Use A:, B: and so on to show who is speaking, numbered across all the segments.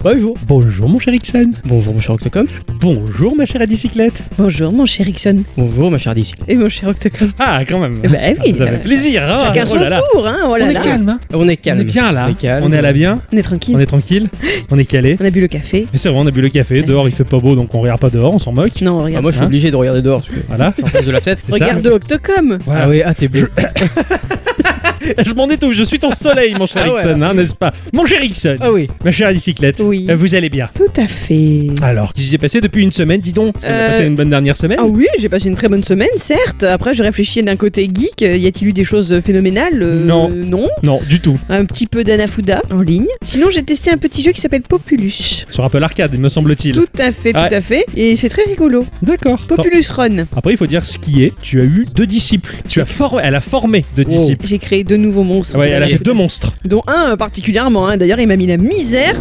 A: Bonjour.
B: Bonjour mon cher Ixon.
A: Bonjour mon cher Octocom.
B: Bonjour ma chère bicyclette.
C: Bonjour mon cher Ixon
A: Bonjour ma chère bicyclette.
C: et mon cher Octocom.
B: Ah quand même.
C: Eh ben, oui,
B: ça
C: euh,
B: fait plaisir. hein.
C: chacun
B: Oh
C: son
B: là là.
C: tour, hein, oh là
B: on est
C: là.
B: calme. hein.
A: On est calme.
B: On est bien là.
A: On est calme.
B: On est à la bien.
C: On est tranquille,
B: On
C: on,
B: est tranquille. on est calé.
C: a bu le café.
B: Et c'est vrai, on a bu le café. Dehors il fait pas beau donc on regarde pas dehors, on s'en moque.
C: Non,
A: Ah,
C: regarde.
A: moi je suis
B: Hein
A: obligé de regarder dehors parce que
B: Voilà.
A: je suis en face de la fenêtre.
B: c'est ça.
C: regarde Octocom.
B: Voilà.
A: Ah oui, ah t'es bleu.
B: Je m'en étouffe. Je suis ton soleil mon cher
A: Ah ouais.
B: Ixon, hein, n'est-ce pas Mon cher Ixon.
A: Ah oui.
B: Ma chère bicyclette.
C: Oui.
B: euh, Vous allez bien.
C: Tout à fait.
B: Alors, qu'est-ce qui s'est passé depuis une semaine, dis donc Parce qu'on a
C: Euh,
B: passé une bonne dernière semaine.
C: Ah oui, j'ai passé une très bonne semaine, certes. Après, je réfléchis d'un côté geek. euh, Y a-t-il eu des choses phénoménales Euh,
B: Non.
C: Non.
B: Non, du tout.
C: Un petit peu d'Anafuda en ligne. Sinon, j'ai testé un petit jeu qui s'appelle Populus.
B: Sur Apple Arcade, me semble-t-il.
C: Tout à fait, tout
B: Ouais.
C: à fait. Et c'est très rigolo.
B: D'accord.
C: Populus Run.
B: Après, il faut dire ce qui est. Tu as eu deux disciples. Tu as formé, elle a formé deux
A: Wow.
B: disciples.
C: J'ai créé deux nouveaux monstres.
B: Ouais, elle a fait deux monstres.
C: Dont un euh, particulièrement. hein. D'ailleurs, il m'a mis la misère.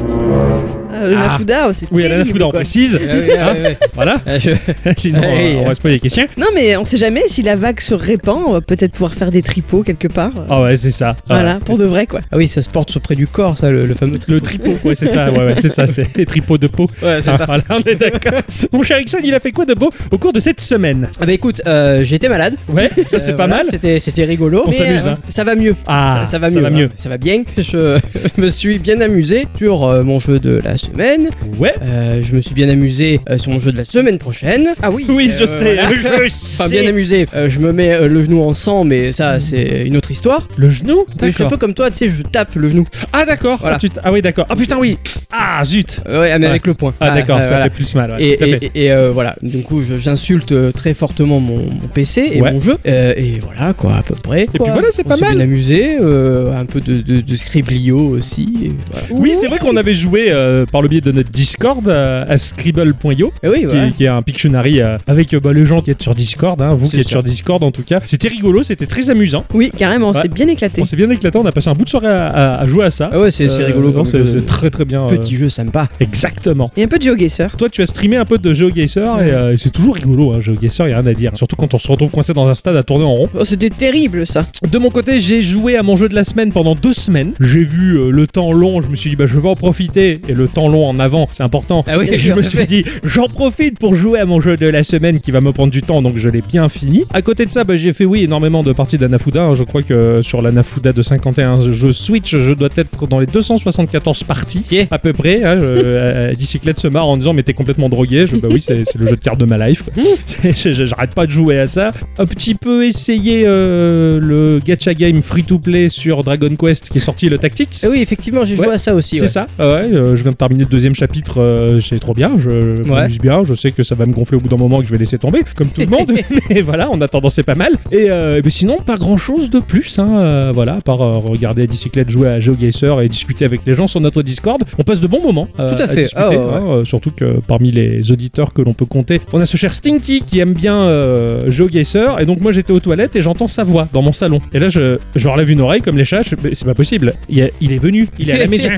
C: Euh,
B: Ah.
C: Anafuda, oh, c'est
B: Oui, elle a la
C: terrible,
B: foudre, on
C: quoi.
B: précise. Hein
A: Ah oui, ah oui, oui.
B: voilà.
A: Ah, je-
B: Sinon,
A: Ah oui,
B: euh, on va
A: hein.
B: se poser des questions.
C: Non, mais on sait jamais si la vague se répand, on va peut-être pouvoir faire des tripots quelque part.
B: Ah ouais, c'est ça. Ah.
C: Voilà, pour de vrai quoi.
A: Ah oui, ça se porte sur près du corps, ça, le, le fameux
B: Le tripot, ouais, c'est ça, ouais, ouais, c'est ça, c'est les tripots de peau.
A: Ouais,
B: Ah, Voilà, on est d'accord. Mon cher Ixon, il a fait quoi de beau au cours de cette semaine
A: Ah bah écoute, euh, j'étais malade.
B: Ouais, ça
A: Euh,
B: c'est pas
A: voilà,
B: mal.
A: C'était, c'était rigolo.
B: On
A: mais,
B: s'amuse,
A: euh,
B: hein.
A: Ça va mieux.
B: Ah,
A: ça, ça va mieux. hein.
B: mieux.
A: Ça va bien. Je me suis bien amusé sur euh, mon jeu de la semaine.
B: Ouais.
A: Euh, je me suis bien amusé euh, sur mon jeu de la semaine prochaine.
C: Ah oui.
B: Oui, je
A: Euh,
B: sais,
A: voilà.
B: je
A: Enfin,
B: sais.
A: bien amusé. Euh, je me mets euh, le genou en sang, mais ça, c'est une autre histoire.
B: Le genou
A: Mais je suis un peu comme toi, tu sais, je tape le genou.
B: Ah, d'accord.
A: Voilà.
B: Ah, tu t- ah oui, d'accord. Ah, putain, oui. Ah, zut.
A: Euh, ouais, mais avec le poing.
B: Ah, d'accord,
A: euh,
B: ça
A: voilà.
B: fait plus mal. ouais,
A: Et,
B: tout à fait.
A: et- et, euh, voilà, du coup je- j'insulte euh, très fortement mon, mon PC et
B: Ouais.
A: mon jeu. Euh, et voilà quoi, à peu près.
B: Et puis voilà, c'est pas mal.
A: On s'est bien amusé, euh, un peu de, de, de Scriblio aussi. et voilà.
B: Oui, c'est vrai qu'on avait joué euh, par le biais de notre Discord euh, à scribble.io,
A: Et oui,
B: qui-
A: voilà.
B: qui, est un Pictionary euh, avec euh, bah, les gens qui êtes sur Discord, hein, vous qui
A: C'est
B: êtes
A: ça.
B: sur Discord en tout cas. C'était rigolo, c'était très amusant.
C: Oui, carrément,
B: Ouais.
C: c'est bien éclaté.
B: On s'est bien éclaté, on a passé un bout de soirée à, à- à jouer à ça.
A: Ah ouais, c'est c'est
B: Euh,
A: rigolo
B: non,
A: comme
B: c'est
A: jeu.
B: c'est très très bien. euh,
A: Petit jeu sympa.
B: Exactement.
C: Et un peu de GeoGuessr.
B: Toi, tu as streamé un peu de GeoGuessr et, euh, et c'est toujours rigolo, hein, GeoGuessr, il a rien à dire. Surtout quand on se retrouve coincé dans un stade à tourner en rond.
C: Oh, c'était terrible ça.
B: De mon côté, j'ai joué à mon jeu de la semaine pendant deux semaines. J'ai vu euh, le temps long, je me suis dit, bah, je vais en profiter. Et le temps long en avant, c'est important.
A: Ah oui,
B: Et je me suis dit, j'en profite pour jouer à mon jeu de la semaine qui va me prendre du temps, donc je l'ai bien fini. À côté de ça, bah, j'ai fait, oui, énormément de parties d'Anafuda. hein. Je crois que sur l'Anafuda de 51 jeux Switch, je dois être dans les 274 parties,
A: Ok.
B: à peu près. hein. Je- euh, Dicyclette se marre en disant, mais t'es complètement drogué. Je, bah oui, c'est c'est le jeu de cartes de ma life. Je- je- J'arrête pas de jouer à ça. Un petit peu essayé euh, le gacha game free to play sur Dragon Quest qui est sorti, le Tactics.
A: Ah oui, effectivement, j'ai
B: Ouais,
A: joué à ça aussi.
B: C'est
A: ouais.
B: ça, ouais, euh, je viens de terminer le deuxième chapitre, euh, c'est trop bien, je je
A: Ouais.
B: m'amuse bien, je sais que ça va me gonfler au bout d'un moment et que je vais laisser tomber, comme tout le monde, mais voilà, en attendant c'est pas mal. Et euh, mais sinon, pas grand chose de plus, hein, euh, voilà, à part euh, regarder la bicyclette, jouer à GeoGuessr et discuter avec les gens sur notre Discord, on passe de bons moments. euh,
A: Tout à fait.
B: discuter,
A: Ah ouais, ouais.
B: hein, euh, surtout que parmi les auditeurs que l'on peut compter, on a ce cher Stinky qui aime bien euh, GeoGuessr, et donc moi j'étais aux toilettes et j'entends sa voix dans mon salon. Et là, je, je relève une oreille comme les chats, je- mais c'est pas possible, il, est- il est venu, il est à la maison.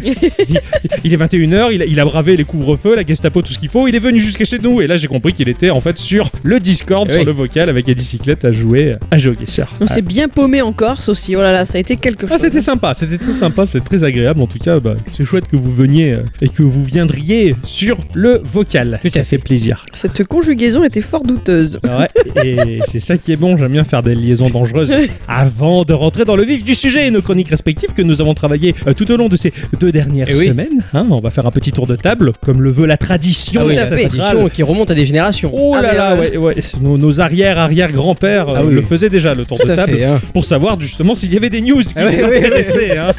B: Il est 21h, il, a- il a bravé les couvre-feux, la Gestapo, tout ce qu'il faut. Il est venu jusqu'à chez nous. Et là, j'ai compris qu'il était en fait sur le Discord,
A: Eh
B: sur
A: oui.
B: le vocal, avec Eddie Cyclette à jouer à GeoGuessr.
C: On s'est bien paumé en Corse aussi. Oh là là, ça a été quelque chose. hein.
B: Ah, c'était sympa, c'était très sympa, c'est très agréable en tout cas. bah, c'est chouette que vous veniez euh, et que vous viendriez sur le vocal.
A: Tout
B: ça
A: à
B: fait
A: fait.
B: plaisir.
C: Cette conjugaison était fort douteuse.
B: Ouais, et c'est ça qui est bon, j'aime bien faire des liaisons dangereuses avant de rentrer dans le vif du sujet et nos chroniques respectives que nous avons travaillées euh, tout au long de ces deux dernières
A: Eh oui.
B: semaines. hein. on va faire un petit tour de table, comme le veut la tradition.
A: Ah oui,
C: Tout à
A: la
C: fait.
B: ancestrale.
A: tradition qui remonte à des générations.
B: Oh
C: Ah,
B: là
C: mais,
B: là,
C: euh,
B: ouais, ouais, c'est nos, nos arrière-arrière-grands-pères euh,
A: Ah oui.
B: le faisaient déjà le tour
A: Tout
B: de
A: à
B: table
A: fait. hein.
B: pour savoir justement s'il y avait des news qui
A: Ah oui,
B: les
A: oui, oui, oui.
B: intéressaient. hein.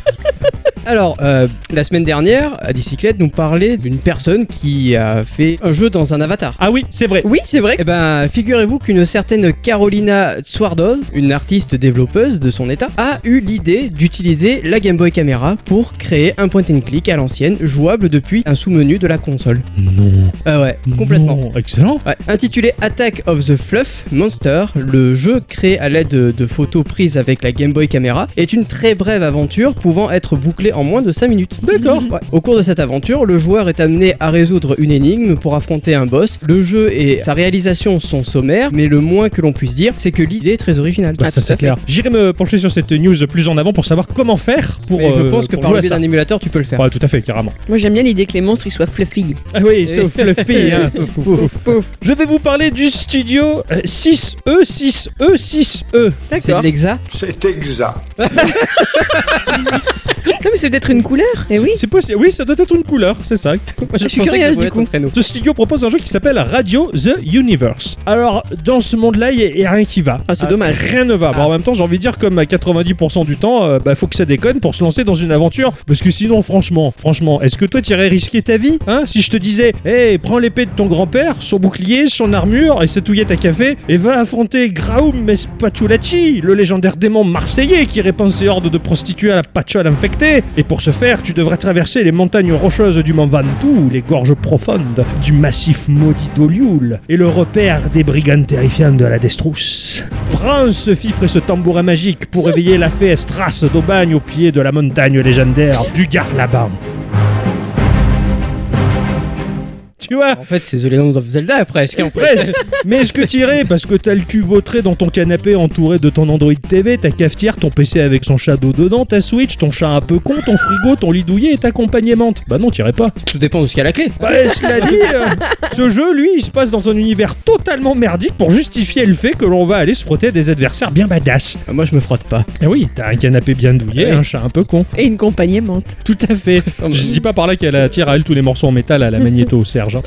A: Alors, euh, la semaine dernière, à Dicyclette nous parlait d'une personne qui a fait un jeu dans un avatar.
B: Ah oui, c'est vrai.
C: Oui, c'est vrai.
A: Eh ben, figurez-vous qu'une certaine Carolina Tswardoz, une artiste développeuse de son état, a eu l'idée d'utiliser la Game Boy Camera pour créer un point and click à l'ancienne, jouable depuis un sous-menu de la console.
B: Non,
A: Ah ouais, complètement.
B: excellent.
A: Ouais. Intitulé Attack of the Fluff Monster, le jeu créé à l'aide de, de photos prises avec la Game Boy Camera est une très brève aventure pouvant être bouclée en en moins de 5 minutes.
B: D'accord.
A: Ouais. Au cours de cette aventure, le joueur est amené à résoudre une énigme pour affronter un boss. Le jeu et sa réalisation sont sommaires, mais le moins que l'on puisse dire, c'est que l'idée est très originale. Ah,
B: Bah, ça c'est clair. J'irai me pencher sur cette news plus en avant pour savoir comment faire pour.
A: Mais je
B: euh,
A: pense que
B: pour
A: par
B: jouer
A: le
B: à
A: biais
B: ça.
A: d'un émulateur, tu peux le faire.
B: Ouais, tout à fait, carrément.
C: Moi j'aime bien l'idée que les monstres ils soient fluffy.
B: Ah oui,
A: sauf
B: sauf
A: le
B: le
A: fait, hein.
B: Je vais vous parler du studio euh, 6E, 6E,
A: C'est de
C: D'accord.
A: l'exa
D: C'est exact.
C: Non mais c'est peut-être une couleur.
B: 6E.
C: Eh oui.
B: C'est possible. Oui, ça doit être une couleur, c'est ça.
A: je,
C: suis
A: pensais que ça
C: curieuse,
A: pourrait
C: du
A: être
C: coup.
A: un traîneau.
B: Ce studio propose un jeu qui s'appelle Radio The Universe. Alors, dans ce monde-là, il n'y a, rien qui va. Euh,
C: Ah, c'est dommage.
B: Rien ne va. Bon, en même temps, j'ai envie de dire, comme à 90% du temps, euh, bah, faut que ça déconne pour se lancer dans une aventure. Parce que sinon, franchement, franchement, est-ce que toi, tu irais risquer ta vie hein Si je te disais, hey, prends l'épée de ton grand-père, son bouclier, son armure et sa touillette à café, et va affronter Graum Mespatulacci, le légendaire démon marseillais qui répand ses hordes de prostituées à la patchole infectée. Et pour ce faire, tu devras traverser les montagnes rocheuses du Mont Ventoux, les gorges profondes du massif maudit d'Olioul, et le repère des brigands terrifiants de la Destrousse. Prends ce fifre et ce tambourin magique pour éveiller la fée Estras d'Aubagne au pied de la montagne légendaire du Garlaban. Tu vois
A: En fait, c'est The Legend of Zelda presque. En fait.
B: Presque. Mais est-ce que t'irais parce que t'as le cul vautré dans ton canapé entouré de ton Android TV, ta cafetière, ton PC avec son shadow dedans, ta Switch, ton chat un peu con, ton frigo, ton lit douillet et ta compagnamente Bah non, t'irais pas.
A: Tout dépend de ce qu'il y a à la clé.
B: Bah, cela dit, euh, ce jeu, lui, il se passe dans un univers totalement merdique pour justifier le fait que l'on va aller se frotter des adversaires bien badass. Eh
A: Ah, moi, je me frotte pas.
B: Ah oui, t'as un canapé bien douillé,
A: Ouais.
B: un chat un peu con.
C: Et une compagnie aimante.
B: Tout à fait.
A: Oh, mais-
B: Je dis pas par là qu'elle attire à elle tous les morceaux en métal à la magnéto, Serge. hein.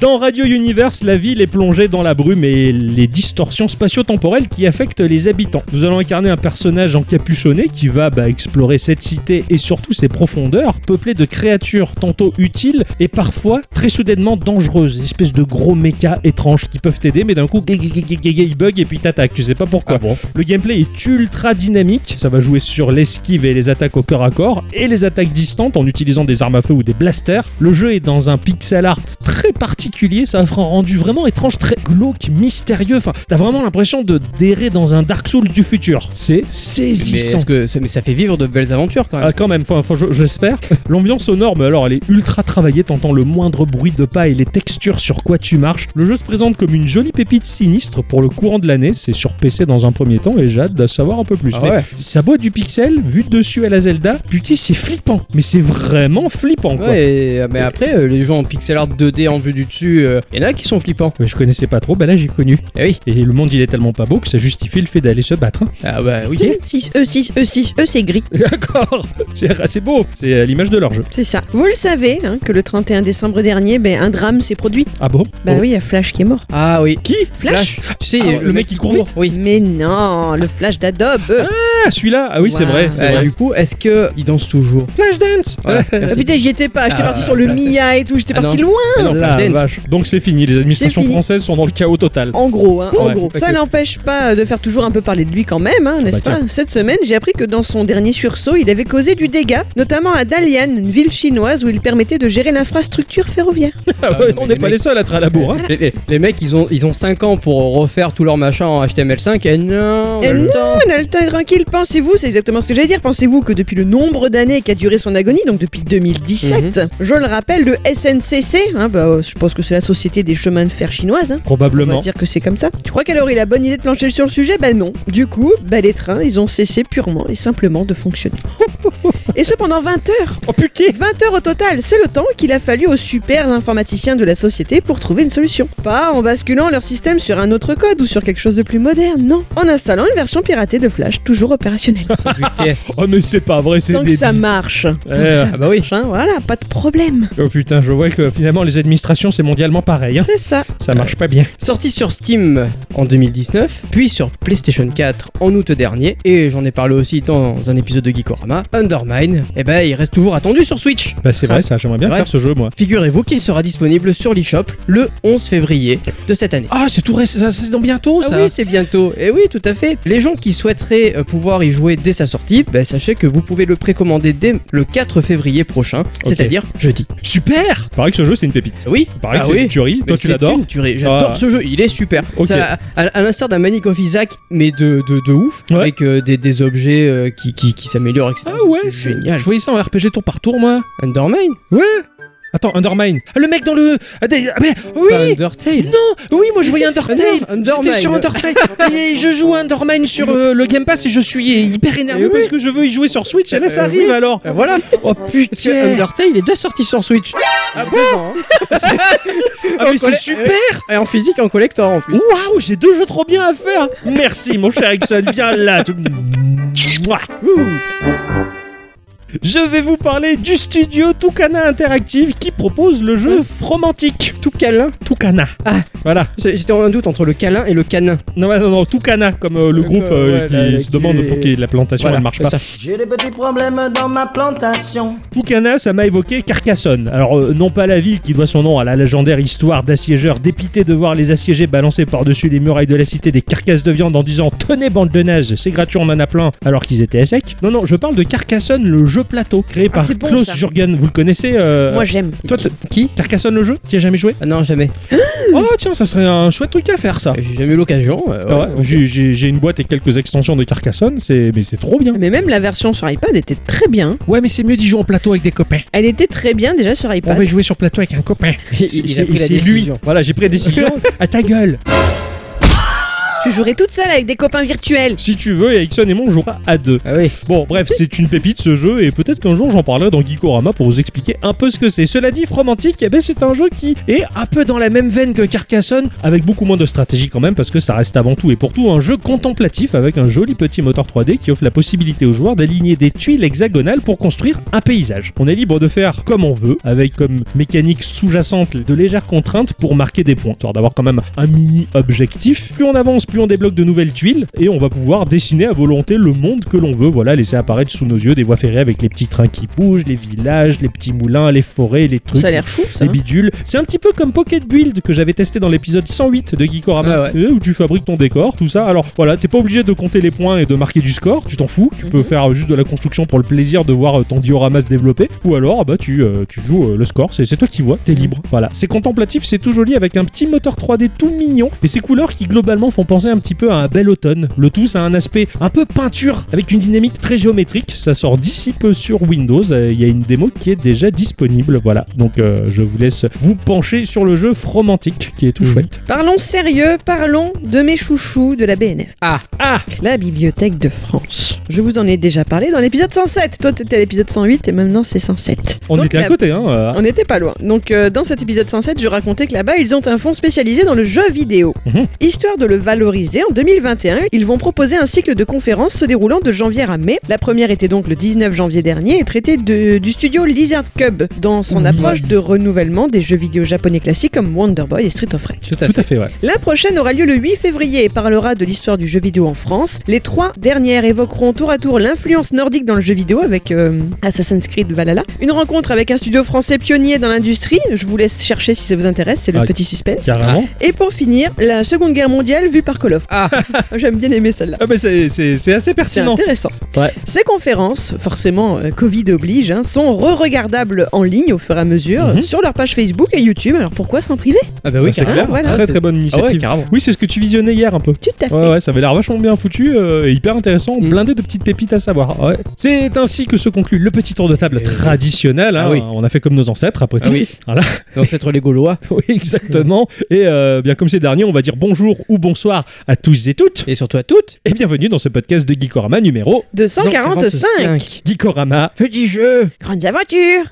B: Dans Radio Universe, la ville est plongée dans la brume et les distorsions spatio-temporelles qui affectent les habitants. Nous allons incarner un personnage encapuchonné qui va bah, explorer cette cité et surtout ses profondeurs, peuplées de créatures tantôt utiles et parfois très soudainement dangereuses, des espèces de gros mécas étranges qui peuvent t'aider, mais d'un coup, ils bug et puis t'attaquent. Tu sais pas pourquoi. Le gameplay est ultra dynamique, ça va jouer sur l'esquive et les attaques au corps à corps, et les attaques distantes en utilisant des armes à feu ou des blasters. Le jeu est dans un pixel art très particulier, ça offre un rendu vraiment étrange, très glauque, mystérieux, enfin t'as vraiment l'impression de d'errer dans un Dark Souls du futur. C'est
A: Mais,
B: saisissant.
A: est-ce que ça, mais ça fait vivre de belles aventures quand même.
B: Ah, quand même, enfin, enfin, je- j'espère. L'ambiance sonore, mais alors elle est ultra travaillée, t'entends le moindre bruit de pas et les textures sur quoi tu marches. Le jeu se présente comme une jolie pépite sinistre pour le courant de l'année, c'est sur PC dans un premier temps et j'ai hâte de savoir un peu plus.
A: Ah
B: Mais
A: ouais.
B: Ça boit du pixel, vu de dessus à la Zelda, putain c'est flippant, mais c'est vraiment flippant quoi.
A: Ouais, et, euh, mais après, euh, les gens en pixel art 2D en vue du dessus, euh, y en a qui sont flippants.
B: Mais Je connaissais pas trop, bah là j'ai connu.
A: Eh oui.
B: Et le monde il est tellement pas beau que ça justifie le fait d'aller se battre. hein.
A: Ah bah oui.
C: 6E, 6E, 6E, E, c'est gris.
B: D'accord, c'est assez beau, c'est à l'image de leur jeu.
C: C'est ça. Vous le savez, hein, que le 31 décembre dernier, ben, un drame s'est produit.
B: Ah bon
C: Bah
B: Oh.
C: oui, il y a Flash qui est mort.
A: Ah oui.
B: Qui
C: Flash,
A: Tu sais,
B: Ah,
A: euh,
B: le mec qui court vite.
A: Oui.
C: Mais non, le Flash d'Adobe. Euh,
B: Ah celui-là Ah oui c'est
C: Wow.
B: vrai, c'est
A: Bah,
B: vrai.
A: du coup, est-ce que il danse toujours
B: Flash dance
A: Voilà,
C: Ah,
A: merci.
C: putain, j'y étais pas. J'étais
A: Ah,
C: parti sur le
A: là, c'est-
C: Mia et tout. J'étais
A: Ah,
C: parti
A: non.
C: loin.
A: Ah non,
B: La
A: Flash Dance.
B: vache. Donc c'est fini, les administrations
C: C'est fini.
B: françaises sont dans le chaos total.
C: En gros, hein, en
B: Ouais,
C: gros.
A: pas
C: Ça
A: que. Ah,
C: n'empêche pas de faire toujours un peu parler de lui quand même, hein, n'est-ce
B: Bah,
C: pas Cette semaine, j'ai appris que dans son dernier sursaut, il avait causé du dégât, notamment à Dalian, une ville chinoise où il permettait de gérer l'infrastructure ferroviaire.
B: Ah
A: ouais,
B: ouais,
A: mais
B: on n'est
A: les
B: pas
A: mecs-
B: les seuls à être à la bourre. hein.
A: les, les- les mecs, ils ont, ils ont 5 ans pour refaire tout leur machin en HTML5 et non,
C: Et
A: on a le
C: non,
A: temps.
C: on a le temps est tranquille. Pensez-vous, c'est exactement ce que j'allais dire. Pensez-vous que depuis le nombre d'années qu'a duré son agonie, donc depuis 2017, je le rappelle, le SNCC, hein, bah, euh, je pense que c'est la société des chemins de fer chinoise, hein, On va
B: Probablement.
C: dire que c'est comme ça. Tu crois qu'elle aurait eu la bonne idée de plancher sur le sujet Ben non. Du coup, bah les trains, ils ont cessé purement et simplement de fonctionner. et ce pendant 20 heures
B: Oh putain
C: 20 heures au total, c'est le temps qu'il a fallu aux super informaticiens de la société pour trouver une solution. Pas en basculant leur système sur un autre code ou sur quelque chose de plus moderne, non. En installant une version piratée de Flash, toujours opérationnelle.
A: Putain.
B: Oh mais c'est pas vrai, c'est
C: Tant
B: des
C: que ça
B: bites.
C: marche. Tant que
B: Eh,
C: ça
A: Ah bah oui.
C: marche, hein, voilà, pas de problème.
B: Oh putain, je vois que finalement les administrations c'est mondialement pareil. hein.
C: C'est ça.
B: Ça marche pas bien.
A: Sorti sur Steam en 2019, puis sur PlayStation 4 en août dernier, et j'en ai parlé aussi dans un épisode de Geekorama, Undermine, et ben il reste toujours attendu sur Switch.
B: Bah c'est vrai ça, j'aimerais bien
A: Ouais.
B: faire ce jeu moi.
A: Figurez-vous qu'il sera disponible sur l'eShop le 11 février de cette année.
B: Ah c'est tout récent, ça, ça, c'est dans bientôt
A: Ah oui, c'est bientôt. Et oui, tout à fait. Les gens qui souhaiteraient euh, pouvoir y jouer dès sa sortie, ben, sachez que vous pouvez le précommander dès le 4 février prochain, c'est-à-dire jeudi.
B: Super Pareil que ce jeu c'est une pépite.
A: Oui,
B: Pareil
A: Ah
B: que c'est
A: oui.
B: une tuerie,
A: Mais
B: toi tu
A: c'est
B: l'adores.
A: une tuerie. J'adore
B: Ah.
A: ce jeu, il est super.
B: Ok.
A: Ça, à à l'instar d'un Manic of Isaac, mais de, de, de ouf,
B: Ouais.
A: avec euh, des, des objets euh, qui, qui, qui s'améliorent, etc.
B: Ah ouais, c'est
A: génial.
B: Je voyais ça en RPG tour par tour, moi.
A: Undermine
B: Ouais. Attends, Undermine. Ah, le mec dans le. Ah, des- ah, mais
A: Pas
B: oui.
A: Undertale
B: Non, oui, moi je voyais Undertale.
A: Ah non, Undermine.
B: J'étais sur Undertale. et je joue à Undermine sur euh, le Game Pass et je suis hyper énervé
A: Eh oui.
B: parce que je veux y jouer sur Switch. Et là, ça
A: Euh,
B: arrive
A: oui.
B: Eh, alors.
A: Ben voilà
B: Oh
A: Parce que
B: putain.
A: Undertale, il est déjà sorti sur Switch
B: Ah
A: Il y a deux ans, hein.
B: Ah, mais
A: Oh,
B: c'est
A: collè-
B: super.
A: Et en physique, en collector en plus.
B: Waouh, j'ai deux jeux trop bien à faire. Merci, mon cher Ixon. Viens là. tu- Mouah. Ouh. Je vais vous parler du studio Tucana Interactive qui propose le jeu Fromantique.
A: Tout câlin.
B: Tucana.
A: Ah.
B: Voilà.
A: J'ai- J'étais en doute entre le câlin et le canin.
B: Non, non, non, Tucana, comme euh, le
A: Euh,
B: groupe euh,
A: ouais,
B: qui
A: là,
B: se
A: qui
B: demande
A: est-
B: pour qui la plantation
A: Voilà,
B: elle marche
A: c'est
B: pas.
A: ça.
D: J'ai des petits problèmes dans ma plantation.
B: Tucana, ça m'a évoqué Carcassonne. Alors, euh, non pas la ville qui doit son nom à la légendaire histoire d'assiégeurs dépités de voir les assiégés balancer par-dessus les murailles de la cité des carcasses de viande en disant Tenez, bande de nazes, c'est gratuit, on en a plein, alors qu'ils étaient à sec. Non, non, je parle de Carcassonne, le jeu plateau, créé par
C: c'est bon,
B: Klaus
C: ça.
B: Jürgen. Vous le connaissez euh,
C: Moi j'aime.
B: Toi, t-
A: Qui
B: Carcassonne, le jeu Qui a jamais joué
A: Ah non, jamais.
B: Oh, tiens, ça serait un chouette truc à faire, ça.
A: J'ai jamais eu l'occasion. euh,
B: Ah ouais,
A: ouais.
B: j'ai- J'ai j'ai une boîte et quelques extensions de Carcassonne, c'est mais c'est trop bien.
C: Mais même la version sur iPad était très bien.
B: Ouais, mais c'est mieux d'y jouer en plateau avec des copains.
C: Elle était très bien déjà sur
B: On
C: iPad.
B: va y jouer sur plateau avec un copain.
A: Il-
B: C'est-
A: il a
B: c'est-
A: pris la
B: c'est
A: décision.
B: Lui. Voilà, j'ai pris la décision. à ta gueule.
C: Je jouerai toute seule avec des copains virtuels.
B: Si tu veux, et Ixon et moi, on jouera à deux.
A: Ah oui.
B: Bon, bref, c'est une pépite ce jeu, et peut-être qu'un jour j'en parlerai dans Geekorama pour vous expliquer un peu ce que c'est. Cela dit, Fromantique, eh ben, c'est un jeu qui est un peu dans la même veine que Carcassonne, avec beaucoup moins de stratégie quand même, parce que ça reste avant tout et pour tout un jeu contemplatif avec un joli petit moteur 3D qui offre la possibilité aux joueurs d'aligner des tuiles hexagonales pour construire un paysage. On est libre de faire comme on veut, avec comme mécanique sous-jacente de légères contraintes pour marquer des points, histoire d'avoir quand même un mini objectif. Plus on avance, plus on débloque de nouvelles tuiles, et on va pouvoir dessiner à volonté le monde que l'on veut, voilà, laisser apparaître sous nos yeux des voies ferrées avec les petits trains qui bougent, les villages, les petits moulins, les forêts, les trucs.
C: Ça a l'air chou ça.
B: Les bidules. C'est un petit peu comme Pocket Build que j'avais testé dans l'épisode 108 de Geekorama,
A: Ah ouais.
B: euh, où tu fabriques ton décor, tout ça. Alors voilà, t'es pas obligé de compter les points et de marquer du score, tu t'en fous. Tu peux
C: Mhm.
B: faire euh, juste de la construction pour le plaisir de voir euh, ton diorama se développer. Ou alors, ah bah tu, euh, tu joues euh, le score, c'est c'est toi qui vois, t'es libre. Voilà, c'est contemplatif, c'est tout joli avec un petit moteur 3D tout mignon et ces couleurs qui globalement font penser un petit peu à un bel automne. Le tout, ça a un aspect un peu peinture avec une dynamique très géométrique. Ça sort d'ici peu sur Windows. Euh, Il y a une démo qui est déjà disponible. Voilà, donc euh, je vous laisse vous pencher sur le jeu Fromantique qui est tout
A: Mhm.
B: chouette.
C: Parlons sérieux, parlons de mes chouchous de la BNF.
A: Ah.
B: Ah
C: La Bibliothèque de France. Je vous en ai déjà parlé dans l'épisode 107. Toi t'étais à l'épisode 108 et maintenant c'est 107.
B: On
C: Donc,
B: était à
C: la-
B: côté, hein. euh.
C: On n'était pas loin. Donc, euh, dans cet épisode 107, je racontais que là-bas, ils ont un fonds spécialisé dans le jeu vidéo.
B: Mhm.
C: Histoire de le valoriser, en 2021, ils vont proposer un cycle de conférences se déroulant de janvier à mai. La première était donc le 19 janvier dernier et traitait de- du studio Lizard Cub dans son
B: Oui.
C: approche de renouvellement des jeux vidéo japonais classiques comme Wonder Boy et Street of Rage.
A: Tout à
B: Tout
A: fait.
B: à fait, ouais.
C: La prochaine aura lieu le 8 février et parlera de l'histoire du jeu vidéo en France. Les trois dernières évoqueront tour à tour l'influence nordique dans le jeu vidéo avec euh, Assassin's Creed Valhalla. Une rencontre avec un studio français pionnier dans l'industrie. Je vous laisse chercher si ça vous intéresse, c'est le
B: Ah,
C: petit suspense.
B: Carrément.
C: Et pour finir, la Seconde Guerre mondiale vue par Call of.
A: Ah.
C: J'aime bien aimer celle-là.
B: Ah bah c'est- c'est c'est assez
C: C'est
B: pertinent.
C: intéressant.
B: Ouais.
C: Ces conférences, forcément euh, Covid oblige, hein, sont re-regardables en ligne au fur et à mesure
B: Mhm.
C: euh, sur leur page Facebook et YouTube. Alors pourquoi s'en priver
A: Ah bah oui,
B: Ouais, c'est
A: carrément.
B: clair.
C: voilà,
B: très
C: c'est-
B: très bonne
A: Ah ouais,
B: initiative.
A: carrément.
B: oui, c'est ce que tu visionnais hier un peu.
C: Tout à fait.
B: Ouais, ouais, ça avait l'air vachement bien foutu euh, et hyper intéressant,
A: Mm.
B: blindé de petites pépites à savoir. Ah Ouais. C'est ainsi que se conclut le petit tour de table
A: Et-
B: traditionnel. hein.
A: Ah oui.
B: On a fait comme nos ancêtres, après tout.
A: Ah oui.
B: Voilà.
A: L'ancêtre les Gaulois.
B: Oui, exactement. Et euh, bien comme ces derniers, on va dire bonjour ou bonsoir à tous et toutes.
A: Et surtout à toutes.
B: Et bienvenue dans ce podcast de Geekorama numéro
C: 245
B: Geekorama. Petit jeu
C: Grandes aventures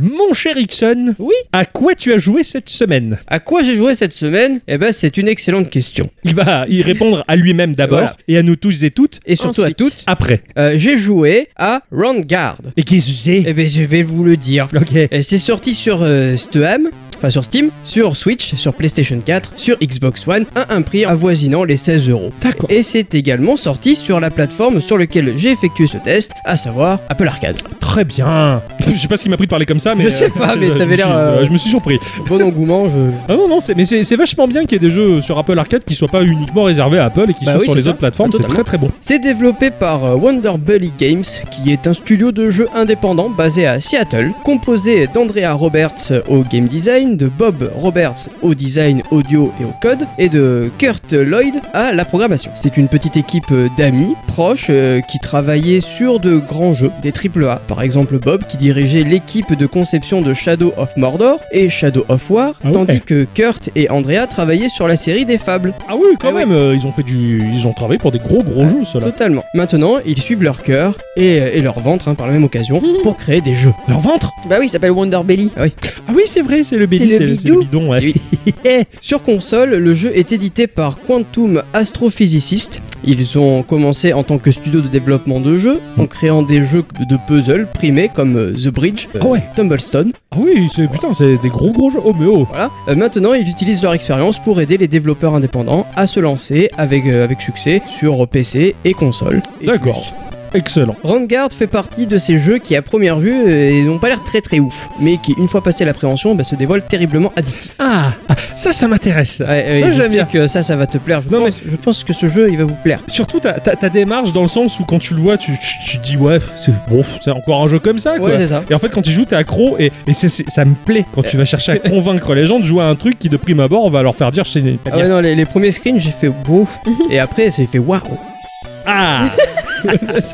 B: Mon cher Ixon,
A: Oui.
B: à quoi tu as joué cette semaine
A: À quoi j'ai joué cette semaine Eh ben, c'est une excellente question.
B: Il va y répondre à lui-même d'abord
A: Voilà.
B: et à nous tous et toutes
A: Et surtout
C: Ensuite.
A: à toutes,
B: après.
A: euh, j'ai joué à Roundguard.
B: Et qu'est-ce que
A: Eh
B: c'est
A: ben, je vais vous le dire.
B: Ok.
A: Et c'est sorti sur euh, Steam, enfin sur Steam, sur Switch, sur PlayStation 4, sur Xbox One, à un prix avoisinant les 16 euros.
B: D'accord.
A: Et c'est également sorti sur la plateforme sur laquelle j'ai effectué ce test, à savoir Apple Arcade.
B: Très bien. Je sais pas ce qui m'a pris de parler comme ça, mais
A: Je sais pas, mais
B: je- je
A: t'avais
B: me
A: l'air,
B: suis-
A: euh,
B: Je me suis surpris.
A: Bon engouement, je...
B: Ah non non, c'est mais c'est c'est vachement bien qu'il y ait des jeux sur Apple Arcade qui soient pas uniquement réservés à Apple et qui
A: Bah
B: soient
A: oui,
B: sur
A: c'est
B: les
A: ça.
B: autres plateformes.
A: Ah,
B: c'est
A: totalement.
B: très très bon.
A: C'est développé par euh, Wonder Bully Games, qui est un studio de jeux indépendant basé à Seattle, composé d'Andrea Roberts au game design, Anderson, de Bob Roberts au design audio et au code, et de Kurt Lloyd à la programmation. C'est une petite équipe d'amis proches euh, qui travaillait sur de grands jeux, des AAA. Par exemple Bob qui dirigeait l'équipe de conception de Shadow of Mordor et Shadow of War,
B: Ah ouais.
A: tandis que Kurt et Andrea travaillaient sur la série des fables.
B: Ah oui, quand
A: Ah oui.
B: même, euh, ils ont fait du, ils ont travaillé pour des gros gros jeux, ceux-là.
A: Totalement. Maintenant, ils suivent leur cœur et, et leur ventre hein, par la même occasion pour créer des jeux.
B: Mmh. Leur ventre
C: Bah oui, il s'appelle Wonder Belly.
B: Ah oui, c'est vrai, c'est le bidou,
C: le bidou.
B: bidon. ouais.
A: Oui. Sur console, le jeu est édité par Quantum Astrophysicist. Ils ont commencé en tant que studio de développement de jeux
B: Mmh.
A: en créant des jeux de puzzle primés comme euh, The Bridge, euh,
B: Ah ouais.
A: Tumblestone.
B: Ah oui, c'est putain, c'est des gros gros jeux. Oh mais oh.
A: Voilà. Euh, maintenant, ils utilisent leur expérience pour aider les développeurs indépendants à se lancer avec, euh, avec succès sur PC et console. Et
B: D'accord.
A: plus.
B: Excellent.
A: Vanguard fait partie de ces jeux qui, à première vue, euh, n'ont pas l'air très très ouf, mais qui, une fois passé l'appréhension, bah, se dévoilent terriblement addictifs.
B: Ah, ah, ça, ça m'intéresse.
A: Ouais,
B: ça
A: ouais, je
B: j'aime
A: sais
B: bien.
A: que ça, ça va te plaire. Je,
B: Non,
A: pense, je pense que ce jeu, il va vous plaire.
B: Surtout ta, ta, ta démarche dans le sens où quand tu le vois, tu, tu, tu dis ouais, c'est bon, c'est encore un jeu comme ça quoi.
A: Ouais, c'est ça.
B: et en fait, quand tu joues, t'es accro et, et c'est- c'est- ça me plaît quand tu vas chercher à convaincre les gens de jouer à un truc qui, de prime abord, va leur faire dire c'est une-
A: Ah ouais, non, les, les premiers screens, j'ai fait beau. et après, j'ai fait waouh.
B: Ah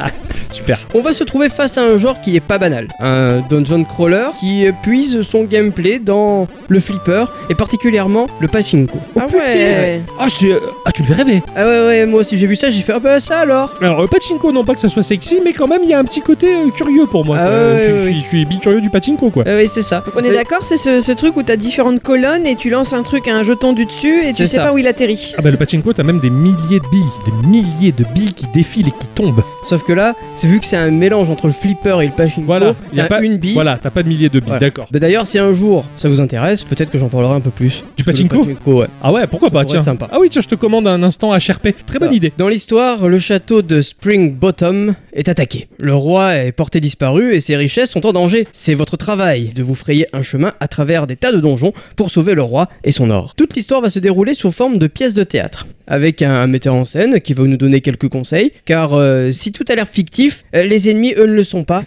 B: Super.
A: On va se trouver face à un genre qui est pas banal. Un dungeon crawler qui puise son gameplay dans le flipper et particulièrement le pachinko.
C: ah ouais.
B: Ah, c'est- ah, tu me fais rêver.
A: Ah ouais, ouais, moi aussi j'ai vu ça, j'ai fait ah bah ça alors.
B: Alors, le pachinko, non pas que ça soit sexy, mais quand même, il y a un petit côté euh, curieux pour moi.
A: Ah
B: Euh,
A: ouais,
B: je,
A: ouais,
B: je
A: ouais.
B: suis- je suis bi-curieux du pachinko, quoi.
A: Ah oui, c'est ça.
C: On est d'accord, c'est ce, ce truc où t'as différentes colonnes et tu lances un truc à un jeton du dessus et tu
A: C'est
C: sais
A: ça.
C: pas où il atterrit.
B: Ah bah le pachinko t'as même des milliers de billes, des milliers de billes qui défilent et qui tombent.
A: Sauf que là, c'est vu que c'est un mélange entre le flipper et le pachinko.
B: Voilà, y a
A: Oh, t'as
B: pas-
A: une bille.
B: Voilà, t'as pas de milliers de billes,
A: Voilà.
B: d'accord.
A: Bah d'ailleurs, si un jour ça vous intéresse, peut-être que j'en parlerai un peu plus.
B: Du
A: Parce que le
B: pachinko
A: pachinko ouais.
B: Ah ouais, pourquoi
A: Ça
B: pas,
A: pourrait
B: tiens.
A: être sympa. Ah.
B: Ah oui, tiens, je te commande un instant HRP. Très bonne
A: Voilà.
B: idée.
A: Dans l'histoire, le château de Spring Bottom est attaqué. Le roi est porté disparu et ses richesses sont en danger. C'est votre travail de vous frayer un chemin à travers des tas de donjons pour sauver le roi et son or. Toute l'histoire va se dérouler sous forme de pièce de théâtre, avec un, un metteur en scène qui va nous donner quelques conseils, car euh, si tout a l'air fictif, euh, les ennemis eux ne le sont pas,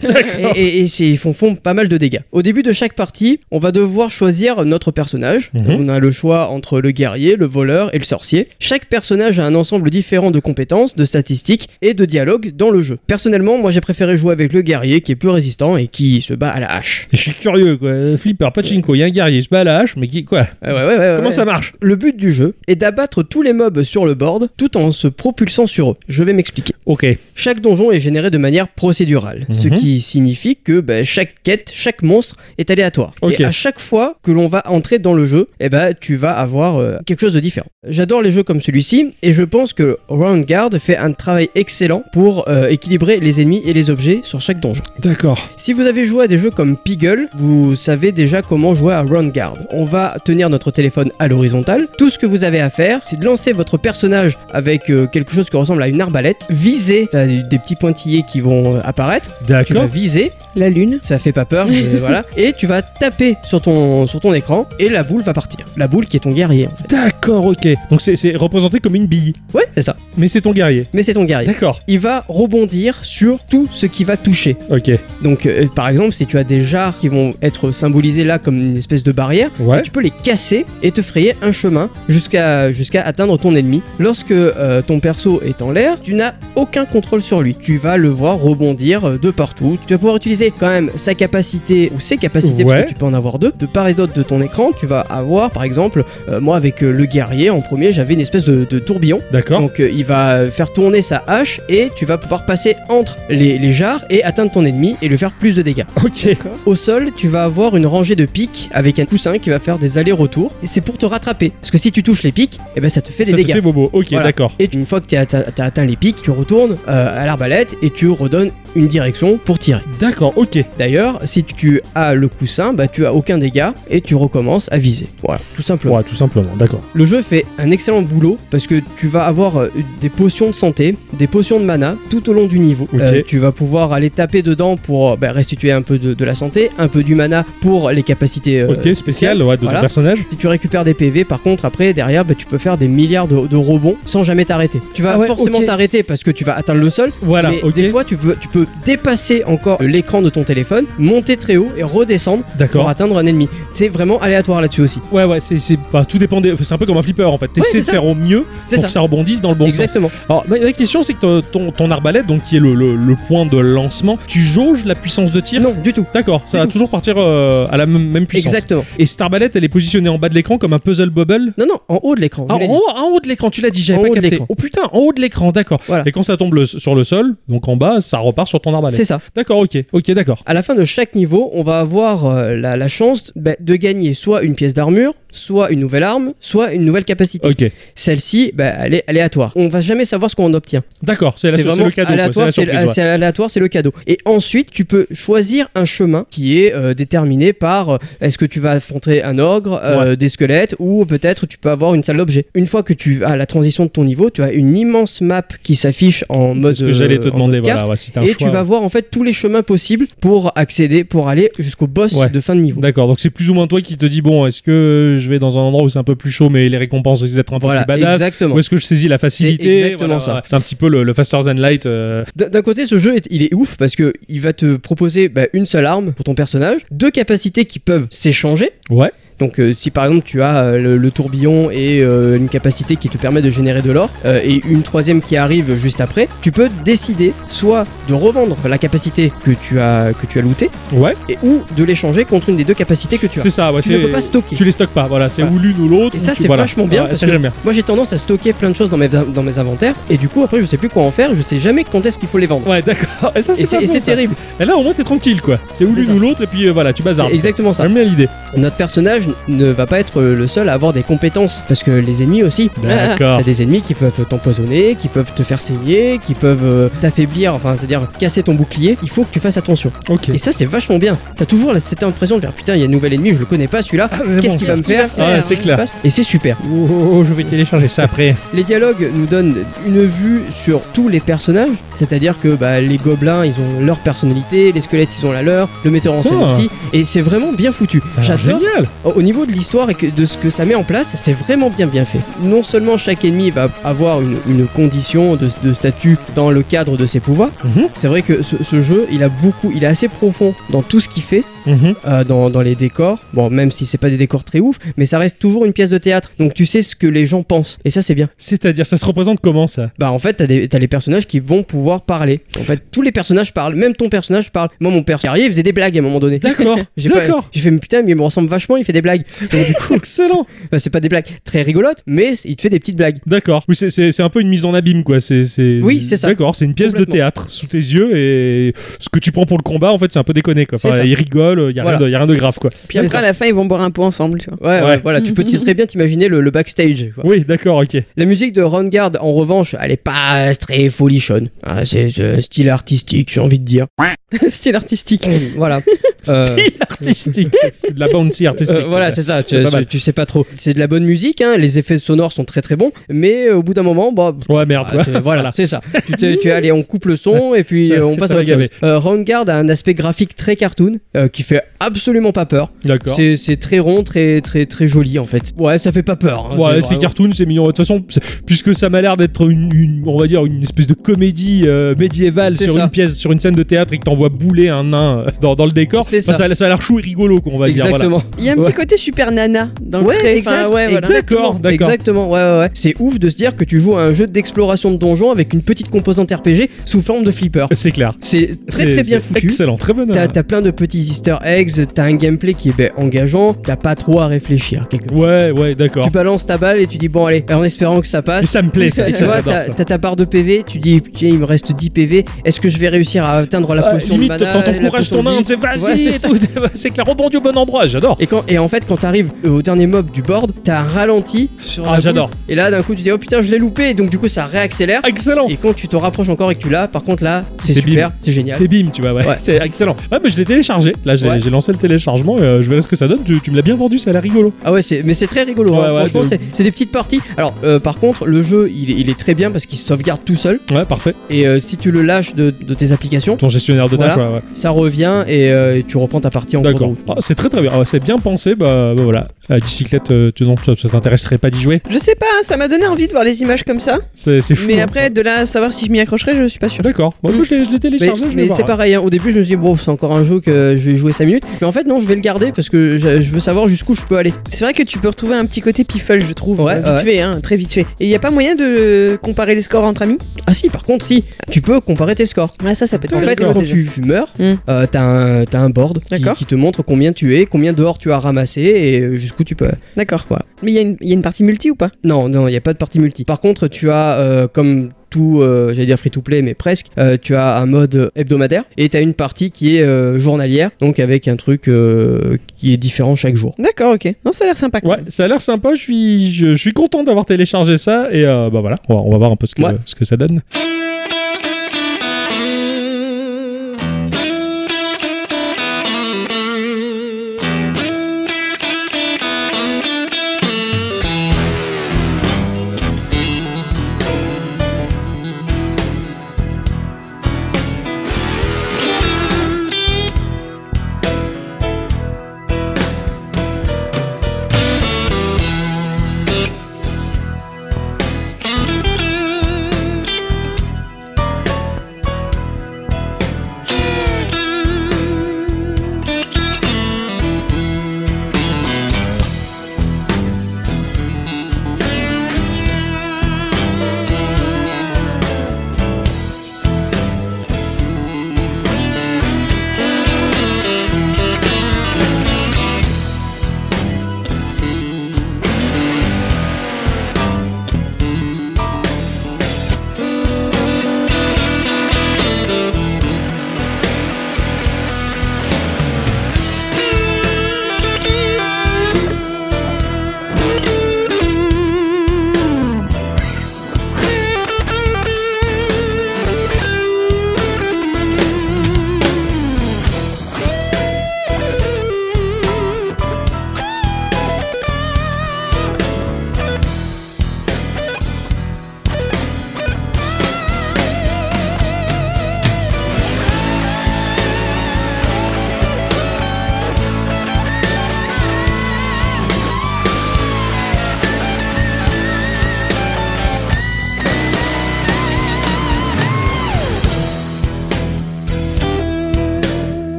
A: et, et- et c'est- ils font, font pas mal de dégâts. Au début de chaque partie, on va devoir choisir notre personnage.
B: Mhm.
A: On a le choix entre le guerrier, le voleur et le sorcier. Chaque personnage a un ensemble différent de compétences, de statistiques et de dialogues dans le jeu. Personnellement, moi j'ai préféré jouer avec le guerrier qui est plus résistant et qui se bat à la hache.
B: Je suis curieux, quoi. Flipper, pachinko, il y a un guerrier, il se bat à la hache, mais qui, quoi
A: Ah ouais, ouais, ouais,
B: Comment
A: ouais.
B: ça marche
A: Le but du jeu est d'abattre tous les mobs sur le board tout en se propulsant sur eux. Je vais m'expliquer.
B: Ok.
A: Chaque donjon est généré de manière procédurale, ce
B: Mhm.
A: qui signifie que bah, chaque quête, chaque monstre est aléatoire.
B: Ok.
A: Et à chaque fois que l'on va entrer dans le jeu, eh ben, tu vas avoir euh, quelque chose de différent. J'adore les jeux comme celui-ci et je pense que Round Guard fait un travail excellent pour euh, équilibrer les ennemis et les objets sur chaque donjon.
B: D'accord.
A: Si vous avez joué à des jeux comme Piggle, vous savez déjà comment jouer à Round Guard. On va tenir notre téléphone à l'horizontale. Tout ce que vous avez à faire, c'est de lancer votre personnage avec euh, quelque chose qui ressemble à une arbalète, viser. T'as des petits pointillés qui vont euh, apparaître. Tu vas
B: D'accord.
A: viser,
C: La lune.
A: ça fait pas peur, mais voilà. Et tu vas taper sur ton, sur ton écran et la boule va partir. La boule qui est ton guerrier. en fait.
B: D'accord, ok. Donc c'est- c'est représenté comme une bille,
A: Ouais, c'est ça.
B: mais c'est ton guerrier.
A: Mais c'est ton guerrier.
B: D'accord.
A: Il va rebondir sur tout ce qui va toucher.
B: Ok.
A: Donc, euh, par exemple, si tu as des jarres qui vont être symbolisés là comme une espèce de barrière,
B: Ouais.
A: tu peux les casser et te frayer un chemin jusqu'à jusqu'à atteindre ton ennemi. Lorsque euh, ton perso est en l'air, tu n'as aucun contrôle sur lui. Tu vas le voir rebondir euh, de partout. Tu vas pouvoir utiliser quand même sa capacité ou ses capacités,
B: Ouais.
A: parce que tu peux en avoir deux, de part et d'autre de ton écran. Tu vas avoir, par exemple, euh, moi avec euh, le guerrier en premier, j'avais une espèce de- de tourbillon.
B: D'accord.
A: Donc euh, il va faire tourner sa hache et tu vas pouvoir passer entre les, les jarres et atteindre ton ennemi et lui faire plus de dégâts.
B: Ok.
A: Au sol, tu vas avoir une rangée de pics avec un coussin qui va faire des allers-retours et c'est pour te rattraper. Parce que si tu touches les pics, eh ben, ça te fait des
B: Ça te
A: dégâts.
B: fait bobo. Ok,
A: Voilà.
B: d'accord.
A: Et une fois que tu as atteint les pics, tu retournes euh, à l'arbalète et tu redonnes une direction pour tirer.
B: D'accord, ok.
A: D'ailleurs, si tu as le coussin, bah, tu as aucun dégât et tu recommences à viser. Voilà, tout simplement.
B: Ouais, tout simplement, d'accord.
A: Le jeu fait un excellent boulot parce que tu vas avoir euh, des potions de santé, des potions de mana tout au long du niveau. Euh,
B: Ok.
A: tu vas pouvoir aller taper dedans pour euh, bah, restituer un peu de, de la santé, un peu du mana pour les capacités. euh,
B: ok, spécial, ouais, de ton
A: voilà.
B: personnage.
A: Si tu récupères des PV, par contre, après, derrière, bah, tu peux faire des milliards de, de rebonds sans jamais t'arrêter. Tu vas
B: Ah ouais,
A: forcément
B: ok.
A: t'arrêter parce que tu vas atteindre le sol.
B: Voilà,
A: mais
B: ok.
A: des fois, tu peux, tu peux peux dépasser encore l'écran de ton téléphone, monter très haut et redescendre pour
B: D'accord.
A: atteindre un ennemi. C'est vraiment aléatoire là-dessus aussi.
B: Ouais, ouais, c'est, c'est, enfin, tout dépend des- C'est un peu comme un flipper en fait. T'essaies
A: c'est
B: de
A: ça.
B: faire au mieux
A: C'est
B: pour
A: ça.
B: que ça rebondisse dans le bon sens.
A: Exactement.
B: Alors, bah, la question c'est que ton, ton, ton arbalète, donc qui est le, le- le point de lancement, tu jauges la puissance de tir
A: Non, du tout.
B: D'accord, ça
A: Du
B: va
A: tout.
B: toujours partir euh, à la même, même puissance.
A: Exactement.
B: Et cette arbalète, elle est positionnée en bas de l'écran comme un puzzle bubble
A: Non, non, en haut de l'écran. je
B: Ah,
A: l'ai
B: en,
A: dit.
B: haut, en haut de l'écran, tu l'as dit,
A: En
B: j'avais
A: haut
B: pas
A: de
B: capté.
A: l'écran.
B: Oh putain, en haut de l'écran, d'accord.
A: Voilà.
B: Et quand ça tombe le- sur le sol, donc en bas, ça repart sur ton arbalète.
A: C'est ça.
B: D'accord, ok, ok, d'accord.
A: À la fin de chaque niveau, on va avoir euh, la, la chance bah, de gagner soit une pièce d'armure, soit une nouvelle arme, soit une nouvelle capacité.
B: Ok,
A: Celle-ci, bah, elle est aléatoire. On va jamais savoir ce qu'on obtient.
B: d'accord, c'est, la-
A: C'est
B: c'est
A: vraiment
B: le cadeau, quoi, c'est
A: aléatoire,
B: la
A: c'est le- ah,
B: surprise. ouais.
A: c'est aléatoire, c'est le cadeau. Et ensuite, tu peux choisir un chemin qui est euh, déterminé par euh, est-ce que tu vas affronter un ogre, euh, des squelettes, ou peut-être tu peux avoir une salle d'objets. Une fois que tu as la transition de ton niveau, tu as une immense map qui s'affiche en
B: C'est
A: mode.
B: ce que j'allais te
A: euh, en
B: demander,
A: mode carte.
B: voilà, ouais, si t'as un
A: Et
B: choix.
A: tu vas voir en fait tous les chemins possibles pour accéder, pour aller jusqu'au boss
B: Ouais.
A: de fin de niveau.
B: D'accord, donc c'est plus ou moins toi qui te dis bon, est-ce que je vais dans un endroit où c'est un peu plus chaud, mais les récompenses risquent d'être un peu
A: Voilà,
B: plus badass
A: exactement.
B: Ou est-ce que je saisis la facilité
A: C'est exactement ça.
B: ouais. C'est un petit peu le, le faster than light. euh,
A: D- D'un côté, ce jeu, est- il est ouf parce que il va te proposer bah, une seule arme pour ton personnage, deux capacités qui peuvent s'échanger.
B: Ouais.
A: Donc, euh, si par exemple tu as euh, le, le tourbillon et euh, une capacité qui te permet de générer de l'or euh, et une troisième qui arrive juste après, tu peux décider soit de revendre la capacité que tu as que tu as lootée
B: Ouais,
A: et ou de l'échanger contre une des deux capacités que tu as.
B: c'est ça. Ouais,
A: Tu
B: c'est-
A: ne peux pas stocker.
B: tu les stockes pas, voilà, c'est
A: Voilà.
B: ou l'une ou l'autre.
A: Et
B: ou
A: ça,
B: tu-
A: c'est
B: voilà.
A: vachement bien
B: Ouais,
A: parce
B: ça,
A: que-
B: j'aime bien.
A: Moi j'ai tendance à stocker plein de choses dans mes, dans mes inventaires et du coup après je sais plus quoi en faire, je sais jamais quand est-ce qu'il faut les vendre.
B: Ouais, d'accord. Et ça,
A: Et
B: c'est
A: c'est
B: pas
A: et
B: bon,
A: c'est
B: ça.
A: terrible,
B: Et là, au moins, t'es tranquille, quoi. C'est ou
A: C'est
B: l'une
A: ça.
B: ou l'autre, et puis euh, voilà, tu bazardes.
A: c'est exactement ça.
B: J'aime bien l'idée.
A: Notre personnage ne va pas être le seul à avoir des compétences, parce que les ennemis aussi.
B: D'accord.
A: T'as des ennemis qui peuvent t'empoisonner, qui peuvent te faire saigner, qui peuvent euh, t'affaiblir, enfin c'est-à-dire casser ton bouclier. Il faut que tu fasses attention.
B: Ok.
A: Et ça c'est vachement bien. T'as toujours la- cette impression de faire putain, il y a un nouvel ennemi, je le connais pas
B: Ah,
A: celui-là. Qu'est-ce qu'il va me faire
B: faire Ah, c'est
A: Qu'est-ce qui se
B: clair.
A: passe Et c'est super.
B: Oh, oh, oh, je vais télécharger ça après.
A: Les dialogues nous donnent une vue sur tous les personnages, c'est-à-dire que bah, les gobelins ils ont leur personnalité, les squelettes ils ont la leur, le metteur en scène
B: Ah.
A: aussi, et c'est vraiment bien foutu.
B: Ça a l'air
A: J'adore
B: génial.
A: au- Au niveau de l'histoire et que- de ce que ça met en place, c'est vraiment bien bien fait. Non seulement chaque ennemi va avoir une, une condition de, de statut dans le cadre de ses pouvoirs,
B: Mhm,
A: c'est vrai que ce, ce jeu, il a beaucoup, il est assez profond dans tout ce qu'il fait,
B: mhm.
A: euh, dans, dans les décors. Bon, même si c'est pas des décors très ouf, mais ça reste toujours une pièce de théâtre. Donc tu sais ce que les gens pensent, et ça c'est bien.
B: C'est-à-dire, ça se représente comment ça
A: Bah en fait, t'as, des- t'as les personnages qui vont pouvoir parler. En fait, tous les personnages parlent, même ton personnage parle. Moi, mon père qui arrive, faisait des blagues à un moment donné.
B: D'accord,
A: J'ai, pas-
B: d'accord.
A: j'ai fait, mais putain, mais il me ressemble vachement, il fait des blagues. Donc, du coup,
B: C'est excellent.
A: Bah, c'est pas des blagues très rigolotes, mais il te fait des petites blagues.
B: D'accord. Oui, c'est- c'est c'est un peu une mise en abîme, quoi. C'est c'est-
A: Oui, c'est ça.
B: D'accord, c'est une pièce de
A: Complètement.
B: théâtre sous tes yeux et ce que tu prends pour le combat, en fait, c'est un peu déconné, quoi. Enfin,
A: C'est ça.
B: ils rigolent, il y a rien
A: Voilà.
B: de- y a rien de grave, quoi.
C: Puis après, à la fin, ils vont boire un pot ensemble, tu vois.
A: Ouais, ouais,
B: Ouais.
A: voilà, tu peux t- très bien t'imaginer le, le backstage. quoi.
B: Oui, d'accord, ok.
A: La musique de Ron Guard, en revanche, elle est pas très folichonne. Ah, c'est c'est un style artistique, j'ai envie de dire.
C: Style artistique.
A: voilà. Euh,
B: Style artistique. C'est de la bounty artistique.
A: euh, voilà, c'est ça,
B: C'est
A: tu,
B: pas mal.
A: tu sais pas trop. C'est de la bonne musique, hein, les effets sonores sont très très bons, mais euh, au bout d'un moment, bah,
B: Ouais, merde.
A: Ah, c'est- voilà, c'est ça. tu, t'es- tu es allé, on coupe le son et puis
B: Ça-
A: euh, on
B: ça
A: passe
B: va
A: à autre
B: gaver.
A: chose. Euh, Guard a un aspect graphique très cartoon euh, qui fait absolument pas peur.
B: D'accord.
A: C'est, c'est très rond, très très très joli en fait. Ouais, ça fait pas peur. hein,
B: Ouais, c'est
A: vraiment-
B: cartoon, c'est mignon. De toute façon, c'est- puisque ça m'a l'air d'être une, une- on va dire, une espèce de comédie euh, médiévale
A: C'est
B: sur
A: ça.
B: une pièce, sur une scène de théâtre et que t'envoies bouler un nain euh, dans, dans le décor,
A: C'est
B: Enfin,
A: ça.
B: a- ça a l'air chou et rigolo, qu'on va dire.
A: Exactement.
C: Il y a un
A: Ouais.
C: petit côté super nana dans le
A: Ouais,
C: trait.
A: exact,
C: Enfin, ouais, voilà.
A: exact.
B: D'accord, d'accord.
A: Exactement, ouais, ouais, ouais. C'est ouf de se dire que tu joues à un jeu d'exploration de donjon avec une petite composante RPG sous forme de flipper.
B: Voilà. C'est clair.
A: C'est très
B: C'est-
A: très bien
B: c'est
A: foutu.
B: Excellent, très bonne.
A: T'as, t'as plein de petits easter eggs, t'as un gameplay qui est ben, engageant, t'as pas trop à réfléchir. quelque part.
B: Ouais, ouais, d'accord.
A: Tu balances ta balle et tu dis bon allez, en espérant que ça passe.
B: Ça me plaît, ça.
A: Tu
B: ça,
A: vois,
B: j'adore
A: t'as,
B: ça.
A: t'as ta barre de PV, tu dis tiens il me reste 10 PV, est-ce que je vais réussir à atteindre la
B: Ah,
A: potion
B: limite,
A: de mana
B: t'en-
A: la
B: t'encourages
A: potion
B: ton
A: de
B: nain,
A: vie
B: c'est vas-y,
A: Ouais, c'est
B: et tout. c'est clair, rebondis au bon endroit, j'adore.
A: Et, quand, et en fait, quand t'arrives au dernier mob du board, t'as un ralenti sur la
B: Ah,
A: boule.
B: j'adore.
A: Et là, d'un coup, tu dis oh putain, je l'ai loupé. Et donc, du coup, ça réaccélère.
B: Excellent.
A: Et quand tu te rapproches encore et que tu l'as, par contre, là, c'est
B: Ah C'est
A: super, c'est génial.
B: C'est bim, tu vois, ouais.
A: Ouais.
B: C'est excellent. Ah, mais je l'ai téléchargé. Là, j'ai
A: Ouais.
B: j'ai lancé le téléchargement. et, euh, je verrai ce que ça donne. Tu, tu me l'as bien vendu, ça a l'air rigolo.
A: Ah ouais, c'est- mais c'est très rigolo. hein.
B: Ouais, ouais,
A: Franchement,
B: de-
A: c'est- c'est des petites parties. Alors, euh, par contre, le jeu, il, est- il est très bien parce qu'il se sauvegarde tout seul.
B: Ouais, parfait.
A: Et euh, si tu le lâches de, de tes applications,
B: Ton gestionnaire de tâches,
A: Voilà.
B: ouais, ouais.
A: ça revient et, euh, et tu reprends ta partie en cours de
B: D'accord.
A: route.
B: Ah, c'est très très bien. Ah, c'est bien pensé. Bah, bah, voilà. Euh, bicyclette, euh, tu, non, ça, ça t'intéresserait pas d'y jouer
C: Je sais pas, hein, ça m'a donné envie de voir les images comme ça.
B: C'est c'est fou.
C: mais
B: hein.
C: après, de là à savoir si je m'y accrocherai, je suis pas sûr.
B: D'accord. Bon, écoute, je l'ai- je l'ai
A: Mais,
B: téléchargé, je vais
A: mais
B: voir.
A: c'est pareil, hein. au début je me suis dit, bon, c'est encore un jeu que je vais jouer 5 minutes. Mais en fait, non, je vais le garder parce que je, je veux savoir jusqu'où je peux aller.
C: C'est vrai que tu peux retrouver un petit côté piffle, je trouve.
A: Ouais,
C: euh, vite
A: ouais.
C: fait, hein, très vite fait. Et y a pas moyen de comparer les scores entre amis
A: Ah si, par contre, si, tu peux comparer tes scores.
C: Ouais, ça, ça peut être
A: En fait,
C: rigolo,
A: quand
C: déjà.
A: tu meurs,
C: Mm.
A: euh, t'as un, t'as un board qui,
C: D'accord.
A: qui te montre combien tu es, combien d'or tu as ramassé et jusqu'où tu peux.
C: D'accord.
A: Voilà.
C: Mais il y, a une- y a une partie multi ou pas
A: Non, non, il n'y a pas de partie multi. Par contre, tu as, euh, comme tout, euh, j'allais dire free to play, mais presque, euh, tu as un mode hebdomadaire et tu as une partie qui est euh, journalière, donc avec un truc euh, qui est différent chaque jour.
C: D'accord, ok. Non, ça a l'air sympa. quand
B: Ouais,
C: même.
B: ça a l'air sympa. Je suis, je, je suis content d'avoir téléchargé ça et euh, bah voilà, on va, on va voir un peu ce que,
A: Ouais.
B: ce que ça donne.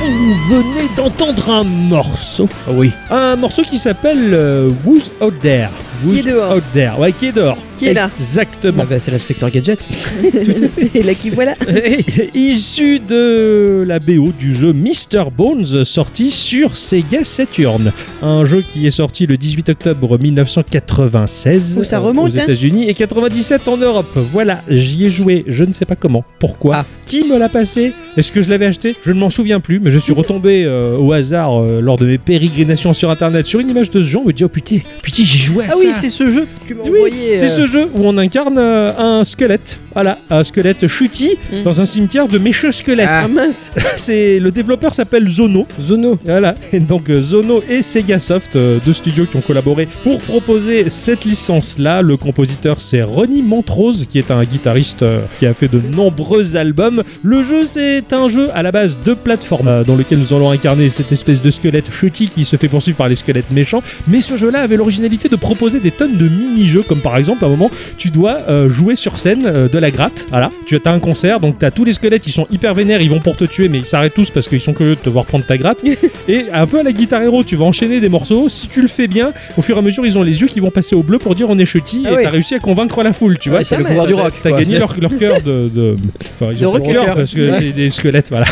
B: Vous venez d'entendre un morceau. Ah oui. Un morceau qui s'appelle euh, Who's Out There. Who's
C: est dehors.
B: Out There. Ouais, qui est dehors.
C: Qui est là.
B: Exactement.
A: Ah bah, c'est l'inspecteur Gadget.
C: Et là, qui voilà.
B: Issu de la BO du jeu Mr. Bones, sorti sur Sega Saturn. Un jeu qui est sorti le 18 octobre 1996
C: Où ça
B: euh,
C: remonte,
B: aux
C: hein.
B: États-Unis et 97 en Europe. Voilà, j'y ai joué, je ne sais pas comment, pourquoi,
A: Ah.
B: qui me l'a passé, est-ce que je l'avais acheté, je ne m'en souviens plus, mais je suis retombé euh, au hasard euh, lors de mes pérégrinations sur internet sur une image de ce genre, me dit oh putain, putain, j'ai joué à
A: Ah
B: ça.
A: oui, c'est ce jeu que tu m'as
B: Oui,
A: envoyé.
B: C'est
A: euh,
B: ce jeu où on incarne euh, un squelette. Voilà, un squelette chuti
C: Mm.
B: dans un cimetière de mécheux squelettes.
C: Ah mince.
B: C'est le développeur s'appelle Zono.
A: Zono.
B: Voilà, Et donc euh, Zono et Segasoft, euh, deux studios qui ont collaboré pour proposer cette licence-là. Le compositeur c'est Ronnie Montrose, qui est un guitariste euh, qui a fait de nombreux albums. Le jeu c'est un jeu à la base de plateforme euh, dans lequel nous allons incarner cette espèce de squelette chuti qui se fait poursuivre par les squelettes méchants. Mais ce jeu-là avait l'originalité de proposer des tonnes de mini-jeux, comme par exemple à un moment tu dois euh, jouer sur scène euh, de la la gratte. Voilà. Tu as t'as un concert, donc t'as tous les squelettes, ils sont hyper vénères, ils vont pour te tuer, mais ils s'arrêtent tous parce qu'ils sont curieux de te voir prendre ta gratte. et un peu à la guitare héros, tu vas enchaîner des morceaux. Si tu le fais bien, au fur et à mesure, ils ont les yeux qui vont passer au bleu pour dire on est chutty
C: Ah
B: et
C: oui.
B: t'as réussi à convaincre la foule, tu vois.
A: Ouais, Ah, c'est
C: ça,
A: le
C: mais
A: pouvoir du
B: T'as-
A: rock.
B: T'as
A: quoi.
B: gagné leur, leur cœur de. de- Enfin, ils
A: De
B: ont pas leur
A: rocker.
B: cœur parce que
A: Ouais.
B: c'est des squelettes, voilà.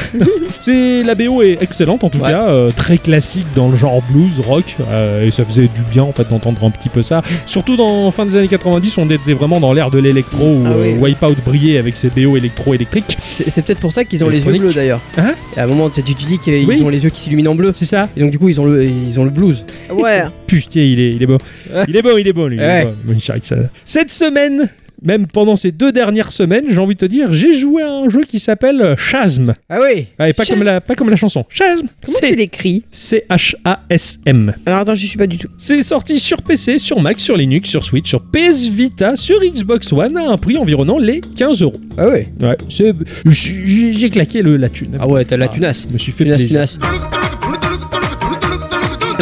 B: c'est la BO est excellente en tout
A: Ouais.
B: cas, euh, très classique dans le genre blues, rock, euh, et ça faisait du bien en fait d'entendre un petit peu ça. Surtout dans fin des années 90, on était vraiment dans l'ère de l'électro où
A: Ah oui.
B: euh, Wipeout brillait avec ses BO électro-électriques.
A: C'est c'est peut-être pour ça qu'ils ont les yeux
B: Électronique.
A: bleus d'ailleurs.
B: Hein
A: Et à un moment, tu tu dis qu'ils
B: Oui.
A: ont les yeux qui s'illuminent en bleu.
B: C'est ça
A: Et donc du coup, ils ont le, ils ont le blues.
C: Ouais.
B: Putain, il est, il est bon.
A: Ouais.
B: Il est bon, il est bon, lui. il est
A: Ah. Ouais.
B: bon, mon cher Ixon. Cette semaine, même pendant ces deux dernières semaines, j'ai envie de te dire, j'ai joué à un jeu qui s'appelle Chasm.
A: Ah oui
B: Ouais, pas, comme
C: Chasm.
B: la, pas comme la chanson. Chasm
C: Comment tu l'écris
B: C-H-A-S-M.
C: Alors attends, je suis pas du tout.
B: C'est sorti sur PC, sur Mac, sur Linux, sur Switch, sur PS Vita, sur Xbox One à un prix environnant les 15 euros.
A: Ah ouais
B: Ouais, c'est- j'ai j'ai claqué le, la thune.
A: Ah ouais, t'as la tunasse.
B: Je me suis fait
A: Tunasse,
B: plaisir.
A: tunasse. Ah,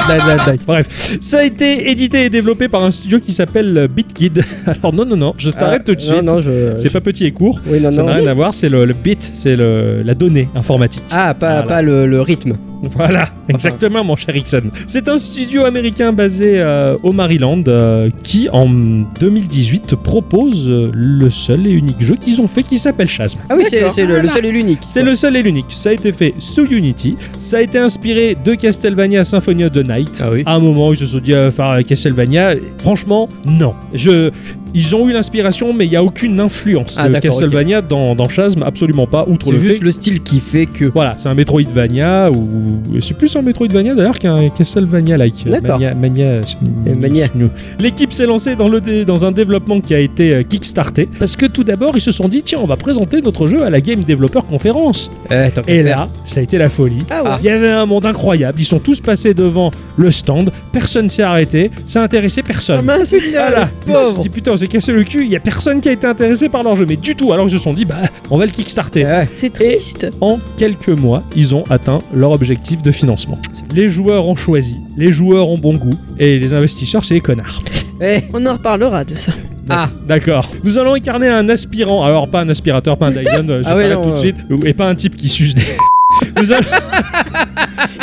B: Blague, blague, blague. Bref, ça a été édité et développé par un studio qui s'appelle euh, BitKid. Alors non, non, non, je t'arrête
A: Ah,
B: tout de suite.
A: Non, non, je.
B: c'est
A: je-
B: pas petit et court.
A: Oui, non,
B: Ça
A: non.
B: n'a rien à voir, c'est le, le bit, c'est le- la donnée informatique.
A: Ah,
B: Voilà.
A: pas, pas le, le rythme.
B: Voilà, exactement mon cher Ixon. C'est un studio américain basé euh, au Maryland euh, qui en 2018 propose euh, le seul et unique jeu qu'ils ont fait qui s'appelle Chasm.
A: Ah oui, c'est
C: D'accord.
A: c'est le, le seul et l'unique.
B: C'est le seul et l'unique. Ça a été fait sous Unity. Ça a été inspiré de Castlevania Symphony of the Night.
A: Ah oui.
B: À un moment, ils se sont dit, euh, faire Castlevania. Franchement, non. Je... Ils ont eu l'inspiration, mais il n'y a aucune influence
A: Ah,
B: de
A: d'accord,
B: Castlevania dans, dans Chasm, absolument pas, outre
A: C'est
B: le fait
A: juste le style qui fait que.
B: voilà, c'est un Metroidvania ou c'est plus un Metroidvania d'ailleurs qu'un Castlevania-like.
A: D'accord.
B: Mania, Mania-
C: Euh,
A: Et Mania.
B: L'équipe s'est lancée dans, le dé- dans un développement qui a été euh, kickstarté parce que tout d'abord ils se sont dit tiens on va présenter notre jeu à la Game Developer Conference.
A: Eh, tant qu'à
B: Et
A: faire.
B: là, ça a été la folie.
C: Ah ouais.
B: Il y avait un monde incroyable. Ils sont tous passés devant le stand. Personne s'est arrêté. Ça a intéressé personne.
C: Ah mince, c'est bien.
B: Voilà,
C: le
B: ils se sont
C: pauvre.
B: dit putain, on s'est cassé le cul, il y a personne qui a été intéressé par leur jeu, mais du tout. Alors ils se sont dit bah, on va le kickstarter.
A: Eh ouais.
C: C'est triste.
B: En quelques mois, ils ont atteint leur objectif de financement. Les joueurs ont choisi, les joueurs ont bon goût, et les investisseurs, c'est les connards.
A: Eh,
C: On en reparlera de ça.
A: Ah.
B: D'accord. Nous allons incarner un aspirant, alors pas un aspirateur, pas un Dyson, euh, je
A: Ah ouais,
B: t'arrête
A: non,
B: tout de
A: euh.
B: suite, et pas un type qui suce des... Nous allons-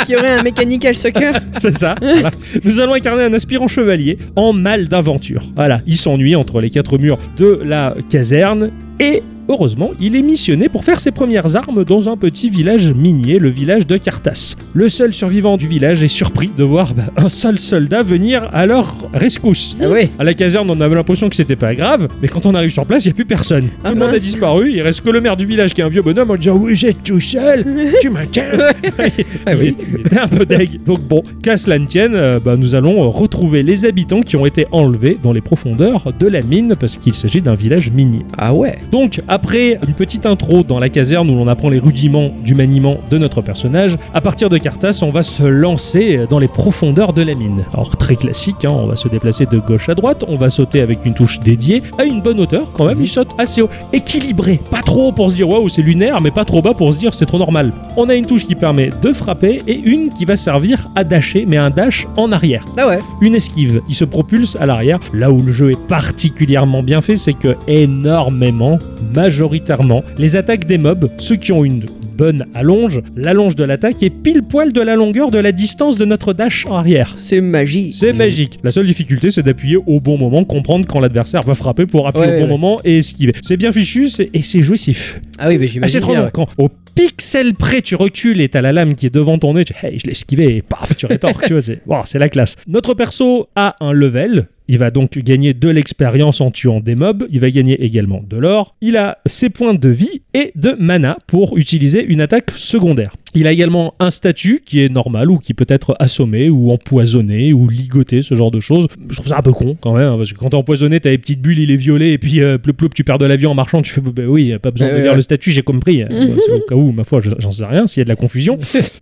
C: Qui aurait un mécanical soccer
B: C'est ça. voilà. Nous allons incarner un aspirant chevalier en mal d'aventure. Voilà, il s'ennuie entre les quatre murs de la caserne et heureusement, il est missionné pour faire ses premières armes dans un petit village minier, le village de Cartas. Le seul survivant du village est surpris de voir bah, un seul soldat venir à leur rescousse.
A: Ah oui.
B: À la caserne, on avait l'impression que c'était pas grave, mais quand on arrive sur place, il n'y a plus personne.
C: Ah
B: Tout le monde a
C: mince.
B: disparu, il reste que le maire du village qui est un vieux bonhomme en disant Oui, j'étais tout seul, tu m'attends.
A: Ah
B: Il
A: oui.
B: est- il était un peu deg. Donc bon, qu'à cela ne tienne, euh, bah, nous allons euh, retrouver les habitants qui ont été enlevés dans les profondeurs de la mine, parce qu'il s'agit d'un village minier.
A: Ah ouais.
B: Donc, après une petite intro dans la caserne où l'on apprend les rudiments du maniement de notre personnage, à partir de Cartas, on va se lancer dans les profondeurs de la mine. Alors, très classique, hein, on va se déplacer de gauche à droite, on va sauter avec une touche dédiée à une bonne hauteur quand même, il saute assez haut, équilibré, pas trop pour se dire waouh, c'est lunaire, mais pas trop bas pour se dire c'est trop normal. On a une touche qui permet de frapper et une qui va servir à dasher, mais un dash en arrière
A: Ah ouais.
B: une esquive. Il se propulse à l'arrière. Là où le jeu est particulièrement bien fait, c'est que énormément, majoritairement, les attaques des mobs, ceux qui ont une bonne allonge, l'allonge de l'attaque est pile poil de la longueur de la distance de notre dash en arrière.
C: C'est magie.
A: Mmh.
B: C'est magique. La seule difficulté, c'est d'appuyer au bon moment, comprendre quand l'adversaire va frapper pour appuyer
A: Ouais,
B: au bon
A: ouais.
B: moment et esquiver. C'est bien fichu c'est- et c'est jouissif.
A: Ah oui, mais
B: Ah,
A: j'imagine.
B: c'est trop
A: bien,
B: long. Quand au pixel près, tu recules et t'as la lame qui est devant ton nez, tu hey, je l'ai esquivé et paf, tu rétorques. tu vois, c'est wow, c'est la classe. Notre perso a un level. Il va donc gagner de l'expérience en tuant des mobs. Il va gagner également de l'or. Il a ses points de vie et de mana pour utiliser une attaque secondaire. Il a également un statut qui est normal ou qui peut être assommé ou empoisonné ou ligoté, ce genre de choses. Je trouve ça un peu con quand même, hein, parce que quand t'es empoisonné, t'as les petites bulles, il est violet et puis euh, ploup, ploup, tu perds de la vie en marchant. Tu fais bah oui, pas besoin de
A: Ouais,
B: lire
A: ouais.
B: le statut, j'ai compris. Euh, C'est au cas où, ma foi, je- j'en sais rien, s'il y a de la confusion.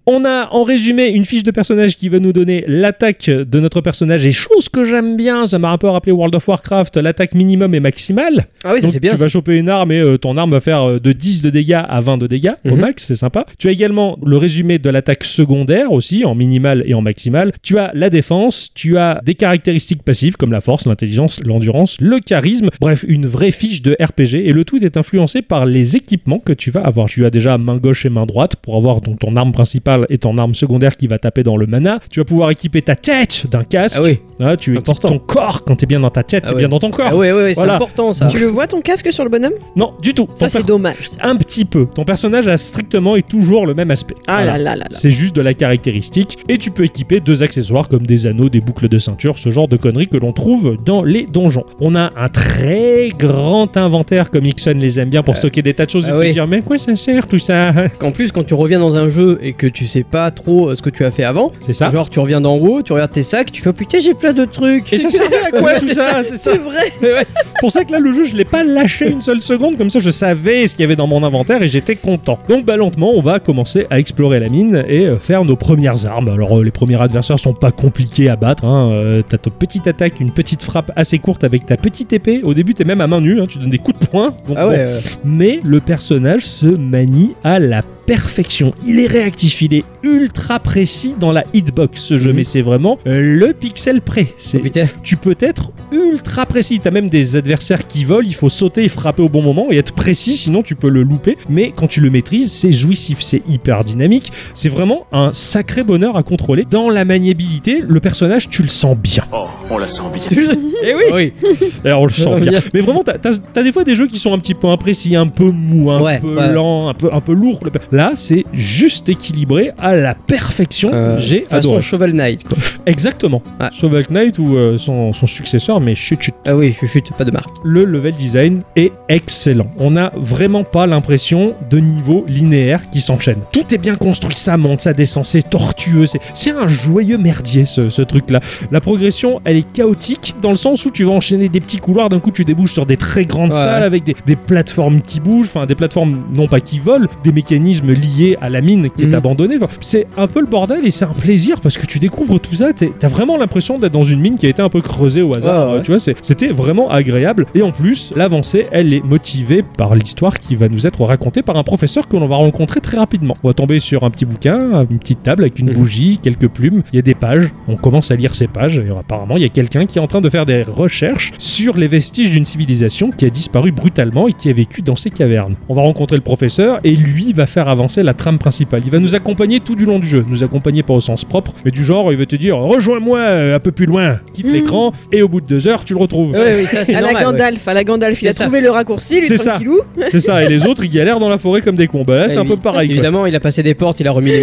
B: On a en résumé une fiche de personnage qui va nous donner l'attaque de notre personnage et chose que j'aime bien, ça m'a un peu rappelé World of Warcraft, l'attaque minimum et maximale.
A: Ah oui, ça
B: Donc,
A: c'est bien.
B: tu vas choper une arme et euh, ton arme va faire euh, de 10 de dégâts à 20 de dégâts au
A: Mhm.
B: max, c'est sympa. Tu as également le résumé de l'attaque secondaire aussi, en minimal et en maximal. Tu as la défense, tu as des caractéristiques passives comme la force, l'intelligence, l'endurance, le charisme, bref, une vraie fiche de RPG et le tout est influencé par les équipements que tu vas avoir. Tu as déjà main gauche et main droite pour avoir donc, ton arme principale et ton arme secondaire qui va taper dans le mana. Tu vas pouvoir équiper ta tête d'un casque.
A: Ah oui,
B: Ah, tu équipes
A: Important.
B: ton corps quand t'es bien dans ta tête,
A: Ah
B: t'es
A: ouais.
B: bien dans ton corps.
A: ah ouais, ouais, ouais, c'est
B: Voilà.
A: important ça.
C: Tu le vois ton casque sur le bonhomme
B: Non, du tout. Ton
C: Ça c'est
B: perso-
C: dommage. ça.
B: un petit peu. Ton personnage a strictement et toujours le même aspect.
C: Ah
B: Voilà.
C: là là là là.
B: C'est juste de la caractéristique et tu peux équiper deux accessoires comme des anneaux, des boucles de ceinture, ce genre de conneries que l'on trouve dans les donjons. On a un très grand inventaire comme Ixon les aime bien pour stocker des tas de choses
A: ah
B: et
A: oui.
B: te dire mais à quoi ça sert tout ça
A: En plus, quand tu reviens dans un jeu et que tu sais pas trop euh, ce que tu as fait avant,
B: C'est ça.
A: genre tu reviens d'en haut, tu regardes tes sacs, tu fais oh, putain, j'ai plein de trucs.
B: Et ça servait à quoi
A: Ouais,
B: tout
A: c'est
B: ça C'est ça.
C: C'est vrai.
B: pour ça que là le jeu je l'ai pas lâché une seule seconde comme ça je savais ce qu'il y avait dans mon inventaire et j'étais content donc bah lentement on va commencer à explorer la mine et euh, faire nos premières armes alors euh, les premiers adversaires sont pas compliqués à battre hein. Euh, t'as ta petite attaque une petite frappe assez courte avec ta petite épée au début t'es même à main nue hein. tu donnes des coups de poing Donc,
A: Ah
B: bon,
A: ouais, euh,
B: mais le personnage se manie à la perfection. Il est réactif, il est ultra précis dans la hitbox ce jeu,
A: Mhm.
B: mais c'est vraiment euh, le pixel près. C'est
A: oh, putain.
B: tu peux être ultra précis. T'as même des adversaires qui volent, il faut sauter et frapper au bon moment et être précis, sinon tu peux le louper. Mais quand tu le maîtrises, c'est jouissif, c'est hyper dynamique. C'est vraiment un sacré bonheur à contrôler. Dans la maniabilité, le personnage, tu le sens bien.
E: Oh, on la sent bien.
A: Eh
B: Ah
A: oui. oui.
B: Alors, on le
A: Ah,
B: sent bien. Mais vraiment, t'as as, des fois des jeux qui sont un petit peu imprécis, un peu mou, un
A: Ouais,
B: peu
A: ouais.
B: lent, un peu, un peu lourd. Là, c'est juste équilibré à la perfection.
A: Euh,
B: J'ai
A: façon
B: adoré.
A: Cheval Knight quoi.
B: Exactement.
A: Ouais.
B: Sauvage Knight ou euh, son, son successeur, mais chut chut.
A: Ah oui, je chute, pas de marque.
B: le level design est excellent. On n'a vraiment pas l'impression de niveaux linéaires qui s'enchaînent. Tout est bien construit, ça monte, ça descend, c'est tortueux, c'est- c'est un joyeux merdier ce, ce truc-là. La progression, elle est chaotique dans le sens où tu vas enchaîner des petits couloirs, d'un coup tu débouches sur des très grandes
A: Ouais.
B: salles avec des, des plateformes qui bougent, enfin des plateformes non pas qui volent, des mécanismes liés à la mine qui
A: Mhm.
B: est abandonnée. Enfin, c'est un peu le bordel et c'est un plaisir parce que tu découvres tout ça, t'es- t'as vraiment l'impression d'être dans une mine qui a été un peu creusée au hasard.
A: Ouais, ouais.
B: euh, tu vois, c'est- c'était vraiment agréable. Et en plus, l'avancée, elle est motivée par l'histoire qui va nous être racontée par un professeur que l'on va rencontrer très rapidement. On va tomber sur un petit bouquin, une petite table avec une
A: Mhm.
B: bougie, quelques plumes. Il y a des pages. On commence à lire ces pages et apparemment, il y a quelqu'un qui est en train de faire des recherches sur les vestiges d'une civilisation qui a disparu brutalement et qui a vécu dans ces cavernes. On va rencontrer le professeur et lui va faire avancer la trame principale. Il va nous accompagner tout du long du jeu. Nous accompagner pas au sens propre, mais du genre, il va te dire rejoins-moi euh, un peu plus loin, quitte
C: Mhm.
B: l'écran et au bout de deux heures, tu le retrouves.
A: Ouais, oui, ça c'est
C: À la
A: normal. ouais.
C: Gandalf, à la Gandalf, il a
A: C'est ça.
C: trouvé le raccourci, lui
B: C'est ça.
C: tranquillou.
B: C'est ça, et les autres ils galèrent dans la forêt comme des cons. Bah là c'est
A: Bah,
B: un peu
A: évi-
B: pareil. quoi.
A: Évidemment, il a passé des portes, il a remis les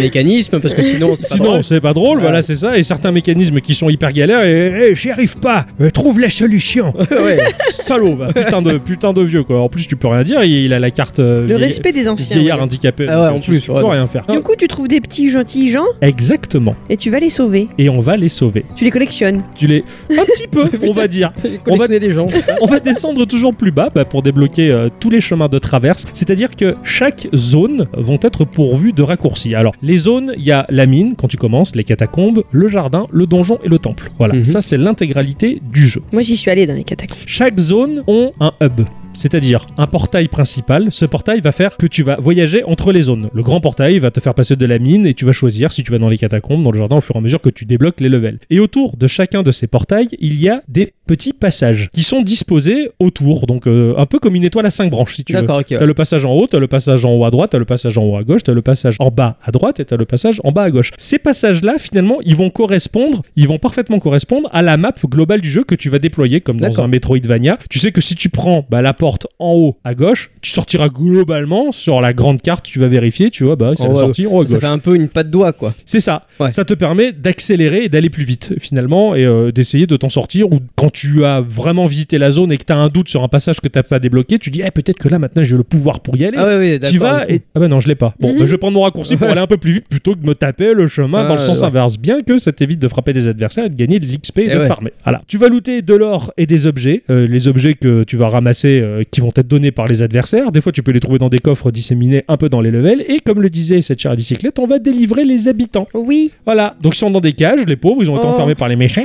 A: mécanismes parce que sinon, c'est pas
B: Sinon
A: drôle.
B: c'est pas drôle, voilà
A: Ouais.
B: c'est ça, et certains mécanismes qui sont hyper galères, et Eh, j'y arrive pas, Euh, trouve la solution.
A: Ouais.
B: Salaud, va. putain de putain de vieux quoi. En plus tu peux rien dire, il, il a la carte euh,
C: Le
B: vieille-
C: respect des anciens.
B: vieillard
C: ouais.
B: handicapé.
A: Ah ouais,
B: donc,
A: en
B: tu-
A: plus,
B: tu
A: ouais,
B: peux
A: donc.
B: rien faire.
C: Du coup, tu trouves des petits gentils gens
B: Exactement.
C: et tu vas les sauver.
B: Et on va les sauver.
C: Tu les collectionnes.
B: Tu les un petit peu, on va dire.
A: Collectionner des gens.
B: on va descendre toujours plus bas bah, pour débloquer euh, tous les chemins de traverse. C'est-à-dire que chaque zone vont être pourvues de raccourcis. Alors, les zones, il y a la mine quand tu commences, les catacombes, le jardin, le donjon et le temple. Voilà,
A: Mhm.
B: ça c'est l'intégralité du jeu.
C: Moi, j'y suis allé dans les catacombes.
B: Chaque zone ont un hub. C'est-à-dire un portail principal. Ce portail va faire que tu vas voyager entre les zones. Le grand portail va te faire passer de la mine et tu vas choisir si tu vas dans les catacombes, dans le jardin au fur et à mesure que tu débloques les levels. Et autour de chacun de ces portails, il y a des petits passages qui sont disposés autour. Donc euh, un peu comme une étoile à cinq branches si tu veux.
A: D'accord, ok. ouais.
B: T'as le passage en haut, t'as le passage en haut à droite, t'as le passage en haut à gauche, t'as le passage en bas à droite et t'as le passage en bas à gauche. Ces passages-là, finalement, ils vont correspondre, ils vont parfaitement correspondre à la map globale du jeu que tu vas déployer, comme dans
A: D'accord.
B: un Metroidvania. Tu sais que si tu prends bah, la porte en haut à gauche, tu sortiras globalement sur la grande carte, tu vas vérifier, tu vois, bah, c'est
A: Oh,
B: la
A: ouais,
B: sortie en haut à
A: Ça
B: gauche.
A: fait un peu une patte doigt quoi.
B: C'est ça.
A: Ouais.
B: Ça te permet d'accélérer et d'aller plus vite finalement et euh, d'essayer de t'en sortir. Ou quand tu as vraiment visité la zone et que tu as un doute sur un passage que t'as pas débloqué, tu dis eh, peut-être que là maintenant j'ai le pouvoir pour y aller.
A: Ah ouais, ouais, d'accord.
B: Tu vas
A: du
B: et... Ah bah non, je l'ai pas. Bon,
C: Mhm.
B: bah, je vais prendre mon raccourci pour aller un peu plus vite plutôt que de me taper le chemin
A: Ah,
B: dans le sens
A: ouais.
B: inverse. Bien que ça t'évite de frapper des adversaires et de gagner de l'XP et,
A: Eh
B: de
A: ouais.
B: farmer. Voilà. Tu vas looter de l'or et des objets. euh, les objets que tu vas ramasser euh, qui vont être donnés par les adversaires. Des fois, tu peux les trouver dans des coffres disséminés un peu dans les levels. Et comme le disait cette chère à bicyclette, on va délivrer les habitants.
C: Oui.
B: Voilà. Donc ils sont dans des cages, les pauvres, ils ont été
C: Oh.
B: enfermés par les méchants.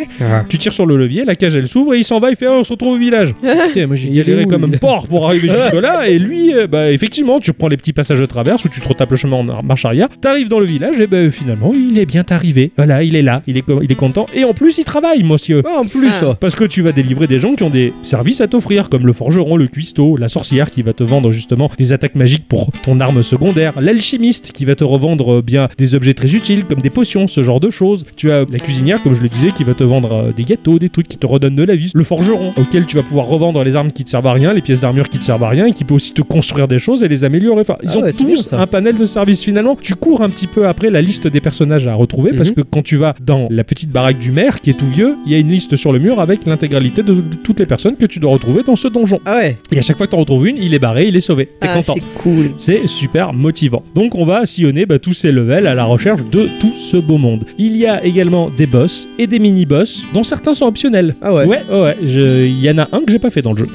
B: Tu tires sur le levier, la cage elle s'ouvre. s'ouvre et il s'en va, il fait Ah, on se retrouve au village. Tiens, moi j'ai
A: Il est
B: galéré
A: où,
B: comme un
A: lui
B: porc pour arriver jusque-là. Et lui, euh, bah effectivement, tu prends les petits passages de traverse où tu te retapes le chemin en ar- marche arrière. T'arrives dans le village et ben finalement, il est bien arrivé. Voilà, il est là, il est, co- il est content. Et en plus, il travaille, euh, monsieur.
A: Ah, en plus,
C: Ah.
A: oh.
B: Parce que tu vas délivrer des gens qui ont des services à t'offrir, comme le forgeron, le cuistot, la sorcière qui va te vendre justement des attaques magiques pour ton arme secondaire, l'alchimiste qui va te revendre euh, bien des objets très utiles comme des potions, ce genre de choses. Tu as la cuisinière, comme je le disais, qui va te vendre euh, des gâteaux, des trucs qui te redonnent de la vie. Le forgeron, auquel tu vas pouvoir revendre les armes qui te servent à rien, les pièces d'armure qui te servent à rien, et qui peut aussi te construire des choses et les améliorer. Enfin, ils
A: Ah
B: ont
A: ouais, c'est bien,
B: tous
A: ça.
B: un panel de services finalement. Tu cours un petit peu après la liste des personnages à retrouver parce
A: Mhm.
B: que quand tu vas dans la petite baraque du maire qui est tout vieux, il y a une liste sur le mur avec l'intégralité de toutes les personnes que tu dois retrouver dans ce donjon.
A: Ah ouais.
B: Et à chaque fois que tu en retrouves une, il est barré, il est sauvé. T'es
C: Ah,
B: content.
C: c'est cool.
B: C'est super motivant. Donc on va sillonner bah, tous ces levels à la recherche de tout ce beau monde. Il y a également des boss et des mini-boss dont certains sont optionnels.
A: Ah ouais.
B: ouais, ouais. je- Il y en a un que j'ai pas fait dans le jeu.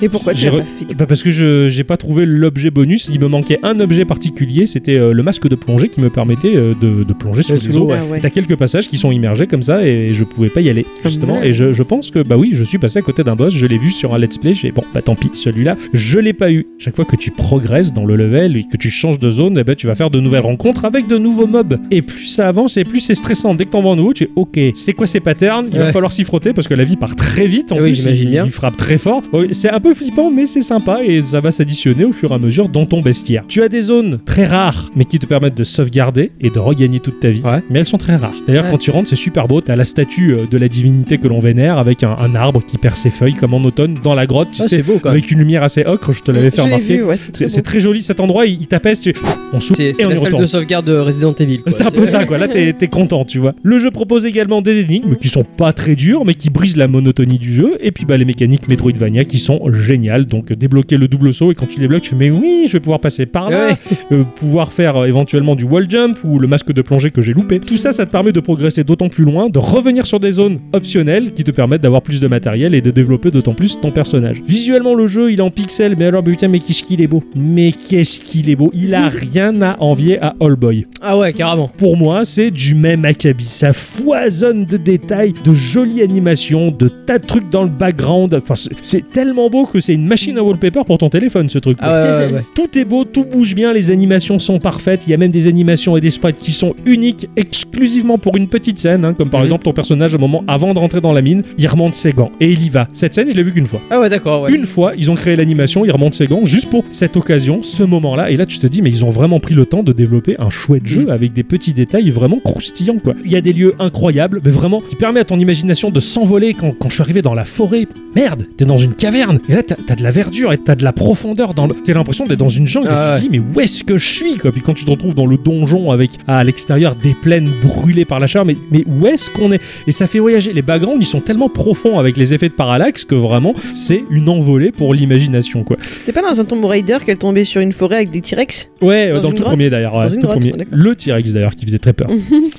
C: Et pourquoi tu
B: J'ai
C: l'as
B: re-
C: pas fait du
B: Bah parce que je j'ai pas trouvé l'objet bonus, il me manquait un objet particulier, c'était euh, le masque de plongée qui me permettait euh, de, de plonger sous
A: Ouais, sous
B: les eaux.
A: l'eau, ouais.
C: Ah ouais.
B: T'as quelques passages qui sont immergés comme ça et je pouvais pas y aller justement.
C: mince.
B: Et je, je pense que bah oui, je suis passé à côté d'un boss, je l'ai vu sur un let's play, j'ai bon bah tant pis, celui-là je l'ai pas eu. Chaque fois que tu progresses dans le level et que tu changes de zone, eh ben, tu vas faire de nouvelles rencontres avec de nouveaux mobs. Et plus ça avance et plus c'est stressant. Dès que t'en vois un nouveau, tu es ok. C'est quoi ces patterns Il va
A: Ouais.
B: falloir s'y frotter parce que la vie part très vite. En
A: Eh oui,
B: plus,
A: j'imagine
B: il-
A: bien.
B: il frappe très fort. Oh, C'est un peu flippant, mais c'est sympa et ça va s'additionner au fur et à mesure dans ton bestiaire. Tu as des zones très rares, mais qui te permettent de sauvegarder et de regagner toute ta vie.
A: Ouais.
B: Mais elles sont très rares. D'ailleurs,
A: Ouais.
B: quand tu rentres, c'est super beau. T'as la statue euh, de la divinité que l'on vénère avec un, un arbre qui perd ses feuilles comme en automne dans la grotte. Tu
A: Ah,
B: sais,
A: c'est beau quoi.
B: avec une lumière assez ocre, je te l'avais fait
C: Je l'ai
B: remarquer.
C: vu, ouais, c'est
B: C'est
C: très
B: c'est
C: beau.
B: très joli cet endroit, il, il t'apaise, tu... on souffle
A: C'est
B: et
A: c'est
B: on y
A: la salle
B: retourne.
A: de sauvegarde de Resident Evil. quoi.
B: C'est un peu ça, quoi. Là, t'es t'es content, tu vois. Le jeu propose également des énigmes qui sont pas très dures, mais qui brisent la monotonie du jeu. Et puis, bah, les mécaniques Metroidvania qui sont géniales. Donc, débloquer le double saut, et quand tu débloques, tu fais, mais oui, je vais pouvoir passer par là,
A: Ah Ouais.
B: Euh, pouvoir faire euh, éventuellement du wall jump ou le masque de plongée que j'ai loupé. Tout ça, ça te permet de progresser d'autant plus loin, de revenir sur des zones optionnelles qui te permettent d'avoir plus de matériel et de développer d'autant plus ton personnage. Visuellement, le jeu, il est en pixels, mais alors, putain, mais qu'est-ce qu'il est beau. Mais qu'est-ce qu'il est beau. Il a rien à envier à All Boy
A: Ah ouais, carrément.
B: pour moi, c'est du même acabit. Ça foisonne de détails, de jolies animations, de tas de trucs dans le background. Enfin, c'est- c'est tellement beau que c'est une machine à wallpaper pour ton téléphone, ce truc.
A: Ah ouais, ouais, ouais.
B: Tout est beau, tout bouge bien, les animations sont parfaites. Il y a même des animations et des sprites qui sont uniques, exclusivement pour une petite scène, hein, comme par
A: Mhm.
B: exemple ton personnage, au moment avant de rentrer dans la mine, il remonte ses gants et il y va. Cette scène, je l'ai vue qu'une fois.
A: Ah ouais, d'accord, ouais.
B: Une fois, ils ont créé l'animation, ils remontent ses gants juste pour cette occasion, ce moment-là. Et là, tu te dis, mais ils ont vraiment pris le temps de développer un chouette jeu
A: Mhm.
B: avec des petits détails vraiment croustillants, quoi. Il y a des lieux incroyables, mais vraiment qui permet à ton imagination de s'envoler. Quand, quand je suis arrivé dans la forêt, merde, t'es dans une caverne. Et là, t'as t'as de la verdure et t'as de la profondeur dans le. T'as l'impression d'être dans une jungle.
A: Ah
B: et tu te dis, mais où est-ce que je suis, quoi. Puis quand tu te retrouves dans le donjon avec à l'extérieur des plaines brûlées par la chaleur, mais, mais où est-ce qu'on est et ça fait voyager. Les backgrounds, ils sont tellement profonds avec les effets de parallaxe que vraiment, c'est une envolée pour l'imagination, quoi.
C: C'était pas dans un Tomb Raider qu'elle tombait sur une forêt avec des T-Rex
B: Ouais, euh,
C: Dans
B: dans,
C: une
B: le tout
C: grotte
B: premier d'ailleurs. ouais,
C: Dans une
B: tout
C: grotte,
B: premier.
C: d'accord.
B: Le T-Rex d'ailleurs qui faisait très peur.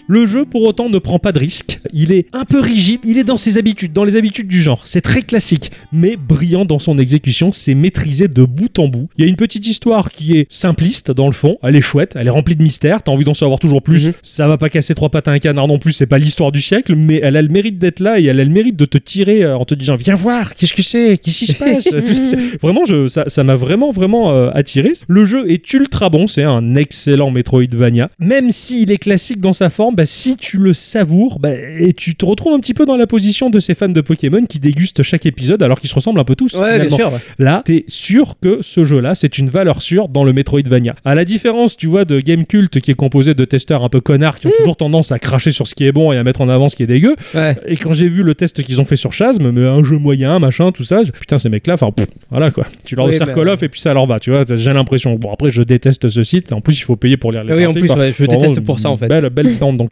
B: le jeu pour autant ne prend pas de risque. Il est un peu rigide, il est dans ses habitudes, dans les habitudes du genre. C'est très classique, mais brillant dans son exécution. C'est maîtrisé de bout en bout. Il y a une petite histoire qui est simpliste dans le fond. Elle est chouette, elle est remplie de mystères. T'as envie d'en savoir toujours plus.
A: Mhm.
B: Ça va pas casser trois pattes à un canard non plus. C'est pas l'histoire du siècle, mais elle a le mérite d'être là et elle a le mérite de te tirer euh, en te disant viens voir, qu'est-ce que c'est, qu'est-ce qui se passe. Tu sais, Vraiment, je, ça ça m'a vraiment, vraiment euh, attiré. Le jeu est ultra bon, c'est un excellent Metroidvania. Même s'il est classique dans sa forme, bah, si tu le savoures, bah, et tu te retrouves un petit peu dans la position de ces fans de Pokémon qui dégustent chaque épisode alors qu'ils se ressemblent un peu tous.
A: Ouais, bien
B: finalement.
A: sûr. ouais.
B: Là, t'es sûr que ce jeu-là, c'est une valeur sûre dans le Metroidvania. À la différence, tu vois, de Game Cult qui est composé de testeurs un peu connards
A: Mmh.
B: qui ont toujours tendance à cracher sur ce qui est bon et à mettre en avant ce qui est dégueu,
A: Ouais.
B: et quand j'ai vu le test qu'ils ont fait sur Chasm, mais un jeu moyen, machin, tout ça, je- putain, ces mecs-là, enfin, pff, voilà quoi. Tu leur
A: Oui,
B: sers
A: bah,
B: Call of et puis ça leur va, tu vois. J'ai l'impression. Bon, après, je déteste ce site. En plus, il faut payer pour lire les
A: Ah oui, en
B: articles,
A: plus,
B: quoi.
A: ouais, je
B: Vraiment,
A: déteste pour ça en fait.
B: Belle, belle bande, donc.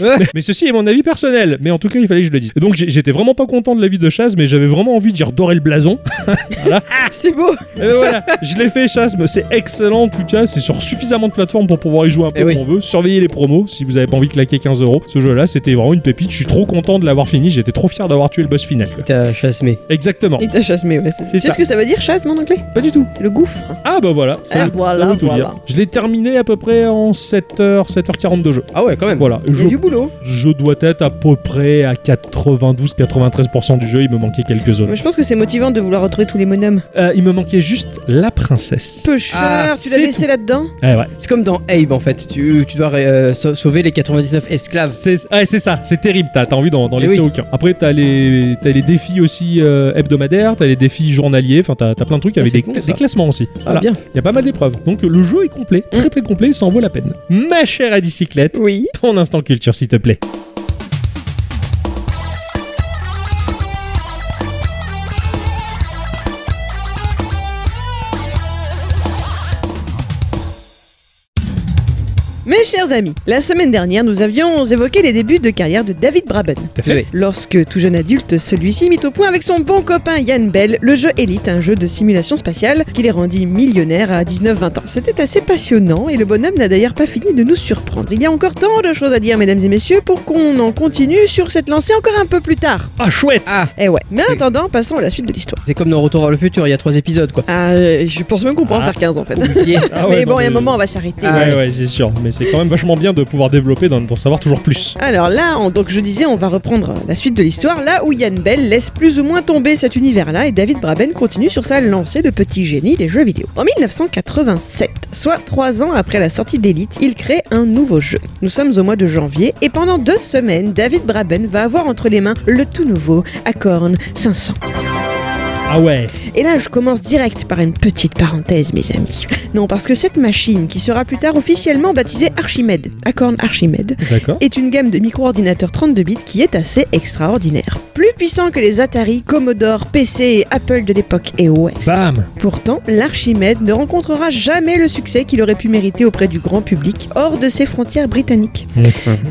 A: Ouais.
B: Mais, mais ceci est mon avis personnel, mais en tout cas il fallait que je le dise. Et donc j'ai- j'étais vraiment pas content de l'avis de Chasm, mais j'avais vraiment envie d'y redorer le blason.
C: C'est beau
B: Et ben voilà, je l'ai fait Chasm, c'est excellent, putain, c'est sur suffisamment de plateformes pour pouvoir y jouer un peu
A: Eh oui.
B: comme on veut. Surveillez les promos si vous avez pas envie de claquer 15 euros. Ce jeu-là c'était vraiment une pépite, je suis trop content de l'avoir fini, j'étais trop fier d'avoir tué le boss final. quoi.
A: T'as chasmé.
B: Exactement.
C: Et t'as chasmé, ouais.
B: C'est
C: Tu sais
B: ça.
C: ce que ça veut dire, chasme en anglais
B: Pas du tout.
C: C'est le gouffre.
B: Ah bah voilà, ça,
C: Ah,
B: veut- ça
C: voilà,
B: veut tout
C: voilà.
B: dire. Je l'ai terminé à peu près en 7h, 7h42 de jeu.
A: Ah ouais, quand même.
B: Voilà, je
C: Il y a c'est du boulot.
B: Je dois être à peu près à 92-93% du jeu. Il me manquait quelques
C: Moi,
B: zones.
C: je pense que c'est motivant de vouloir retrouver tous les monhommes.
B: Euh, il me manquait juste la princesse.
C: Peu cher,
A: Ah,
C: tu l'as
A: c'est
C: laissé là-dedans
B: Eh ouais.
A: C'est comme dans Abe en fait, tu, tu dois euh, sau- sauver les 99 esclaves.
B: Ah, C'est ouais, c'est ça, c'est terrible, t'as t'as envie d'en d'en
A: Eh
B: laisser
A: oui.
B: aucun. Après, t'as les, t'as les défis aussi euh, hebdomadaires, t'as les défis journaliers, enfin t'as t'as plein de trucs, il y
A: Ah,
B: avait
A: c'est
B: des,
A: con,
B: des
A: ça.
B: classements aussi.
A: Ah,
B: Voilà.
A: bien. Mm.
B: Il y a pas mal d'épreuves. Donc le jeu est complet, très très complet, ça en vaut la peine. Ma chère à bicyclette,
C: Oui.
B: ton instant culture s'il te plaît.
C: Mes chers amis, la semaine dernière, nous avions évoqué les débuts de carrière de David Braben.
B: T'as fait
A: Eh Oui.
C: Lorsque tout jeune adulte, celui-ci mit au point avec son bon copain Yann Bell le jeu Elite, un jeu de simulation spatiale qui les rendit millionnaires à 19-20 ans. C'était assez passionnant et le bonhomme n'a d'ailleurs pas fini de nous surprendre. Il y a encore tant de choses à dire, mesdames et messieurs, pour qu'on en continue sur cette lancée encore un peu plus tard.
B: Ah chouette
A: Ah,
C: Eh ouais. Mais en
A: Oui.
C: attendant, passons à la suite de l'histoire.
A: c'est comme dans Retour vers le futur, il y a trois épisodes quoi.
C: Ah, euh, je pense même qu'on pourra en
B: Ah.
C: faire 15 en fait.
A: Oublié.
B: Ah
C: mais
B: ouais,
C: bon,
B: non,
C: il y a un
B: mais-
C: moment, on va s'arrêter.
A: Ah,
B: Ouais, ouais, c'est sûr, mais c'est quand même vachement bien de pouvoir développer, d'en d'en savoir toujours plus.
C: Alors là, on- donc je disais, on va reprendre la suite de l'histoire, là où Yann Bell laisse plus ou moins tomber cet univers-là et David Braben continue sur sa lancée de petit génie des jeux vidéo. En 1987, soit trois ans après la sortie d'Elite, il crée un nouveau jeu. Nous sommes au mois de janvier et pendant deux semaines, David Braben va avoir entre les mains le tout nouveau Acorn 500.
B: Ah ouais
C: Et là, je commence direct par une petite parenthèse, mes amis. Non, parce que cette machine, qui sera plus tard officiellement baptisée Archimède, Acorn Archimède,
B: D'accord.
C: est une gamme de micro-ordinateurs 32 bits qui est assez extraordinaire. Plus puissant que les Atari, Commodore, PC et Apple de l'époque, et ouais.
B: Bam
C: Pourtant, l'Archimède ne rencontrera jamais le succès qu'il aurait pu mériter auprès du grand public, hors de ses frontières britanniques.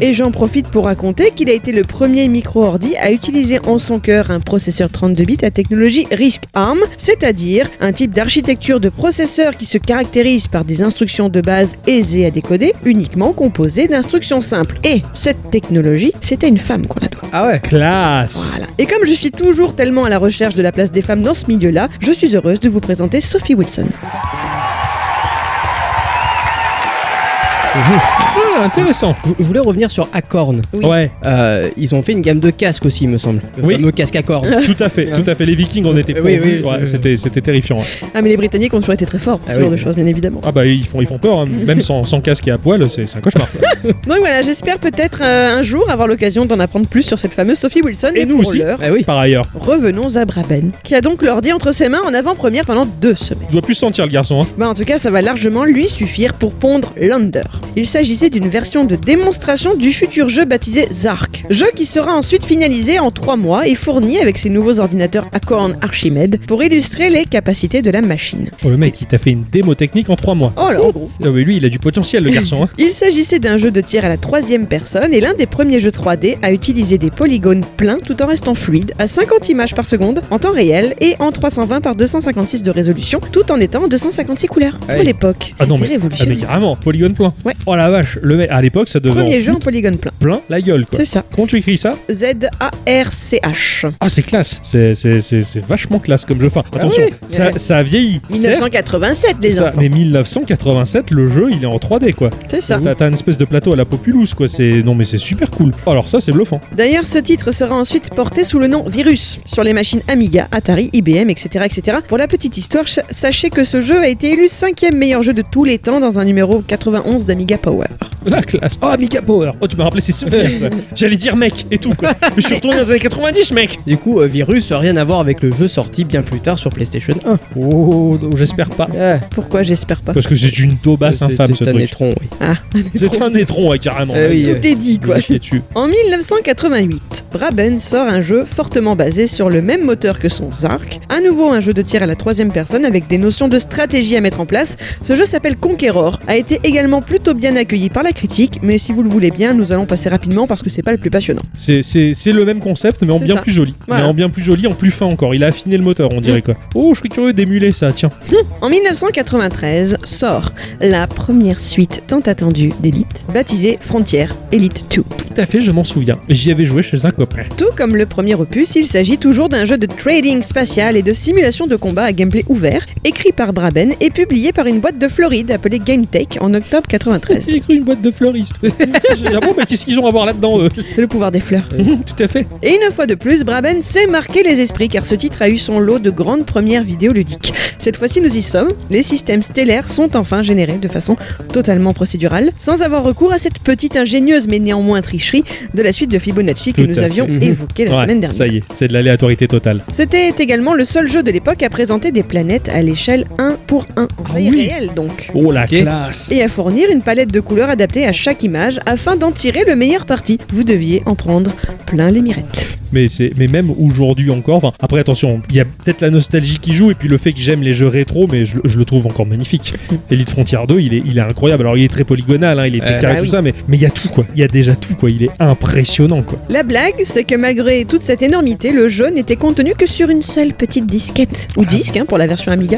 C: Et j'en profite pour raconter qu'il a été le premier micro-ordi à utiliser en son cœur un processeur 32 bits à technologie RISC-ARM, c'est-à-dire un type d'architecture de processeur qui se caractérise par des instructions de base aisées à décoder, uniquement composées d'instructions simples. Et cette technologie, c'était une femme qu'on la doit.
A: Ah ouais.
B: Classe
C: Voilà. Et comme je suis toujours tellement à la recherche de la place des femmes dans ce milieu-là, je suis heureuse de vous présenter Sophie Wilson.
B: Ah, intéressant
A: Je- Je voulais revenir sur Acorn.
C: Oui.
B: Ouais,
A: Euh, ils ont fait une gamme de casques aussi, il me semble. Le
B: Oui.
A: fameux casque à cornes.
B: tout à fait, tout à fait. Les Vikings, on était
A: Oui, oui,
B: pourvus.
A: je-
B: Ouais, c'était c'était terrifiant. ouais.
C: Ah mais les Britanniques ont toujours été très forts pour
A: Ah
C: ce
A: oui.
C: genre de choses, bien évidemment.
B: Ah bah ils font, ils font peur, hein. même sans, sans casque et à poil, c'est c'est un cauchemar. quoi.
C: Donc voilà, j'espère peut-être euh, un jour avoir l'occasion d'en apprendre plus sur cette fameuse Sophie Wilson.
B: Et
C: mais
B: nous
C: pour
B: aussi.
C: l'heure,
A: Ah oui.
B: Par ailleurs,
C: Revenons à Braben, qui a donc l'ordi entre ses mains en avant-première pendant deux semaines.
B: il doit plus sentir le garçon. Hein.
C: Bah en tout cas, ça va largement lui suffire pour pondre Lander. Il s'agissait d'une version de démonstration du futur jeu baptisé Zark, jeu qui sera ensuite finalisé en trois mois et fourni avec ses nouveaux ordinateurs Acorn Archimède pour illustrer les capacités de la machine.
B: Oh, le mec, il t'a fait une démo technique en 3 mois.
C: Oh là, en gros.
B: Ah oui, lui, il a du potentiel, le garçon. hein.
C: Il s'agissait d'un jeu de tir à la troisième personne et l'un des premiers jeux 3D à utiliser des polygones pleins tout en restant fluide, à 50 images par seconde, en temps réel et en 320 par 256 de résolution, tout en étant en 256 couleurs.
A: Ah
C: Pour
A: oui.
C: l'époque,
B: Ah non, mais,
C: c'était
B: ah, mais
C: révolutionnaire.
B: carrément, polygone plein.
C: Ouais.
B: Oh la vache, le mec, à l'époque, ça devait
C: Premier
B: en
C: jeu en
B: foutre
C: polygone plein.
B: plein la gueule, quoi.
C: C'est ça.
B: Comment tu écris ça
C: Z-A-R-C-H.
B: Ah, c'est classe. C'est- C'est c'est- c'est vachement classe comme jeu. Enfin, attention,
C: Ah oui.
B: ça,
C: Ouais.
B: ça a vieilli. certes,
C: 1987, les
B: ça-
C: enfants.
B: mais 1987, le jeu, il est en 3D, quoi.
C: C'est ça.
B: T'as t'as une espèce de plateau à la Populous, quoi. C'est non, mais c'est super cool. Oh, Alors ça, c'est bluffant.
C: D'ailleurs, ce titre sera ensuite porté sous le nom Virus sur les machines Amiga, Atari, IBM, etc. etc. Pour la petite histoire, ch- sachez que ce jeu a été élu cinquième meilleur jeu de tous les temps dans un numéro 91 d'Amiga Power.
B: La classe. Oh, Amiga Power. Oh, tu m'as rappelé ces souvenirs. quoi. J'allais dire mec et tout, quoi. Mais je suis retourné dans les années 90, mec.
A: Du coup, euh, Virus, rien à voir avec le jeu sorti bien plus tard sur PlayStation 1.
B: Oh, non, j'espère pas.
A: Ah,
C: Pourquoi j'espère pas
B: Parce que Bah, c'est une daubasse infâme, ce
A: c'est un
B: truc.
A: étron, oui.
C: Ah,
B: C'est un étron, ouais, carrément.
A: Eh oui, euh,
C: tout est dit quoi.
B: Il est dessus.
C: En 1988, Braben sort un jeu fortement basé sur le même moteur que son Zark, à nouveau un jeu de tir à la troisième personne avec des notions de stratégie à mettre en place. Ce jeu s'appelle Conqueror, a été également plutôt bien accueilli par la critique, mais si vous le voulez bien, nous allons passer rapidement parce que c'est pas le plus passionnant.
B: C'est- C'est c'est le même concept, mais en
C: C'est
B: bien
C: ça.
B: plus joli.
C: Voilà.
B: Mais en bien plus joli, en plus fin encore. Il a affiné le moteur, on dirait, quoi. Oh, je serais curieux d'émuler ça, tiens.
C: En 1993 sort la première suite tant attendue d'Elite, baptisée Frontière Elite 2.
B: Tout à fait, je m'en souviens. J'y avais joué chez un copain.
C: Tout comme le premier opus, il s'agit toujours d'un jeu de trading spatial et de simulation de combat à gameplay ouvert, écrit par Braben et publié par une boîte de Floride appelée GameTech en octobre extraterrestre.
B: J'ai cru une boîte de fleuristes. J'ai dit, ah bon, mais qu'est-ce qu'ils ont à voir là-dedans eux
C: C'est le pouvoir des fleurs.
B: Tout à fait.
C: Et une fois de plus, Braben s'est marqué les esprits car ce titre a eu son lot de grandes premières vidéoludiques. Cette fois-ci, nous y sommes. Les systèmes stellaires sont enfin générés de façon totalement procédurale, sans avoir recours à cette petite ingénieuse mais néanmoins tricherie de la suite de Fibonacci que
B: Tout
C: nous
B: à fait.
C: avions
A: Mhm.
C: évoquée la
B: Ouais,
C: semaine dernière.
B: Ça y est, c'est de l'aléatorité totale.
C: C'était également le seul jeu de l'époque à présenter des planètes à l'échelle 1 pour 1, en taille
B: Ah oui.
C: réelle donc.
B: Oh la
A: Ok.
B: classe
C: Et à fournir une palette de couleurs adaptée à chaque image afin d'en tirer le meilleur parti. Vous deviez en prendre plein les mirettes.
B: mais, c'est- mais même aujourd'hui encore, enfin, après attention, il y a peut-être la nostalgie qui joue et puis le fait que j'aime les jeux rétro, mais je, je le trouve encore magnifique. Elite Frontier 2, il est, il est incroyable. Alors il est très polygonal, hein, il est très
A: Euh,
B: carré
C: bah
B: tout
C: oui.
B: ça, mais mais il y a tout quoi. Il y a déjà tout quoi. Il est impressionnant quoi.
C: La blague, c'est que malgré toute cette énormité, le jeu n'était contenu que sur une seule petite disquette, ou disque hein, pour la version Amiga.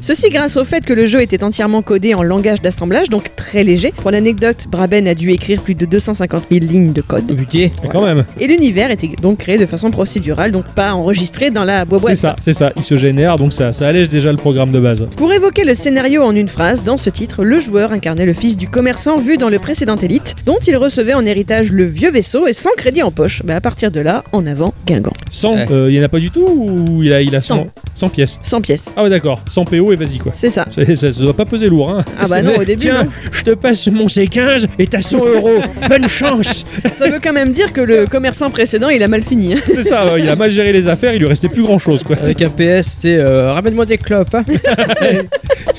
C: Ceci grâce au fait que le jeu était entièrement codé en langage d'assemblage, donc très léger. Pour l'anecdote, Braben a dû écrire plus de 250 000 lignes de code.
A: Putain.
B: Mais Quand même,
C: Et l'univers était donc créé de façon procédurale, donc pas enregistré dans la boîte.
B: c'est ça, c'est ça. Il se génère, donc ça, ça allège déjà le programme de base.
C: Pour évoquer le scénario en une phrase, dans ce titre, le joueur incarnait le fils du commerçant vu dans le précédent Elite, dont il recevait en héritage le vieux vaisseau et sans crédit en poche. Bah à partir de là, en avant, Guingamp.
B: 100,
A: Ouais.
B: euh, il n'y en a pas du tout ou il a, il a 100, 100.
C: Cent.
B: pièces
C: Sans pièce.
B: Ah ouais d'accord, 100 PO et vas-y quoi.
C: C'est ça.
B: Ça, ça, ça doit pas peser lourd, hein.
C: Ah bah non, au début,
B: Tiens,
C: non.
B: je te passe mon C15 et t'as 100 euros. Bonne chance.
C: Ça veut quand même dire que le commerçant précédent, il a mal fini. hein.
B: C'est ça, ouais, il a mal géré les affaires, il lui restait plus grand chose, quoi.
A: Avec un PS, c'est euh, ramène-moi des clopes. hein.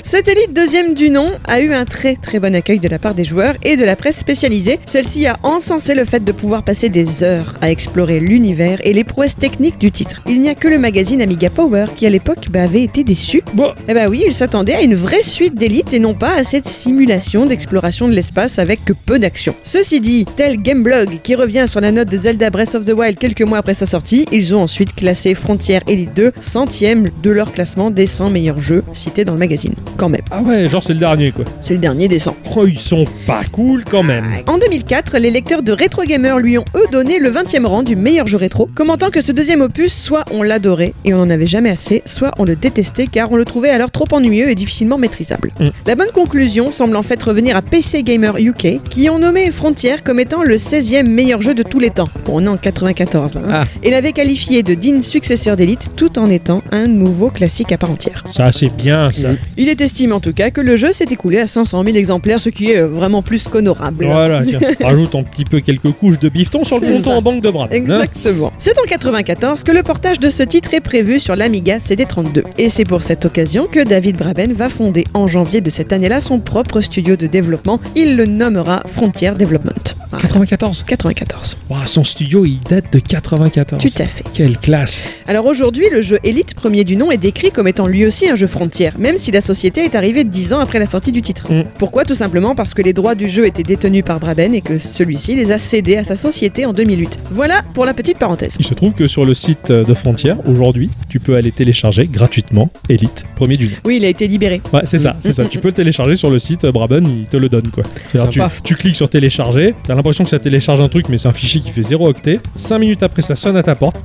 C: Cette élite deuxième du nom a eu un très très bon accueil de la part des joueurs et de la presse spécialisée. Celle-ci a encensé le fait de pouvoir passer des heures à explorer l'univers et les prouesses techniques du titre. Il n'y a que le magazine Amiga Power qui à l'époque bah, avait été déçu.
B: Bon,
C: Eh bah oui, il s'attendait à une vraie suite d'élite et non pas à cette simulation d'exploration de l'espace avec que peu d'action. Ceci dit, tel Gameblog qui revient sur la note de Zelda Breath of the Wild quelques mois après sa sortie, ils ont ensuite classé Frontier Elite 2 centième de leur classement des 100 meilleurs jeux cités dans le magazine. Quand même,
B: ah ouais, genre c'est le dernier, quoi.
C: c'est le dernier des 100.
B: Oh, ils sont pas cool quand même.
C: En 2004, les lecteurs de Retro Gamer lui ont eux donné le 20e rang du meilleur jeu rétro, commentant que ce deuxième opus, soit on l'adorait et on n'en avait jamais assez, soit on le détestait car on le trouvait alors trop ennuyeux et difficilement maîtrisable.
B: Mm.
C: La bonne conclusion semble en fait revenir à PC Gamer UK, qui ont nommé Frontier comme étant le 16e meilleur jeu de tous les temps. Bon, on est en 94 là. hein.
A: Ah.
C: Et l'avait qualifié de digne successeur d'élite tout en étant un nouveau classique à part entière.
B: Ça, c'est bien, ça.
A: Mm.
C: Il est estimé en tout cas que le jeu s'est écoulé à 500 000 exemplaires, ce qui est euh, vraiment plus qu'honorable.
B: Voilà, tiens, ça rajoute un petit peu quelques couches de bifton sur le
C: C'est
B: montant
C: ça.
B: en banque de bras. hein.
C: Exactement. C'est en 94 que le portage de ce titre est prévu sur l'Amiga CD32. Et c'est pour cette occasion que David Braben va fonder en janvier de cette année-là son propre studio de développement. Il le nommera Frontier Development. Ah,
B: 94.
C: 94.
B: Hein Ouah, son studio, il date de 94.
C: Tout à fait.
B: Quelle classe.
C: Alors aujourd'hui, le jeu Elite, premier du nom, est décrit comme étant lui aussi un jeu frontière, même si la société est arrivée 10 ans après la sortie du titre.
B: Mm.
C: Pourquoi Tout simplement parce que les droits du jeu étaient détenus par Braben et que celui-ci les a cédés à sa société en 2008. Voilà pour la petite parenthèse.
B: Il se trouve que sur le site de Frontière, aujourd'hui, tu peux aller télécharger gratuitement Elite, premier du nom.
C: Oui, il a été libéré.
B: Ouais, c'est ça, c'est ça. Tu peux le télécharger sur le site, euh, Braben, il te le donne quoi. C'est-à-dire, Tu,
A: Sympa.
B: tu cliques sur télécharger, t'as l'impression que ça télécharge un truc, mais c'est un fichier qui fait 0 octet. 5 minutes après, ça sonne à ta porte.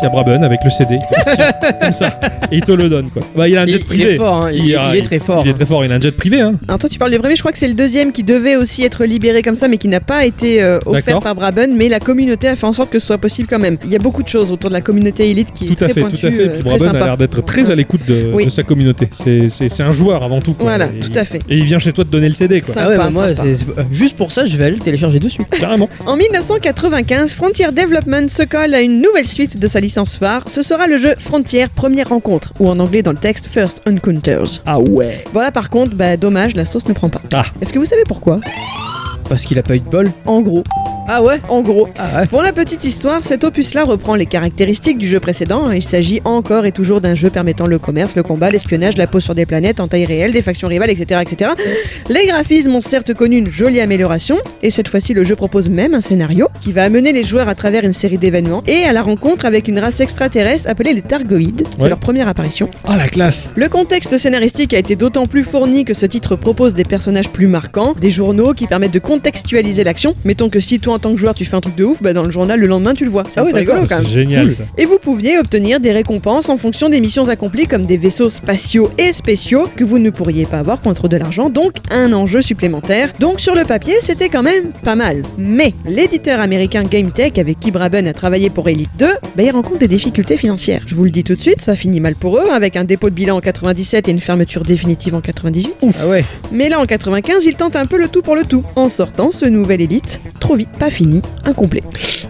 B: Tiens, Braben avec le CD, comme ça, et il te le donne quoi. Bah, il a un
A: Il,
B: jet
A: il
B: privé.
A: est fort, hein, il, il
B: a-
A: est très fort.
B: Il est très fort, il a un jet privé, hein.
C: Alors toi tu parles du premier, je crois que c'est le deuxième qui devait aussi être libéré comme ça mais qui n'a pas été euh, offert
B: D'accord.
C: par Braben mais la communauté a fait en sorte que ce soit possible quand même. Il y a beaucoup de choses autour de la communauté élite qui est
B: Tout à
C: très
B: fait,
C: pointue,
B: tout à fait.
C: euh,
B: Et puis
C: très
B: Braben a
C: sympa.
B: l'air d'être très à l'écoute de,
C: Oui.
B: de sa communauté. C'est- C'est c'est un joueur avant tout. quoi.
C: Voilà,
B: Et
C: tout
B: il-
C: à fait.
B: Et il vient chez toi te donner le CD, quoi.
C: Ça-
A: Ah ouais,
C: sympa,
A: bah moi,
C: sympa.
A: c'est- c'est- juste pour ça, je vais aller le télécharger de suite.
B: Carrément.
C: En 1995, Frontier Development se colle à une nouvelle suite de sa licence phare. Ce sera le jeu Frontier Première Rencontre ou en anglais dans le texte First Encounters.
B: Ah ouais.
C: Voilà par contre, bah dommage, la sauce ne prend pas.
B: Ah.
C: Est-ce que vous savez pourquoi
A: Parce qu'il a pas eu de bol.
C: En gros. Ah ouais En gros.
A: Ah ouais.
C: Pour la petite histoire, cet opus-là reprend les caractéristiques du jeu précédent. Il s'agit encore et toujours d'un jeu permettant le commerce, le combat, l'espionnage, la pose sur des planètes en taille réelle, des factions rivales, etc., etc. Les graphismes ont certes connu une jolie amélioration, et cette fois-ci, le jeu propose même un scénario qui va amener les joueurs à travers une série d'événements et à la rencontre avec une race extraterrestre appelée les Targoïdes.
B: Ouais.
C: C'est leur première apparition.
B: Ah la classe.
C: Le contexte scénaristique a été d'autant plus fourni que ce titre propose des personnages plus marquants, des journaux qui permettent de contextualiser l'action. Mettons que si toi en tant que joueur, tu fais un truc de ouf, bah dans le journal, le lendemain, tu le vois. Ça,
A: Ah oui,
C: oui,
A: d'accord.
C: d'accord.
B: Ça,
C: quand même.
B: C'est génial
A: Cool.
B: ça.
C: Et vous pouviez obtenir des récompenses en fonction des missions accomplies comme des vaisseaux spatiaux et spéciaux que vous ne pourriez pas avoir contre de l'argent, donc un enjeu supplémentaire. Donc sur le papier, c'était quand même pas mal. Mais l'éditeur américain GameTech avec qui Braben a travaillé pour Elite 2, bah, il rencontre des difficultés financières. Je vous le dis tout de suite, ça finit mal pour eux hein, avec un dépôt de bilan en 97 et une fermeture définitive en 98.
A: Ah ouais.
C: Mais là en 95, il tente un peu le tout pour le tout en sortant ce nouvel Elite trop vite, pas fini, incomplet.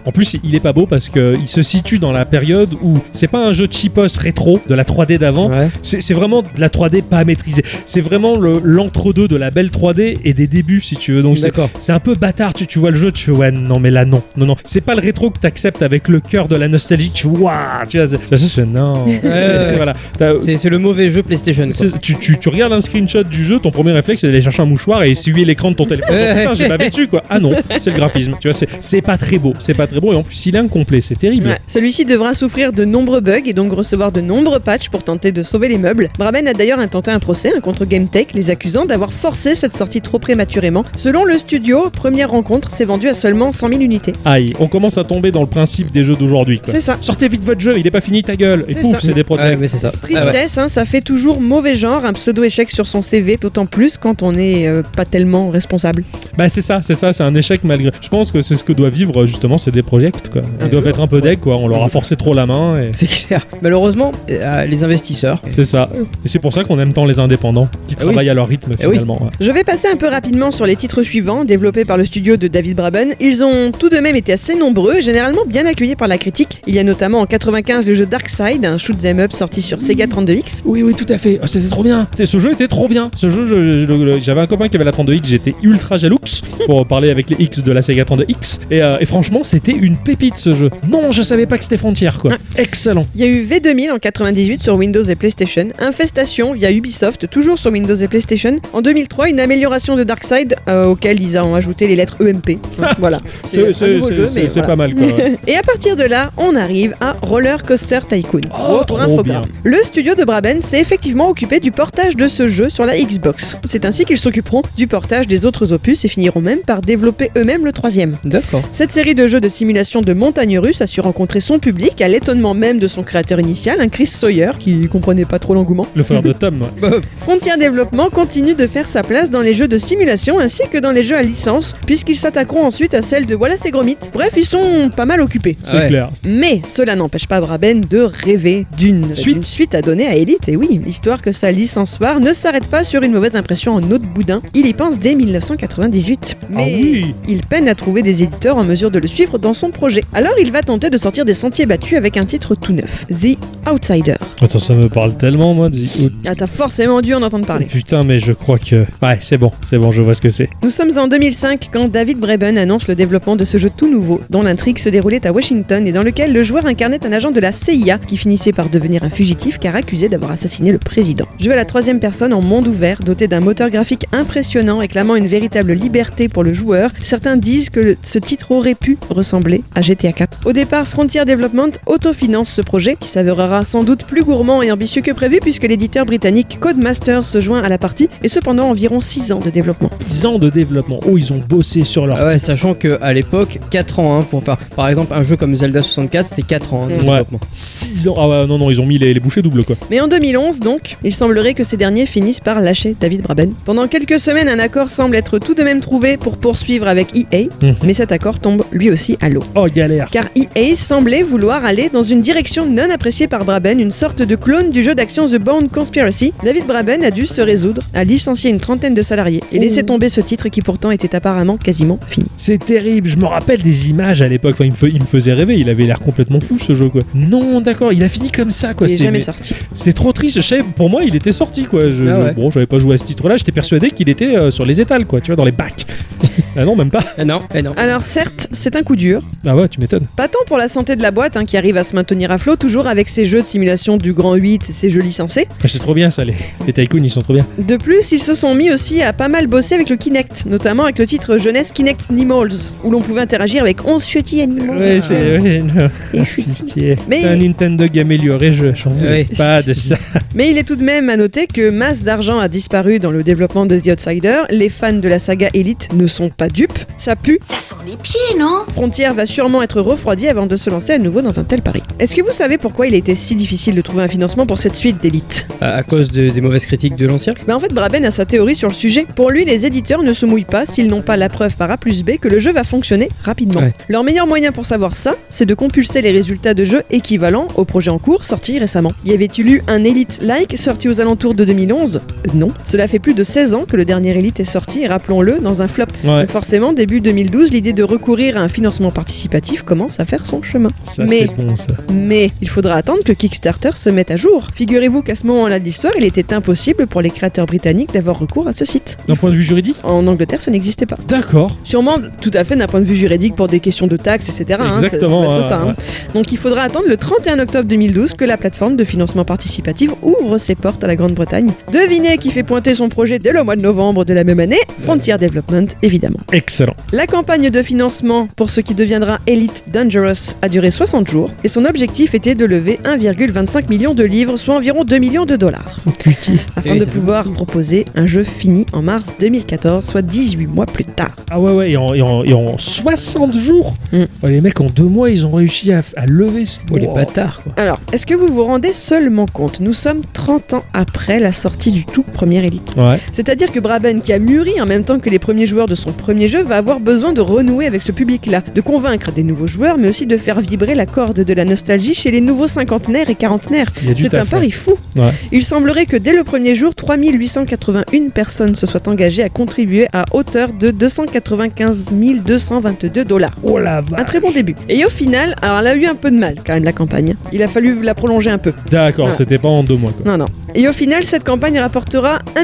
B: En plus, il est pas beau parce que il se situe dans la période où c'est pas un jeu cheapos rétro de la 3D d'avant.
A: Ouais.
B: C'est c'est vraiment de la 3D pas maîtrisée. C'est vraiment le- l'entre-deux de la belle 3D et des débuts, si tu veux. Donc c'est
A: D'accord.
B: c'est un peu bâtard. Tu, tu vois le jeu, tu fais ouais, non, mais là, non. Non, non. C'est pas le rétro que t'acceptes avec le cœur de la nostalgie. Tu fais waouh, tu vois. c'est- Tu vois, ça, c'est- non. C'est-
A: ouais,
B: c'est-
A: ouais.
B: voilà. T'as-
A: C'est c'est le mauvais jeu PlayStation. quoi.
B: c'est- Tu, tu- tu regardes un screenshot du jeu, ton premier réflexe c'est d'aller chercher un mouchoir et essuyer l'écran de ton téléphone.
A: Ouais.
B: Putain, j'ai pas dessus quoi. Ah non, c'est le graphisme. Tu vois, c'est- c'est pas très beau. C'est pas très beau et en plus il est incomplet. C'est terrible.
C: Ouais. Celui-ci devra souffrir de nombreux bugs et donc recevoir de nombreux patchs pour tenter de sauver les meubles. Braben a d'ailleurs intenté un procès hein, contre GameTech, les accusant d'avoir forcé cette sortie trop prématurément. Selon le studio, première rencontre s'est vendue à seulement 100 000 unités.
B: Aïe, on commence à tomber dans le principe des jeux d'aujourd'hui. quoi.
C: C'est ça.
B: Sortez vite votre jeu, il est pas fini ta gueule. Et
C: C'est
B: pouf,
C: ça.
B: c'est des
A: Ouais,
B: protects.
A: mais c'est ça. Ah ouais.
C: Tristesse, hein, ça fait toujours mauvais genre, un pseudo-échec sur son CV, d'autant plus quand on n'est euh, pas tellement responsable.
B: Bah c'est ça, c'est ça, c'est un échec malgré. Je pense que c'est ce que doivent vivre justement ces des projets quoi. Ils
A: Ouais.
B: doivent être un peu deg quoi. On leur a forcé trop la main. Et...
A: C'est clair. Malheureusement, euh, les investisseurs.
B: C'est ça. Et c'est pour ça qu'on aime tant les indépendants qui
A: Ah oui.
B: travaillent à leur rythme
A: Ah oui.
B: finalement. ouais.
C: Je vais passer un peu rapidement sur les titres suivants, développés par le studio de David Braben. Ils ont tout de même été assez nombreux, et généralement bien accueillis par la critique. Il y a notamment en 95 le jeu Darkside, un shoot 'em up sorti sur Sega 32X.
B: Oui, oui, tout à fait. Oh, C'était trop bien. C'était- Ce jeu était trop bien. Ce jeu, je- je- le- j'avais un copain qui avait la 32X. J'étais ultra jaloux pour parler avec les X de la Sega 32X. Et, euh, et franchement, c'était une pépite ce jeu. Non, je savais pas que c'était Frontier quoi. Excellent.
C: Il y a eu V2000 en 98 sur Windows et PlayStation, Infestation via Ubisoft, toujours sur Windows et PlayStation. En 2003, une amélioration de Darkside euh, auquel ils ont ajouté les lettres EMP. voilà.
B: C'est
C: un
B: c'est-
C: nouveau
B: c'est-
C: jeu, mais
B: c'est- c'est
C: voilà.
B: pas mal quoi. ouais.
C: Et à partir de là, on arrive à Roller Coaster Tycoon.
B: Oh,
C: pour
B: trop
C: infogramme.
B: bien.
C: Le studio de Braben s'est effectivement occupé du portage de ce jeu sur la Xbox. C'est ainsi qu'ils s'occuperont du portage des autres opus et finiront même par développer eux-mêmes le troisième.
A: D'accord.
C: Cette série de jeux de simulation de montagne russe a su rencontrer son public à l'étonnement même de son créateur initial, un Chris Sawyer, qui comprenait pas trop l'engouement.
B: Le frère de Tom. ouais.
A: Bah,
C: Frontier Développement continue de faire sa place dans les jeux de simulation ainsi que dans les jeux à licence, puisqu'ils s'attaqueront ensuite à celle de Wallace et Gromit. Bref, ils sont pas mal occupés.
B: C'est
A: Ah ouais.
B: clair.
C: Mais cela n'empêche pas Braben de rêver d'une
B: Suite.
C: d'une suite à donner à Elite, et oui, histoire que sa licence phare ne s'arrête pas sur une mauvaise impression en eau de boudin. Il y pense dès 1998. Mais
B: oui.
C: il peine à trouver des éditeurs en mesure de le suivre dans son projet. Alors il va tenter de sortir des sentiers battus avec un titre tout neuf, The Outsider.
B: Attends, ça me parle tellement, moi. dis- oh,
C: Ah, t'as forcément dû en entendre parler.
B: Putain, mais je crois que. Ouais, c'est bon, c'est bon, je vois ce que c'est.
C: Nous sommes en 2005 quand David Braben annonce le développement de ce jeu tout nouveau, dont l'intrigue se déroulait à Washington et dans lequel le joueur incarnait un agent de la CIA qui finissait par devenir un fugitif car accusé d'avoir assassiné le président. Jeu à la troisième personne en monde ouvert, doté d'un moteur graphique impressionnant réclamant une véritable liberté pour le joueur, certains disent que le- ce titre aurait pu ressembler à GTA 4. Au départ, Frontier Development autofinance ce projet qui s'avérera sans doute plus gourmand et ambitieux que prévu puisque l'éditeur britannique Codemasters se joint à la partie et cependant environ 6 ans de développement.
B: 10 ans de développement. Oh, ils ont bossé sur leur.
A: Ah ouais, sachant que à l'époque, 4 ans hein, pour par... par exemple un jeu comme Zelda 64, c'était 4 ans hein, de
C: Ouais.
A: développement.
B: 6 ans. Ah ouais, non, non, ils ont mis les, les bouchées doubles, quoi.
C: Mais en 2011, donc, il semblerait que ces derniers finissent par lâcher David Braben. Pendant quelques semaines, un accord semble être tout de même trouvé pour poursuivre avec EA,
B: Mhm.
C: mais cet accord tombe lui aussi à l'eau.
B: Oh, galère.
C: Car EA semblait vouloir aller dans une direction non appréciée par Braben, une sorte de clone du jeu d'action The Bound Conspiracy. David Braben a dû se résoudre à licencier une trentaine de salariés et laisser tomber ce titre qui pourtant était apparemment quasiment fini.
B: C'est terrible, je me rappelle des images à l'époque, enfin, il, me fe- il me faisait rêver, il avait l'air complètement fou ce jeu quoi. Non, d'accord, il a fini comme ça quoi.
C: Il n'est
B: C'est-
C: jamais
B: mais-
C: sorti.
B: C'est trop triste, je sais, pour moi il était sorti quoi. Je,
A: Ah
B: je-
A: ouais.
B: Bon, j'avais pas joué à ce titre là, j'étais persuadé qu'il était euh, sur les étals quoi, tu vois, dans les bacs. ah non, même pas.
A: Ah non, ah non.
C: Alors certes, c'est un coup dur,
B: Ah ouais, tu m'étonnes.
C: Pas tant pour la santé de la boîte hein, qui arrive à se maintenir à flot, toujours avec ses jeux de simulation du Grand 8 et ses jeux licencés.
B: Ah, C'est trop bien ça, les, les tycoons ils sont trop bien.
C: De plus, ils se sont mis aussi à pas mal bosser avec le Kinect, notamment avec le titre jeunesse Kinect Nimals, où l'on pouvait interagir avec 11 petits animaux.
B: Ouais, c'est. Ah, ouais, non.
C: Ah, Et chouettes.
B: Pitié.
C: Mais-
B: Un Nintendo amélioré, je j'en voulais
A: Ouais.
B: Eh pas de ça.
C: Mais il est tout de même à noter que masse d'argent a disparu dans le développement de The Outsider, les fans de la saga Elite ne sont pas pas dupe, ça pue.
E: Ça sent les pieds, non
C: Frontière va sûrement être refroidie avant de se lancer à nouveau dans un tel pari. Est-ce que vous savez pourquoi il a été si difficile de trouver un financement pour cette suite d'élite
A: À, à cause de- des mauvaises critiques de l'ancien
C: Mais en fait, Braben a sa théorie sur le sujet. Pour lui, les éditeurs ne se mouillent pas s'ils n'ont pas la preuve par A plus B que le jeu va fonctionner rapidement.
A: Ouais.
C: Leur meilleur moyen pour savoir ça, c'est de compulser les résultats de jeux équivalents au projet en cours sorti récemment. Y avait-il eu un Elite Like sorti aux alentours de 2011 Euh, Non. Cela fait plus de 16 ans que le dernier Elite est sorti, et rappelons-le, dans un flop.
B: Ouais.
C: Donc forcément, début 2012, l'idée de recourir à un financement participatif commence à faire son chemin.
B: Ça,
C: Mais-
B: c'est bon, ça.
C: Mais il faudra attendre que Kickstarter se mette à jour. Figurez-vous qu'à ce moment-là de l'histoire, il était impossible pour les créateurs britanniques d'avoir recours à ce site.
B: D'un point de vue juridique
C: En Angleterre, ça n'existait pas.
B: D'accord.
C: Sûrement, tout à fait d'un point de vue juridique pour des questions de taxes, etc. hein, ça- ça
B: Exactement,
C: va être
B: ouais,
C: ça, hein.
B: ouais.
C: Donc il faudra attendre le 31 octobre 2012 que la plateforme de financement participatif ouvre ses portes à la Grande-Bretagne. Devinez qui fait pointer son projet dès le mois de novembre de la même année Frontier Development, évidemment.
B: Excellent.
C: La campagne de financement pour ce qui deviendra Elite Dangerous a duré 60 jours et son objectif était de lever 1,25 million de livres, soit environ 2 millions de dollars, afin
A: Eh,
C: de
A: ça
C: pouvoir proposer un jeu fini en mars 2014, soit 18 mois plus tard.
B: Ah ouais, ouais, et en, et en- et en 60 jours
C: Mm.
B: Oh, Les mecs, en deux mois, ils ont réussi à, à lever ce.
A: Oh, les
B: Oh.
A: bâtards quoi.
C: Alors, est-ce que vous vous rendez seulement compte Nous sommes 30 ans après la sortie du tout premier Elite.
B: Ouais.
C: C'est-à-dire que Braben, qui a mûri en même temps que les premiers joueurs de son premier jeu, va avoir besoin de renouer avec ce public-là, de convaincre des nouveaux joueurs, mais aussi de faire vibrer la corde de la nostalgie chez les nouveaux cinquantenaires et quarantenaires.
B: Il y a du
C: C'est
B: taf,
C: un pari fou.
B: Ouais.
C: Il semblerait que dès le premier jour, 3881 personnes se soient engagées à contribuer à hauteur de 295 222 dollars.
B: Oh la
C: Un
B: vache.
C: très bon début. Et au final, alors elle a eu un peu de mal quand même la campagne. Il a fallu la prolonger un peu.
B: D'accord,
C: Voilà.
B: c'était pas en deux mois, quoi.
C: Non, non. Et au final, cette campagne rapportera 1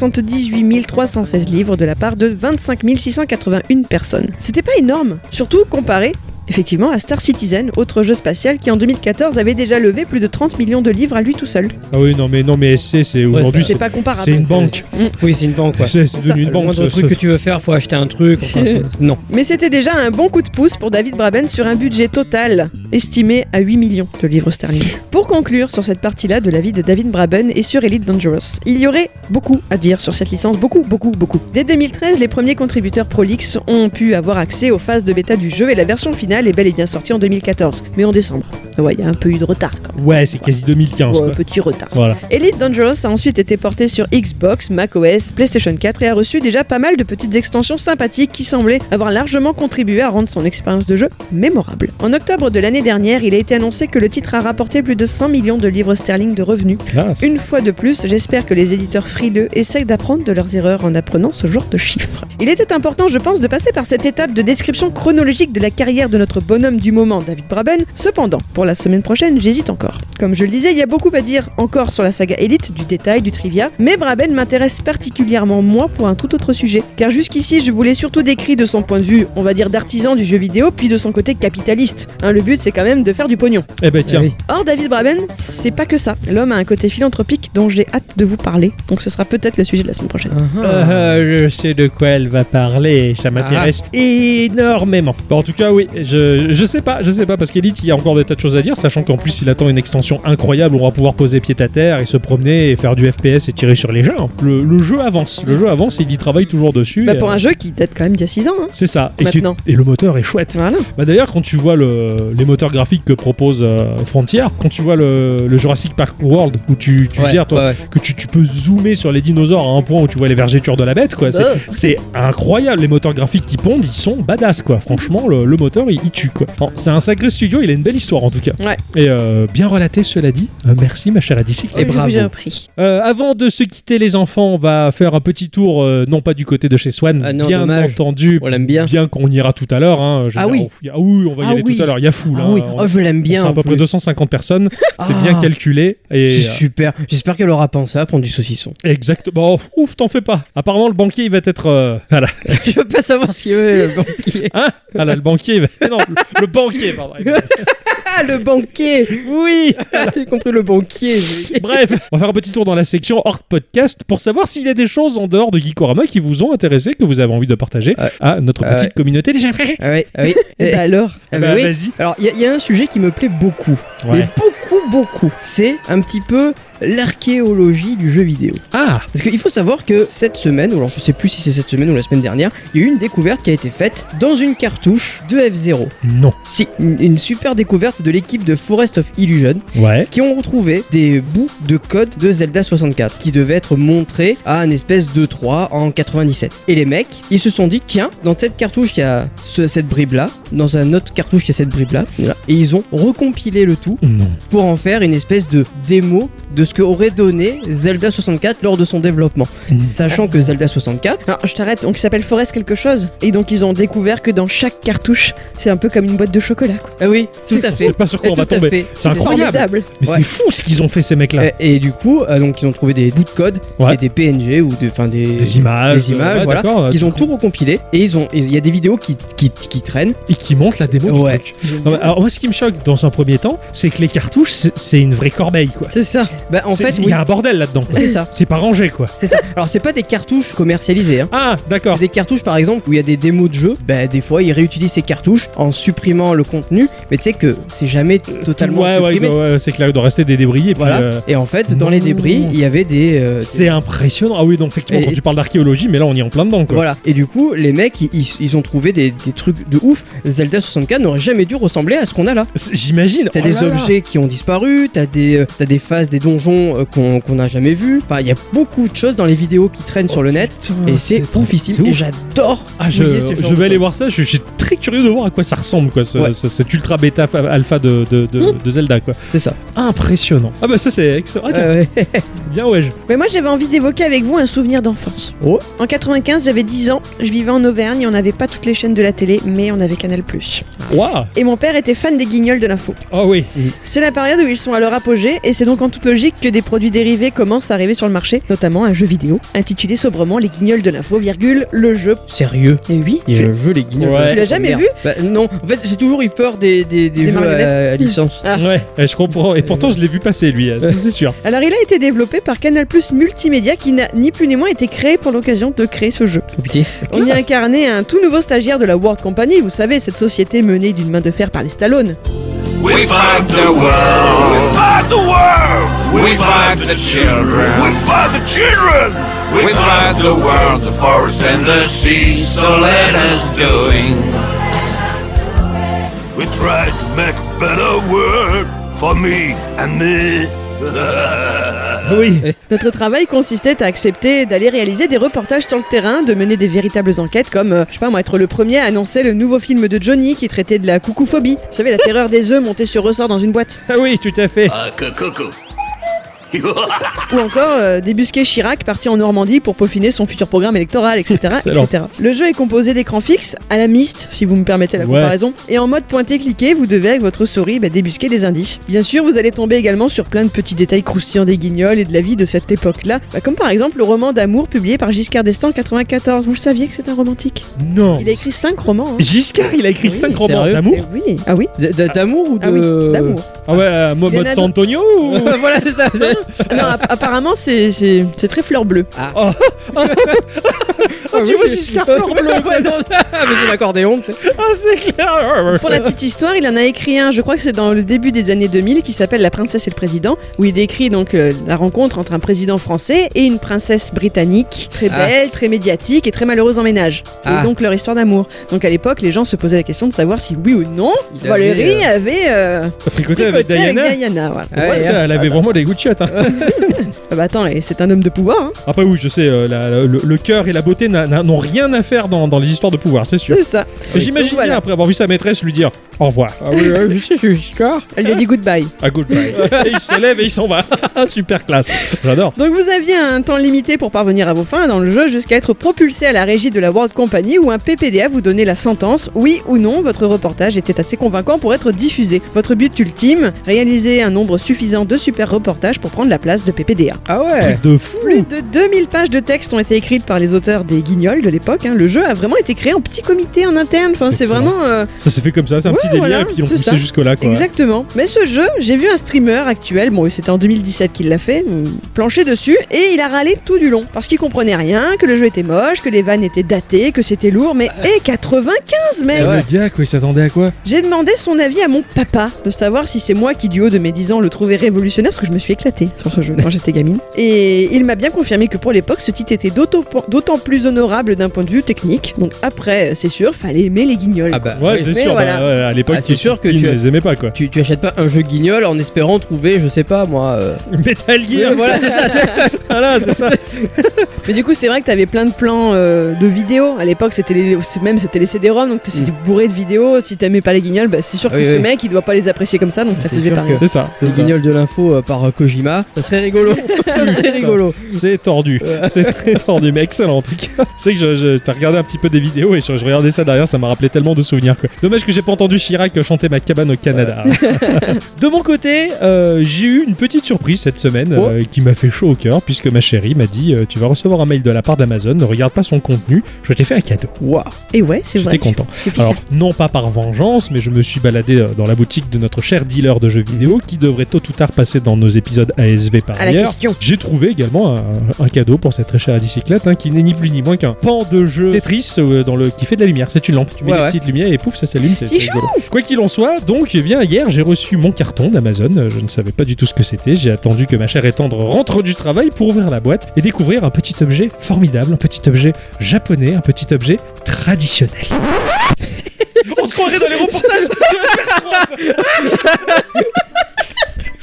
C: 578 316 livres de la part de 25 681 personnes. C'était pas énorme, surtout comparé. Effectivement, à Star Citizen, autre jeu spatial qui en 2014 avait déjà levé plus de 30 millions de livres à lui tout seul.
B: Ah oui, non, mais, non, mais SC, c'est aujourd'hui, Ben, c'est-
C: C'est pas comparable.
B: c'est une banque.
A: Oui, c'est une banque quoi.
B: C'est c'est devenu
A: Le
B: une banque.
A: moindre
B: ce-
A: truc
B: ce-
A: que tu veux faire, faut acheter un truc. enfin, c'est- non.
C: Mais c'était déjà un bon coup de pouce pour David Braben sur un budget total estimé à 8 millions de livres sterling. Pour conclure sur cette partie-là de la vie de David Braben et sur Elite Dangerous, il y aurait beaucoup à dire sur cette licence, beaucoup, beaucoup, beaucoup. Dès 2013, les premiers contributeurs Prolix ont pu avoir accès aux phases de bêta du jeu et la version finale est bel et bien sortie en 2014, mais en décembre. Ouais, il y a un peu eu de retard quand même.
B: Ouais, c'est quasi 2015,
C: Ouais,
B: quoi.
C: un petit retard.
B: Voilà.
C: Elite Dangerous a ensuite été porté sur Xbox, macOS, PlayStation 4 et a reçu déjà pas mal de petites extensions sympathiques qui semblaient avoir largement contribué à rendre son expérience de jeu mémorable. En octobre de l'année dernière, il a été annoncé que le titre a rapporté plus de 100 millions de livres sterling de revenus.
B: Classe.
C: Une fois de plus, j'espère que les éditeurs frileux essayent d'apprendre de leurs erreurs en apprenant ce genre de chiffres. Il était important, je pense, de passer par cette étape de description chronologique de la carrière de notre bonhomme du moment, David Braben. Cependant, pour la semaine prochaine, j'hésite encore. Comme je le disais, il y a beaucoup à dire encore sur la saga Elite, du détail, du trivia, mais Braben m'intéresse particulièrement moi pour un tout autre sujet. Car jusqu'ici, je voulais surtout décrit de son point de vue, on va dire d'artisan du jeu vidéo, puis de son côté capitaliste. Hein, le but, c'est quand même de faire du pognon.
B: Eh ben, tiens.
A: Ah oui.
C: Or, David Braben, c'est pas que ça. L'homme a un côté philanthropique dont j'ai hâte de vous parler. Donc, ce sera peut-être le sujet de la semaine prochaine.
B: Euh, je sais de quoi elle va parler, ça m'intéresse énormément. Bon, en tout cas, oui, je, je sais pas, je sais pas, parce qu'Elite, il y a encore des tas de choses à dire, sachant qu'en plus, il attend une extension incroyable où on va pouvoir poser pied à terre et se promener et faire du FPS et tirer sur les gens. Le, le jeu avance, le jeu avance, et il y travaille toujours dessus.
C: Bah,
B: et,
C: pour
B: euh,
C: un jeu qui date quand même d'il y a 6 ans. hein.
B: c'est ça. Et,
C: Maintenant.
B: et le moteur est chouette.
C: Voilà.
B: Bah d'ailleurs, quand tu vois le- les moteurs graphiques que propose euh, Frontier, quand tu vois le, le Jurassic Park World où tu, tu
A: Ouais,
B: gères toi,
A: ouais, ouais.
B: que tu, tu peux zoomer sur les dinosaures à un point où tu vois les vergetures de la bête, quoi. C'est,
A: Ah.
C: Bah.
B: c'est incroyable. Les moteurs graphiques qui pondent, ils sont badass, quoi. Franchement, le, le moteur, il, il tue, quoi. Enfin, c'est un sacré studio. Il a une belle histoire, en tout cas.
C: Ouais.
B: Et euh, bien relaté, cela dit. Euh, merci, ma chère Adicycle.
A: Et
C: Je vous
A: bravo.
C: ai appris.
B: Euh, avant de se quitter, les enfants, on va faire un petit tour, euh, non pas du côté de chez Swan,
A: Ah non,
B: bien
A: dommage.
B: entendu.
A: On l'aime bien.
B: Bien qu'on y ira tout à l'heure. hein. Je veux
A: Ah
B: dire,
A: oui.
B: on fouille- ah oui, on va y
A: Ah
B: aller
A: oui.
B: tout à l'heure. Il y a fou, là.
A: Ah oui,
B: On-
A: oh, je l'aime bien.
B: c'est à
A: en
B: peu près
A: plus.
B: 250 personnes, c'est bien
A: Ah.
B: calculé. Et,
A: C'est
B: euh,
A: super. J'espère qu'elle aura pensé à prendre du saucisson.
B: Exactement. Oh, ouf, t'en fais pas. Apparemment, le banquier, il va être. euh, Voilà.
A: je veux pas savoir ce qu'il veut, le banquier.
B: Hein Voilà, le banquier. il va- Non, le, le banquier, pardon.
A: Ah, le banquier Oui J'ai compris le banquier. j'ai-
B: Bref, on va faire un petit tour dans la section hors podcast pour savoir s'il y a des choses en dehors de Geekorama qui vous ont intéressé, que vous avez envie de partager
A: Ouais. Euh,
B: à notre
A: Ouais.
B: petite communauté des gens.
A: Ah oui, ah oui.
C: Et bah alors
A: Ah bah
B: Bah,
A: oui.
B: Vas-y.
A: Alors, il y, a- il y a un sujet qui me plaît beaucoup.
B: Ouais.
A: Mais beaucoup, beaucoup. C'est un petit peu l'archéologie du jeu vidéo.
B: Ah
A: Parce qu'il faut savoir que cette semaine, ou alors je sais plus si c'est cette semaine ou la semaine dernière, il y a eu une découverte qui a été faite dans une cartouche de F0.
B: Non.
A: Si, une une super découverte de l'équipe de Forest of Illusion
B: Ouais.
A: qui ont retrouvé des bouts de code de Zelda 64 qui devaient être montrés à un espèce de 3 en 97. Et les mecs, ils se sont dit tiens, dans cette cartouche il y a ce- cette bribe là, dans un autre cartouche il y a cette bribe là, et ils ont recompilé le tout
B: Non.
A: pour en faire une espèce de démo de ce que aurait donné Zelda 64 lors de son développement.
B: Mm.
A: Sachant que Zelda 64,
C: Alors, je t'arrête, donc il s'appelle Forest quelque chose. Et donc, ils ont découvert que dans chaque cartouche, c'est un peu comme une boîte de chocolat. quoi.
A: ah oui, tout à
B: C'est
A: fait.
B: pas sur
A: Eh,
B: quoi on va
A: tout à
B: tomber.
A: fait.
B: C'est incroyable.
C: Formidable.
B: Mais
A: Ouais.
B: c'est fou ce qu'ils ont fait ces mecs-là.
A: Et, et du coup, euh, donc ils ont trouvé des bouts de code
B: Ouais.
A: et des PNG ou de, enfin des,
B: des images, euh,
A: des images,
B: ouais,
A: voilà,
B: d'accord,
A: Ils
B: du
A: ont
B: coup.
A: tout recompilé et ils ont, il y a des vidéos qui, qui, qui traînent.
B: et qui montent la démo du
A: Ouais.
B: truc. Non, mais euh, alors moi, ce qui me choque dans un premier temps, c'est que les cartouches, c'est- c'est une vraie corbeille, quoi.
C: C'est ça.
A: Bah en
B: C'est-
A: fait,
B: il
A: oui,
B: y a un bordel là-dedans.
A: c'est ça,
B: C'est pas rangé, quoi.
A: c'est ça. Alors c'est pas des cartouches commercialisées. Hein.
B: Ah, d'accord.
A: C'est des cartouches par exemple où il y a des démos de jeux, bah des fois ils réutilisent ces cartouches en supprimant le contenu, mais tu sais que c'est jamais totalement
B: Euh, ouais, ouais,
A: supprimé.
B: ouais, c'est clair, il doit rester des débris. Et puis,
A: Voilà.
B: euh,
A: Et en fait, dans les
B: Non.
A: débris, il y avait des. euh, des-
B: c'est impressionnant. Ah oui, donc effectivement,
A: Et-
B: quand tu parles d'archéologie, mais là, on y est en plein dedans, quoi.
A: Voilà. Et du coup, les mecs, ils, ils ont trouvé des, des trucs de ouf. Zelda 64 n'aurait jamais dû ressembler à ce qu'on a là.
B: C'est- J'imagine.
A: T'as
B: Oh
A: des
B: là là.
A: objets qui ont disparu, t'as des, euh, t'as des phases, des donjons euh, qu'on qu'on n'a jamais vus. Enfin, il y a beaucoup de choses dans les vidéos qui traînent sur le net.
B: Putain,
A: Et Oh, c'est
B: trop-
A: ouf ici.
B: c'est
A: Et
B: ouf.
A: j'adore.
B: Ah, je,
A: fouiller ce
B: je
A: genre de
B: vais aller
A: choses.
B: voir ça. Je, je suis très curieux de voir à quoi ça ressemble, quoi, ce-
A: Ouais. Mmh.
B: ce- cet ultra bêta fa- alpha de, de, de- de Zelda, quoi.
A: C'est ça.
B: Impressionnant. Ah bah ça, c'est excellent. Ah, tiens,
A: Euh, ouais.
B: bien ouais. je-
C: Mais moi, j'avais envie d'évoquer avec vous un souvenir d'enfance.
A: Oh.
C: En 95, j'avais 10 ans. Je vivais en Auvergne et on n'avait pas toutes les chaînes de la télé, mais on avait Canal+.
B: Waouh.
C: Et mon père était fan des guignols de l'info.
B: Ah oui.
C: C'est la période où ils sont à leur apogée et c'est donc en toute logique que des produits dérivés commencent à arriver sur le marché, notamment un jeu vidéo intitulé sobrement Les Guignols de l'info, virgule, le jeu.
A: Sérieux.
C: Et oui,
A: Il y
B: Tu-
A: a un jeu, les guignols.
B: Ouais.
C: Tu l'as jamais
A: Merde.
C: vu
A: Bah, Non. En fait, j'ai toujours eu peur des, des, des
C: Des
A: jeux à,
C: marionnettes.
A: à licence.
C: Ah.
B: Ouais, ouais, je comprends. Et pourtant, je l'ai vu passer, lui, c'est c'est sûr.
C: alors il a été développé par Canal Plus Multimédia qui n'a ni plus ni moins été créé pour l'occasion de créer ce jeu.
A: Oh, pitié.
C: On y incarnait un tout nouveau stagiaire de la World Company, vous savez, cette société menée d'une main de fer par les Stallone.
E: We fight the world. We fight the world. We fight the children. We fight the children. We fight the world, the forest and the sea. So let us doing. We try to make a better world for me and me.
A: Ah.
B: Oui.
C: Notre travail consistait à accepter d'aller réaliser des reportages sur le terrain, de mener des véritables enquêtes comme, euh, je sais pas moi, être le premier à annoncer le nouveau film de Johnny qui traitait de la coucouphobie. Vous savez, la terreur des œufs montés sur ressort dans une boîte.
B: Ah oui, tout à fait.
E: Ah, coucou.
C: Ou encore euh, débusquer Chirac parti en Normandie pour peaufiner son futur programme électoral, etc.
B: Excellent.
C: etc. Le jeu est composé d'écrans fixes, à la miste, si vous me permettez la
B: Ouais.
C: comparaison, et en mode pointé-cliqué, vous devez avec votre souris bah, débusquer des indices. Bien sûr, vous allez tomber également sur plein de petits détails croustillants des guignols et de la vie de cette époque-là, Bah, comme par exemple le roman d'amour publié par Giscard d'Estaing en 94. Vous le saviez que c'est un romantique
B: Non.
C: Il a écrit 5 romans. hein.
B: Giscard, il a écrit
A: Oui,
B: 5 romans
A: sérieux
B: d'amour.
C: Eh Oui, ah oui,
A: D- d- D'amour ou de. Ah,
C: ah oui, d'amour.
B: Ah ouais, euh,
C: Il y en
B: Mohamed
C: a
B: Santonio ou-
A: voilà, c'est ça. c'est-
C: Non, app- apparemment c'est- c'est c'est très fleur bleue.
B: Ah, tu
A: oui,
B: vois
A: c'est-
B: Giscard fleur bleue
A: Ouais, non, mais j'ai l'accordéon, tu sais.
B: Ah, c'est clair.
C: Pour la petite histoire, il en a écrit un, je crois que c'est dans le début des années 2000, qui s'appelle La princesse et le président, où il décrit donc euh, la rencontre entre un président français et une princesse britannique, très
A: Ah.
C: belle, très médiatique et très malheureuse en ménage.
A: Ah.
C: Et donc leur histoire d'amour. Donc à l'époque, les gens se posaient la question de savoir si oui ou non,
A: Il avait,
C: Valérie avait, euh,
B: Fricoté
C: fricoté
B: avec Diana.
C: avec Diana. voilà.
A: Ah ouais,
B: Ouais, tiens, elle avait vraiment des goûts de chiottes, hein.
C: Ah bah attends, et c'est un homme de pouvoir, hein.
B: Ah, bah oui, je sais, euh, la- la- le, le cœur et la beauté n'a- n'a- n'ont rien à faire dans, dans les histoires de pouvoir, c'est sûr.
C: c'est ça.
B: Et J'imagine
C: Donc voilà.
B: bien, après avoir vu sa maîtresse, lui dire au revoir. Ah oui, oui, je sais, je suis Giscard.
C: Elle lui a dit goodbye.
B: Ah, goodbye. Et il se lève et il s'en va. Super classe. J'adore.
C: Donc vous aviez un temps limité pour parvenir à vos fins dans le jeu jusqu'à être propulsé à la régie de la World Company où un PPDA vous donnait la sentence, oui ou non, votre reportage était assez convaincant pour être diffusé. Votre but ultime, réaliser un nombre suffisant de super reportages pour prendre la place de PPDA.
A: Ah ouais.
B: Truc de fou.
C: Eh. Plus de 2000 pages de textes ont été écrites par les auteurs des guignols de l'époque. hein. Le jeu a vraiment été créé en petit comité en interne. Enfin,
B: C'est
C: c'est
B: excellent.
C: vraiment... euh,
B: Ça s'est fait comme ça, c'est un
C: Ouais,
B: petit des
C: voilà,
B: liens et puis on
C: c'est ça.
B: poussait jusque-là. quoi.
C: Exactement. Mais ce jeu, j'ai vu un streamer actuel, bon c'était en 2017 qu'il l'a fait, euh, plancher dessus, et il a râlé tout du long, parce qu'il comprenait rien, que le jeu était moche, que les vannes étaient datées, que c'était lourd, mais et 95
B: Et
C: mec
B: Le gars, ah, quoi, il s'attendait à quoi
C: J'ai demandé son avis à mon papa, de savoir si c'est moi qui du haut de mes 10 ans le trouvais révolutionnaire, parce que je me suis éclatée sur ce jeu quand j'étais gamine. Et il m'a bien confirmé que pour l'époque, ce titre était d'autant d'autant plus honorable d'un point de vue technique, donc après, c'est sûr, fallait aimer les guignols.
A: Ah bah,
B: Ouais,
A: oui.
B: c'est
C: Mais
B: sûr. bah,
C: voilà.
B: ouais, à l'époque,
A: Ah, c'est
B: tu-
A: sûr que
B: tu
A: tu-
B: ne les aimais pas, quoi.
A: tu, tu achètes pas un jeu guignol en espérant trouver, je sais pas moi. euh,
B: Metal Gear,
A: voilà, c'est ça. c'est-
B: voilà, c'est ça.
C: Mais du coup, c'est vrai que t'avais plein de plans euh, de vidéos. À l'époque, c'était les, même c'était les CD-ROM, donc c'était bourré de vidéos. Si t'aimais pas les guignols, bah, c'est sûr
A: Mm. Ah Oui,
C: que ce
A: oui.
C: mec, il doit pas les apprécier comme ça, donc ça
A: C'est
C: faisait
A: sûr
C: pas
A: que-
C: rire.
B: C'est ça, c'est
A: Les
B: ça.
A: guignols de l'info euh, par euh, Kojima, ça serait rigolo. ça serait rigolo.
B: C'est tordu, c'est très tordu, mais excellent en tout cas. C'est que je, je- t'as regardé un petit peu des vidéos et je, je regardais ça derrière, ça m'a rappelé tellement de souvenirs. Quoi. Dommage que j'ai pas entendu Chirac chanter ma cabane au Canada. de mon côté, euh, j'ai eu une petite surprise cette semaine
A: Oh.
B: euh, qui m'a fait chaud au cœur puisque ma chérie m'a dit euh, tu vas recevoir un mail de la part d'Amazon, ne regarde pas son contenu, je t'ai fait un cadeau.
A: Waouh.
C: Et ouais, c'est vrai.
B: J'étais content.
C: J'ai fait ça.
B: Alors, non pas par vengeance, mais je me suis baladé euh, dans la boutique de notre cher dealer de jeux vidéo qui devrait tôt ou tard passer dans nos épisodes ASV par
C: À la
B: ailleurs.
C: question.
B: J'ai trouvé également un, un cadeau pour cette très chère bicyclette hein, qui n'est ni plus ni moins qu'un pan de jeu Tetris euh, dans le, qui fait de la lumière. C'est une lampe. Tu mets
A: Ouais,
B: des
A: ouais.
B: petites lumières et pouf, ça s'allume. C'est
C: C'est
B: c'est rigolo. Quoi qu'il en soit, donc, eh bien, hier, j'ai reçu mon carton d'Amazon. Euh, Je ne savais pas du tout ce que c'était. J'ai attendu que ma chère et tendre rentre du travail pour ouvrir la boîte et découvrir un petit objet formidable, un petit objet japonais, un petit objet traditionnel. On se croirait dans les reportages de FR3.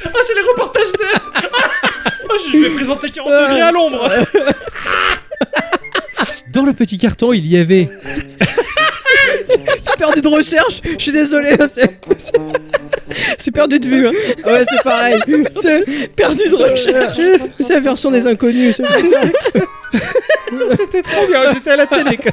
B: Ah, c'est les reportages de Ah, Je vais présenter 40 degrés à l'ombre Dans le petit carton, il y avait
A: C'est perdu de recherche. Je suis désolé. hein, c'est-
C: C'est perdu de vue, hein.
A: Ouais, c'est pareil. C'est-
C: perdu de recherche.
A: C'est la version des inconnus. c'est-
B: C'était trop bien, j'étais à la télé. quoi.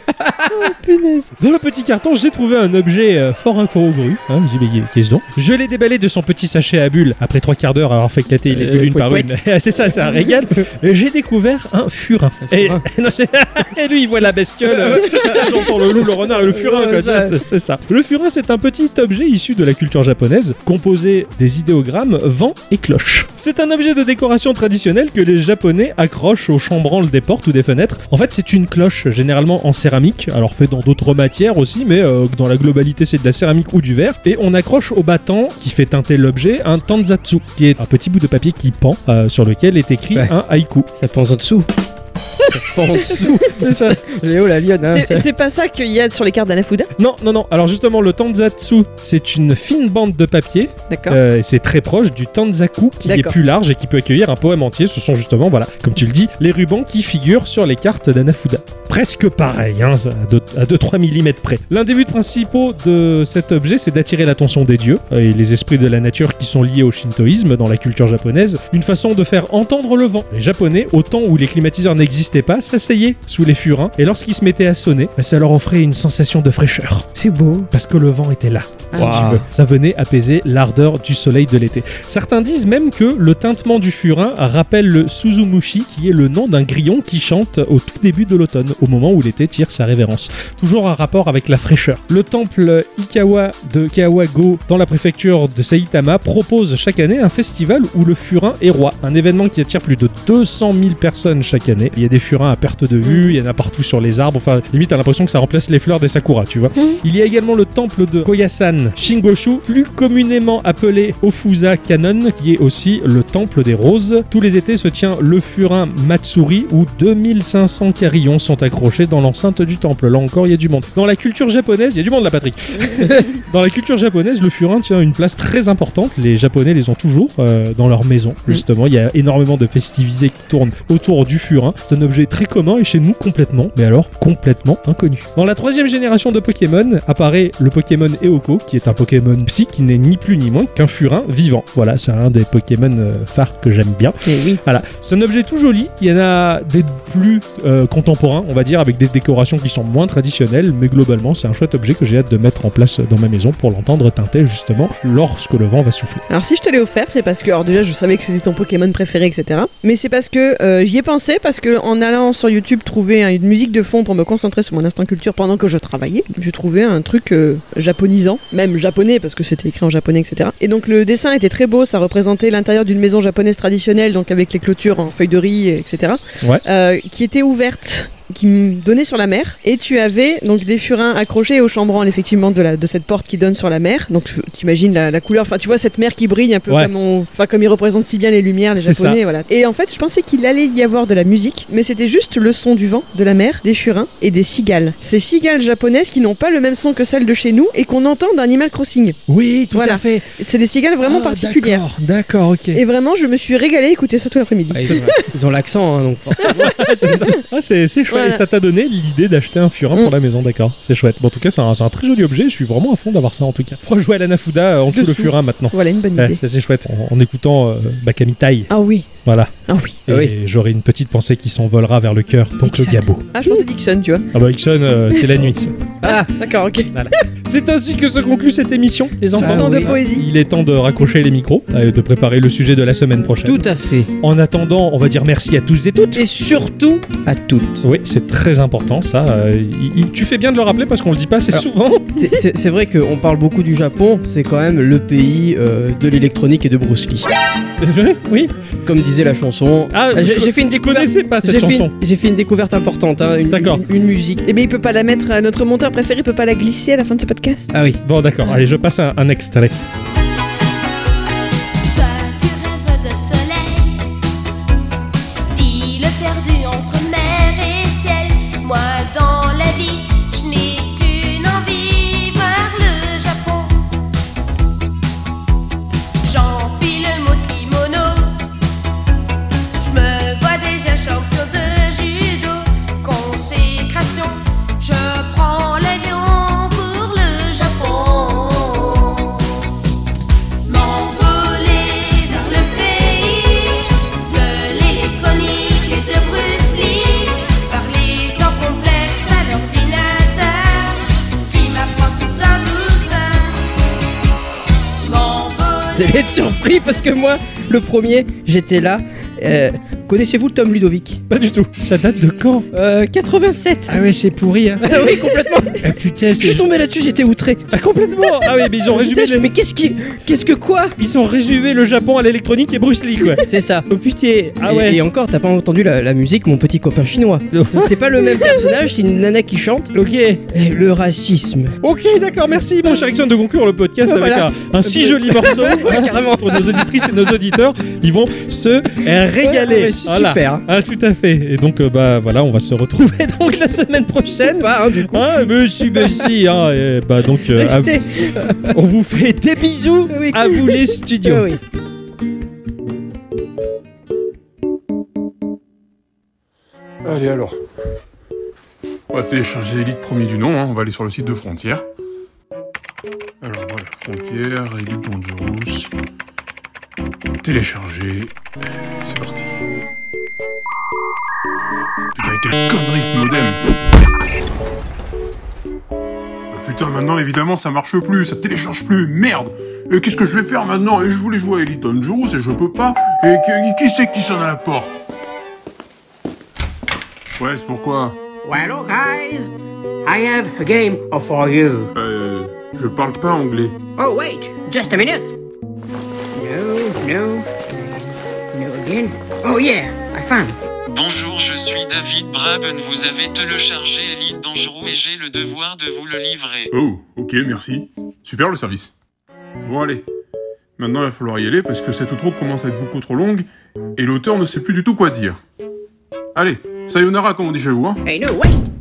C: Punaise.
B: Dans le petit carton, j'ai trouvé un objet euh, fort incongru. Hein, j'ai bégayé, qu'est-ce donc Je l'ai déballé de son petit sachet à bulles après trois quarts d'heure avoir fait éclater les
A: Euh,
B: bulles une
A: pouet,
B: par une. Ah, c'est ça, c'est un régal. Et j'ai découvert un furin. Et,
A: furin.
B: non, c'est- et lui, il voit la bestiole. euh, J'entends le loup, le renard et le furin.
A: Ouais,
B: quoi, tu vois,
A: ça.
B: c'est- c'est ça. Le furin, c'est un petit objet issu de la culture japonaise, composé des idéogrammes vent et cloche. C'est un objet de décoration traditionnel que les Japonais accrochent aux chambranles des portes ou des fenêtres. En fait, c'est une cloche, généralement en céramique, alors fait dans d'autres matières aussi, mais euh, dans la globalité, c'est de la céramique ou du verre. Et on accroche au battant qui fait teinter l'objet un tanzatsu, qui est un petit bout de papier qui pend, euh, sur lequel est écrit
A: Ouais.
B: un haïku.
A: Ça pense en dessous. Ça pense en dessous.
B: C'est ça.
A: Léo la lionne. hein,
C: C'est c'est pas ça qu'il y a sur les cartes d'Anafuda,
B: Non, non, non. Alors justement, le tanzatsu, c'est une fine bande de papier
C: d'accord
B: Euh, et c'est très proche du Tanzaku qui est
C: D'accord.
B: plus large et qui peut accueillir un poème entier. Ce sont justement, voilà, comme tu le dis, les rubans qui figurent sur les cartes d'Anafuda. Presque pareil, hein, ça, à 2-3 mm près. L'un des buts principaux de cet objet, c'est d'attirer l'attention des dieux euh, et les esprits de la nature qui sont liés au shintoïsme dans la culture japonaise. Une façon de faire entendre le vent. Les japonais, au temps où les climatiseurs n'existaient pas, s'asseyaient sous les furins et lorsqu'ils se mettaient à sonner, bah, ça leur offrait une sensation de fraîcheur
C: C'est beau.
B: parce que le vent était là. si
A: Waouh.
B: tu veux. Ça venait apaiser l'ardeur du soleil de l'été. Certains disent même que le tintement du furin rappelle le Suzumushi, qui est le nom d'un grillon qui chante au tout début de l'automne, au moment où l'été tire sa révérence. Toujours un rapport avec la fraîcheur. Le temple Ikawa de Kawago, dans la préfecture de Saitama, propose chaque année un festival où le furin est roi. Un événement qui attire plus de 200 000 personnes chaque année. Il y a des furins à perte de vue, il y en a partout sur les arbres. Enfin, limite, t'as l'impression que ça remplace les fleurs des sakuras, tu vois. Il y a également le temple de Koyasan Shingoshu, plus communément appelé Ofusa Kanon, qui est aussi le temple des roses. Tous les étés se tient le furin Matsuri, où 2500 carillons sont accrochés dans l'enceinte du temple. Là encore, il y a du monde. Dans la culture japonaise, il y a du monde là, Patrick. dans la culture japonaise, le furin tient une place très importante. Les Japonais les ont toujours euh, dans leur maison, justement. Il y a énormément de festivités qui tournent autour du furin. C'est un objet très commun et chez nous complètement, mais alors complètement inconnu. Dans la troisième génération de Pokémon apparaît le Pokémon Eoko, qui est un Pokémon psy qui n'est ni plus ni moins qu'un furin vivant. Voilà, c'est un des Pokémon euh, phares que j'aime bien.
C: Mais oui.
B: Voilà, c'est un objet tout joli. Il y en a des plus euh, contemporains, on va dire, avec des décorations qui sont moins traditionnelles, mais globalement, c'est un chouette objet que j'ai hâte de mettre en place dans ma maison pour l'entendre teinter justement lorsque le vent va souffler.
C: Alors si je te l'ai offert, c'est parce que, alors déjà je savais que c'était ton Pokémon préféré, etc. Mais c'est parce que euh, j'y ai pensé, parce que que en allant sur YouTube trouver hein, une musique de fond pour me concentrer sur mon instant culture pendant que je travaillais, j'ai trouvé un truc euh, japonisant, même japonais parce que c'était écrit en japonais, etc. Et donc le dessin était très beau, ça représentait l'intérieur d'une maison japonaise traditionnelle, donc avec les clôtures en feuilles de riz, etc.
B: Ouais.
C: Euh, qui était ouverte qui me donnait sur la mer et tu avais donc des furins accrochés au chambranle effectivement de, la, de cette porte qui donne sur la mer donc tu t'imagines la, la couleur enfin tu vois cette mer qui brille un peu
B: Ouais.
C: comme on- enfin comme ils représentent si bien les lumières les
B: C'est
C: japonais voilà et en fait je pensais qu'il allait y avoir de la musique mais c'était juste le son du vent de la mer des furins et des cigales ces cigales japonaises qui n'ont pas le même son que celles de chez nous et qu'on entend d'Animal Crossing
B: Oui, tout
C: Voilà.
B: à fait.
C: c'est des cigales vraiment particulières
B: Ah, D'accord, D'accord, ok.
C: et vraiment je me suis régalée à écouter ça tout l'après-midi
A: Ah, ils, ils ont l'accent, hein, donc.
B: C'est ça. Ah, c'est c'est chouette.
C: Voilà.
B: Et ça t'a donné l'idée d'acheter un furin pour la maison, d'accord. C'est chouette. Bon, en tout cas, c'est un, c'est un très joli objet. Je suis vraiment à fond d'avoir ça en tout cas. Rejouer à la Nafuda euh, en dessous, le
C: Dessous.
B: furin maintenant.
C: voilà une bonne idée
B: Ouais, ça c'est chouette. En, en écoutant euh, Bakami Tai,
C: ah oui
B: voilà.
C: ah oui
B: Et
A: Ah oui.
B: j'aurai une petite pensée qui s'envolera vers le cœur, donc le
C: Dixon.
B: gabot.
C: ah je pensais Dixon tu vois
B: Ah bah Ixon, euh, c'est la nuit. ça.
C: ah d'accord ok
B: C'est ainsi que se conclut cette émission, les enfants.
C: temps de poésie.
B: Il est temps de raccrocher les micros euh, et de préparer le sujet de la semaine prochaine.
A: Tout à fait.
B: En attendant, on va dire merci à tous et toutes.
A: Et surtout à toutes.
B: Oui, c'est très important ça. Euh, il- il- tu fais bien de le rappeler parce qu'on le dit pas assez
A: Alors,
B: souvent.
A: C'est- C'est c'est vrai qu'on parle beaucoup du Japon, c'est quand même le pays euh, de l'électronique et de Bruce Lee.
B: oui.
A: Comme disait la chanson.
B: Ah,
A: Ah,
B: je-
A: j'ai j'ai fait une
B: Je
A: découverte.
B: connaissais pas
A: j'ai
B: cette
A: fait
B: chanson.
A: une- J'ai fait une découverte importante, hein, une,
B: D'accord.
A: une- une musique.
C: Eh bien, il peut pas la mettre, euh, notre monteur préféré peut pas la glisser à la fin de ce podcast.
A: Ah oui.
B: Bon d'accord, allez, je passe un- un extrait.
F: Toi, tu rêves de soleil, d'île perdue entre mer et ciel. Moi, dans la vie, je n'ai qu'une envie, voir le Japon. J'enfile mon kimono, je me vois déjà champion de judo. Consécration, je prends l'avion pour le Japon. M'envoler vers le pays de l'électronique et de Bruce Lee Parler sans complexe à l'ordinateur Qui m'apprend tout à douceur
A: Vous
F: M'envoler
A: allez être surpris parce que moi, le premier, j'étais là. Euh, Connaissez-vous Tom Ludovic
B: Pas du tout. Ça date de quand
A: euh, 87
B: Ah ouais, c'est pourri. Hein.
A: Ah oui, complètement.
B: Ah putain,
A: Je suis
B: c'est
A: tombé là-dessus, j'étais outré.
B: Ah, complètement. Ah oui, mais ils ont résumé
A: Putain, je-
B: le
A: Mais qu'est-ce qui. Qu'est-ce que quoi
B: ils ont résumé le Japon à l'électronique et Bruce Lee quoi.
A: C'est ça.
B: Oh putain. Ah
A: Et-
B: ouais.
A: et, encore, t'as pas entendu la, la musique, mon petit copain chinois. C'est pas le même personnage, c'est une nana qui chante.
B: Ok,
A: Et le racisme.
B: ok, d'accord, merci mon cher Ixon de conclure le podcast
A: Ouais,
B: avec
A: voilà.
B: un, un si joli morceau
A: Ouais, carrément.
B: pour nos auditrices et nos auditeurs. Ils vont se régaler.
A: Ouais, ouais, c'est
B: Voilà.
A: Super.
B: Ah tout à fait. Et donc euh, bah voilà, on va se retrouver donc la semaine prochaine.
A: Pas, hein, du coup.
B: Ah mais si, mais si, hein, et bah donc euh, à-
C: Restez.
B: on vous fait des bisous
A: Oui.
B: à vous les studios.
A: Ah oui.
G: Allez alors.
H: On va télécharger Elite premier du nom, hein. on va aller sur le site de Frontière. Alors voilà, Frontière, Elite Dangerous. Télécharger. C'est parti. Putain, mais quelle connerie ce modem Bah Putain, maintenant évidemment ça marche plus, ça télécharge plus, merde Et qu'est-ce que je vais faire maintenant Et je voulais jouer à Elite Dangerous et je peux pas Et qui, qui c'est qui sonne à la porte Ouais, c'est pourquoi
I: Well, guys, I have a game for you.
H: Euh, je parle pas anglais.
I: Oh, wait, just a minute. No, no, no again. Oh, yeah, I found.
J: Bonjour, je suis David Braben. Vous avez téléchargé Elite Dangerous et j'ai le devoir de vous le livrer.
H: Oh, ok, merci. Super le service. Bon allez. Maintenant il va falloir y aller parce que cette outro commence à être beaucoup trop longue et l'auteur ne sait plus du tout quoi dire. Allez, sayonara comme on dit chez vous, hein.
I: Hey, no, wait.